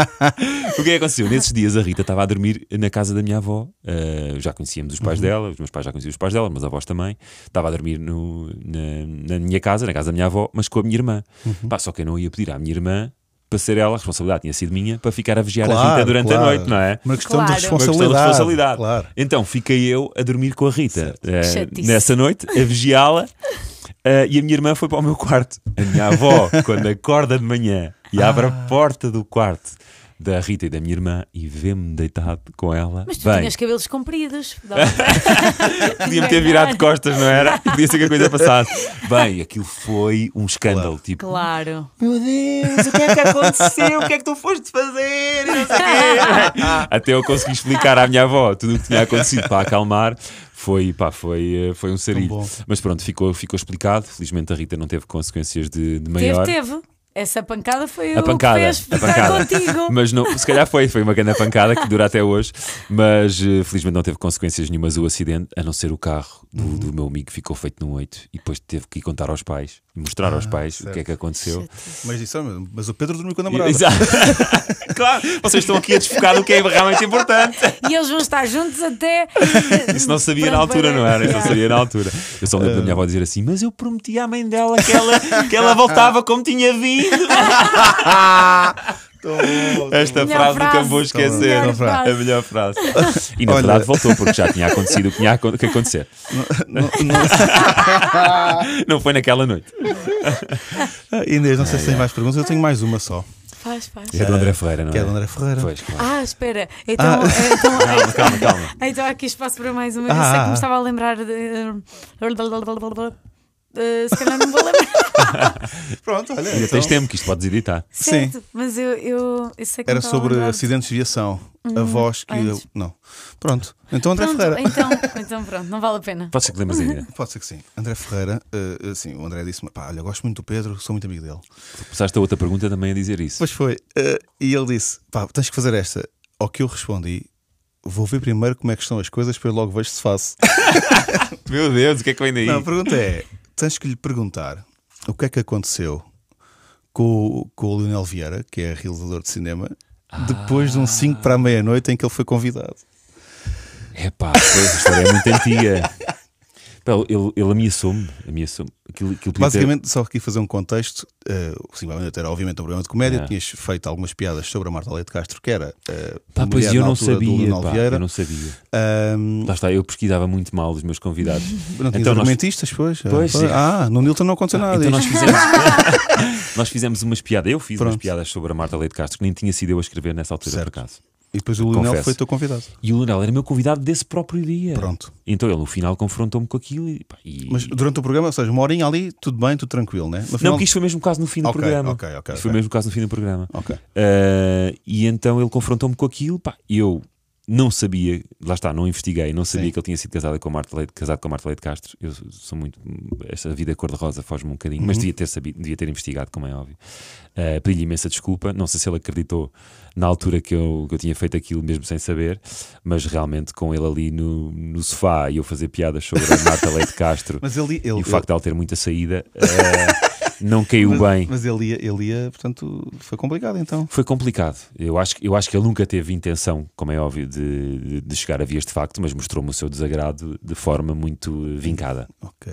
Speaker 5: o que é que aconteceu? Nesses dias a Rita estava a dormir na casa da minha avó. Ah, já conhecíamos os pais
Speaker 4: Uhum.
Speaker 5: dela, os meus pais já conheciam os pais dela, os meus avós também. Estava a dormir no- na, na minha casa, na casa da minha avó, mas com a minha irmã.
Speaker 4: Uhum.
Speaker 5: Pá, só que eu não ia pedir à minha irmã para ser ela, a responsabilidade tinha sido minha, para ficar a vigiar a Rita durante
Speaker 4: claro.
Speaker 5: a noite, não é?
Speaker 4: Uma questão
Speaker 3: Claro.
Speaker 4: de
Speaker 3: Uma questão
Speaker 5: Uma
Speaker 4: responsabilidade.
Speaker 5: questão de responsabilidade.
Speaker 4: Claro.
Speaker 5: Então fiquei eu a dormir com a Rita eh,
Speaker 3: Chatice.
Speaker 5: nessa noite, a vigiá-la. eh, e a minha irmã foi para o meu quarto. A minha avó, quando acorda de manhã e abre
Speaker 4: Ah.
Speaker 5: a porta do quarto da Rita e da minha irmã e vê-me deitado com ela,
Speaker 3: Mas tu
Speaker 5: bem,
Speaker 3: tinhas cabelos compridos. dava para-
Speaker 5: podia-me ter virado de costas, não era? Podia ser que a coisa passasse. Bem, aquilo foi um escândalo. Tipo,
Speaker 3: Claro.
Speaker 5: meu Deus, o que é que aconteceu? O que é que tu foste fazer? E não sei o quê. Até eu consegui explicar à minha avó tudo o que tinha acontecido para acalmar. Foi, pá, foi, eh, foi um sarilho.
Speaker 4: bom.
Speaker 5: Mas pronto, ficou, ficou explicado. Felizmente a Rita não teve consequências de, de
Speaker 3: Teve,
Speaker 5: maior.
Speaker 3: teve. Essa pancada foi
Speaker 5: A
Speaker 3: o
Speaker 5: pancada,
Speaker 3: que fez
Speaker 5: a
Speaker 3: ficar
Speaker 5: pancada.
Speaker 3: contigo.
Speaker 5: Mas não, se calhar foi, foi uma grande pancada que dura até hoje, mas eh, felizmente não teve consequências nenhumas o acidente, a não ser o carro do, do meu amigo que ficou feito num 8 e depois teve que ir contar aos pais, mostrar aos pais o que é que aconteceu.
Speaker 4: Mas disse, "Ah, mas o Pedro dormiu com a namorada.
Speaker 5: Exato. claro, vocês estão aqui a desfocar do que é realmente importante.
Speaker 3: E eles vão estar juntos até.
Speaker 5: Isso não sabia
Speaker 3: Pronto,
Speaker 5: na altura,
Speaker 3: para-
Speaker 5: não era? Isso não
Speaker 3: Yeah.
Speaker 5: sabia na altura. Eu só me lembro da minha avó dizer assim: Mas eu prometi à mãe dela que ela, que ela voltava como tinha vindo.
Speaker 4: Tão bom, tão
Speaker 5: Esta
Speaker 3: Melhor
Speaker 5: frase nunca
Speaker 3: frase.
Speaker 5: vou esquecer.
Speaker 3: Melhor frase.
Speaker 5: A melhor frase. E na
Speaker 4: Olha.
Speaker 5: verdade voltou, porque já tinha acontecido o que tinha acon- que acontecer.
Speaker 4: Não- não-
Speaker 5: Não foi naquela noite.
Speaker 4: Ah, Inês, não sei se tem mais perguntas, eu tenho mais uma só,
Speaker 3: Faz, faz.
Speaker 5: Que é do André Ferreira, não é?
Speaker 4: que é a André Ferreira.
Speaker 5: Pois, claro.
Speaker 3: Ah, espera. Então, então,
Speaker 5: Ah. Calma, calma, calma.
Speaker 3: então há aqui espaço para mais uma. Eu
Speaker 4: Ah,
Speaker 3: sei que
Speaker 4: ah,
Speaker 3: me
Speaker 4: ah.
Speaker 3: estava a lembrar de. Eh, se calhar não vou lembrar.
Speaker 4: Pronto, olha.
Speaker 5: Ainda
Speaker 4: então-
Speaker 5: tens tempo que isto podes editar.
Speaker 4: Sim.
Speaker 3: Certo, mas eu, eu, eu sei que me estava
Speaker 4: Era
Speaker 3: a
Speaker 4: sobre
Speaker 3: lembrar.
Speaker 4: acidentes de aviação. a voz que.
Speaker 3: Então, Uhum. antes.
Speaker 4: eu- Não. Pronto. Então, André
Speaker 3: Pronto,
Speaker 4: Ferreira.
Speaker 3: então, então pronto, não vale a pena.
Speaker 5: Pode ser que lembres ainda.
Speaker 4: Pode ser que sim. André Ferreira, eh, assim, o André disse-me: pá, olha, gosto muito do Pedro, sou muito amigo dele.
Speaker 5: Começaste a outra pergunta também a dizer isso.
Speaker 4: Pois foi. eh, e ele disse: pá, tens que fazer esta. Ao que eu respondi: vou ver primeiro como é que estão as coisas, depois logo vejo se faço.
Speaker 5: Meu Deus, o que é que vem daí?
Speaker 4: Não, a pergunta é: tens que lhe perguntar o que é que aconteceu com, o- com o Leonel Vieira, que é realizador de cinema,
Speaker 5: Ah.
Speaker 4: depois de um 5 para a meia-noite em que ele foi convidado.
Speaker 5: Epá, pois, a história é muito antiga. Pá, ele ele ameaçou-me. Ameaçou aquilo, aquilo podia ter-
Speaker 4: Basicamente, só aqui fazer um contexto: eh, o 5 para a meia-noite era obviamente um programa de comédia,
Speaker 5: É.
Speaker 4: tinhas feito algumas piadas sobre a Marta Leite de Castro, que era. eh,
Speaker 5: Pá,
Speaker 4: mulher
Speaker 5: pois
Speaker 4: na
Speaker 5: eu não
Speaker 4: altura do
Speaker 5: sabia.
Speaker 4: Leonel
Speaker 5: Pá,
Speaker 4: Vieira.
Speaker 5: eu não sabia.
Speaker 4: Ahm,
Speaker 5: Lá está, eu pesquisava muito mal os meus convidados.
Speaker 4: não tinhas
Speaker 5: Então nós-
Speaker 4: argumentistas, pois.
Speaker 5: Pois, sim.
Speaker 4: ah, no Nilton não aconteceu nada.
Speaker 5: Então nós
Speaker 4: disto.
Speaker 5: fizemos, nós fizemos umas piadas. Eu fiz umas
Speaker 4: Pronto.
Speaker 5: piadas sobre a Marta Leite Castro, que nem tinha sido eu a escrever nessa altura,
Speaker 4: Certo.
Speaker 5: por acaso.
Speaker 4: E depois o Leonel
Speaker 5: Confesso.
Speaker 4: foi teu convidado.
Speaker 5: E o Leonel era meu convidado desse próprio dia.
Speaker 4: Pronto.
Speaker 5: Então ele, no final, confrontou-me com aquilo e. pá, e-
Speaker 4: Mas durante o programa, ou seja, uma horinha ali, tudo bem, tudo tranquilo, né? No
Speaker 5: Não,
Speaker 4: final-
Speaker 5: porque isto foi mesmo caso no fim do
Speaker 4: Ok,
Speaker 5: programa.
Speaker 4: ok, ok,
Speaker 5: Isto foi
Speaker 4: ok.
Speaker 5: mesmo caso no fim do programa.
Speaker 4: Ok.
Speaker 5: Uh, e então ele confrontou-me com aquilo. Pá, eu não sabia, lá está, não investiguei, não sabia
Speaker 4: Sim.
Speaker 5: que ele tinha sido casado com a Marta Leite, casado com a Marta Leite Castro. Eu sou muito. Esta vida cor-de-rosa foge-me um bocadinho,
Speaker 4: Uhum.
Speaker 5: mas devia ter sabido, devia ter investigado, como é óbvio. Uh, Pedi-lhe imensa desculpa. Não sei se ele acreditou na altura que eu, que eu tinha feito aquilo, mesmo sem saber, mas realmente com ele ali no, no sofá e eu fazer piadas sobre a Marta Leite Castro
Speaker 4: Mas ele, ele,
Speaker 5: e
Speaker 4: ele-
Speaker 5: o facto de ela ter muita saída eh, não caiu
Speaker 4: mas,
Speaker 5: bem.
Speaker 4: mas ele, ia, ele ia, portanto, foi complicado então.
Speaker 5: Foi complicado. Eu acho, que- eu acho que ele nunca teve intenção, como é óbvio, de, de- de chegar a vias de facto, mas mostrou-me o seu desagrado de forma muito eh, vincada.
Speaker 4: Ok.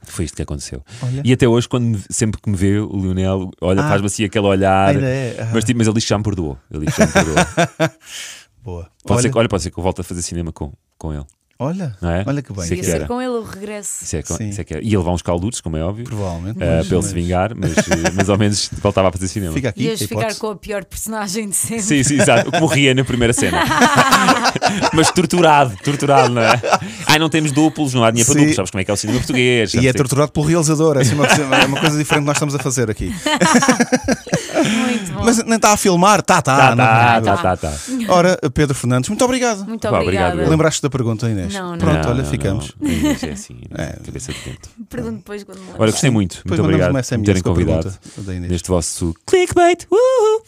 Speaker 5: Foi isto que aconteceu.
Speaker 4: Olha.
Speaker 5: E até hoje, quando me- sempre que me vê o Lionel, olha,
Speaker 4: Ah.
Speaker 5: faz-me assim aquele olhar.
Speaker 4: Ainda é. Ah.
Speaker 5: Mas, tipo, mas ele diz que já me perdoou. Ele diz que já me perdoou.
Speaker 4: Boa.
Speaker 5: Pode ser
Speaker 4: olha,
Speaker 5: que, olha, pode ser que eu volte a fazer cinema com, com ele.
Speaker 4: olha,
Speaker 5: Não é?
Speaker 4: olha que bem.
Speaker 5: Sim.
Speaker 3: Ia
Speaker 5: que
Speaker 3: ser
Speaker 5: era.
Speaker 3: com ele o regresso.
Speaker 5: Isso é, que-
Speaker 4: Sim.
Speaker 5: isso é que é. E ele vai uns calduros, como é óbvio,
Speaker 4: Provavelmente.
Speaker 5: eh,
Speaker 4: mas-
Speaker 5: para ele
Speaker 4: mas
Speaker 5: se vingar, é? mas, eh, mas ao menos voltava a fazer cinema.
Speaker 4: Fica aqui.
Speaker 3: Ias
Speaker 4: a
Speaker 3: ficar
Speaker 4: hipótese.
Speaker 3: com a pior personagem de sempre.
Speaker 5: Sim, sim, exato. Como ria na primeira cena. mas torturado, torturado, não é? Ai, não temos duplos, não há dinheiro para
Speaker 4: Sim.
Speaker 5: duplos. Sabes como é que é o cinema português?
Speaker 4: E
Speaker 5: sabes
Speaker 4: é
Speaker 5: que-
Speaker 4: torturado pelo realizador, é assim uma, coisa- é uma coisa diferente que nós estamos a fazer aqui.
Speaker 3: Muito bom.
Speaker 4: Mas nem está a filmar, está,
Speaker 5: Tá,
Speaker 4: está.
Speaker 5: tá,
Speaker 3: não-
Speaker 5: tá, tá, tá.
Speaker 4: Ora, Pedro Fernandes, muito obrigado.
Speaker 3: Muito
Speaker 5: Pá,
Speaker 3: obrigada.
Speaker 5: obrigado, eu.
Speaker 4: Lembraste da pergunta, Inês?
Speaker 3: Não, não.
Speaker 4: Pronto,
Speaker 5: Não,
Speaker 4: olha,
Speaker 5: não,
Speaker 4: ficamos.
Speaker 5: não. É assim, cabeça de dentro.
Speaker 3: Pergunto depois quando me
Speaker 5: Olha,
Speaker 3: lembro.
Speaker 5: gostei muito.
Speaker 4: Depois
Speaker 5: muito obrigado
Speaker 4: mandamos um
Speaker 5: por
Speaker 4: SMS
Speaker 5: me terem
Speaker 4: com a
Speaker 5: convidado
Speaker 4: pergunta da Inês.
Speaker 5: neste vosso clickbait. Uhul.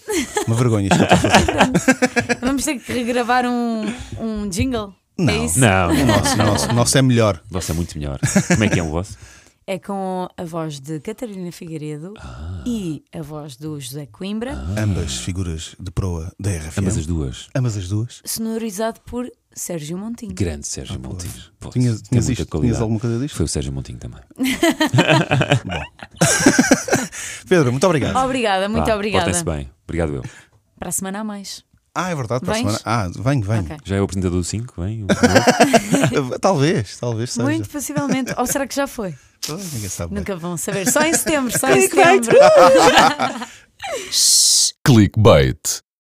Speaker 4: Uma vergonha isto.
Speaker 3: Vamos ter que regravar um, um jingle.
Speaker 4: Não.
Speaker 3: É isso?
Speaker 5: Não, não.
Speaker 4: Nosso, nosso, nosso é melhor.
Speaker 5: O vosso é muito melhor. Como é que é o vosso?
Speaker 3: É com a voz de Catarina Figueiredo
Speaker 5: Ah.
Speaker 3: e a voz do José Coimbra,
Speaker 4: Ambas figuras de proa da RFM.
Speaker 5: Ambas as duas.
Speaker 4: Ambas as duas.
Speaker 3: sonorizado por Sérgio Montinho.
Speaker 5: Grande Sérgio Montinho. Pô,
Speaker 4: Ah, Tinhas,
Speaker 5: tem
Speaker 4: tinhas,
Speaker 5: muita
Speaker 4: isto,
Speaker 5: qualidade.
Speaker 4: tinhas alguma coisa disto?
Speaker 5: Foi o Sérgio Montinho também.
Speaker 4: Pedro, muito obrigado.
Speaker 3: Obrigada, muito
Speaker 5: Vá,
Speaker 3: obrigada.
Speaker 5: Portem-se bem. Obrigado eu.
Speaker 3: Para a semana a mais.
Speaker 4: Ah, é verdade, para a
Speaker 3: Vens?
Speaker 4: semana. Ah, venho, venho.
Speaker 3: Ok.
Speaker 5: Já é o apresentador do 5, hein?
Speaker 4: Talvez, talvez seja.
Speaker 3: Muito possivelmente. Ou será que já foi?
Speaker 4: Ah, Ninguém sabe. bem.
Speaker 3: Nunca vão saber.
Speaker 5: Uh!
Speaker 3: Só em setembro, só em setembro.
Speaker 1: Shh.
Speaker 2: Clickbait.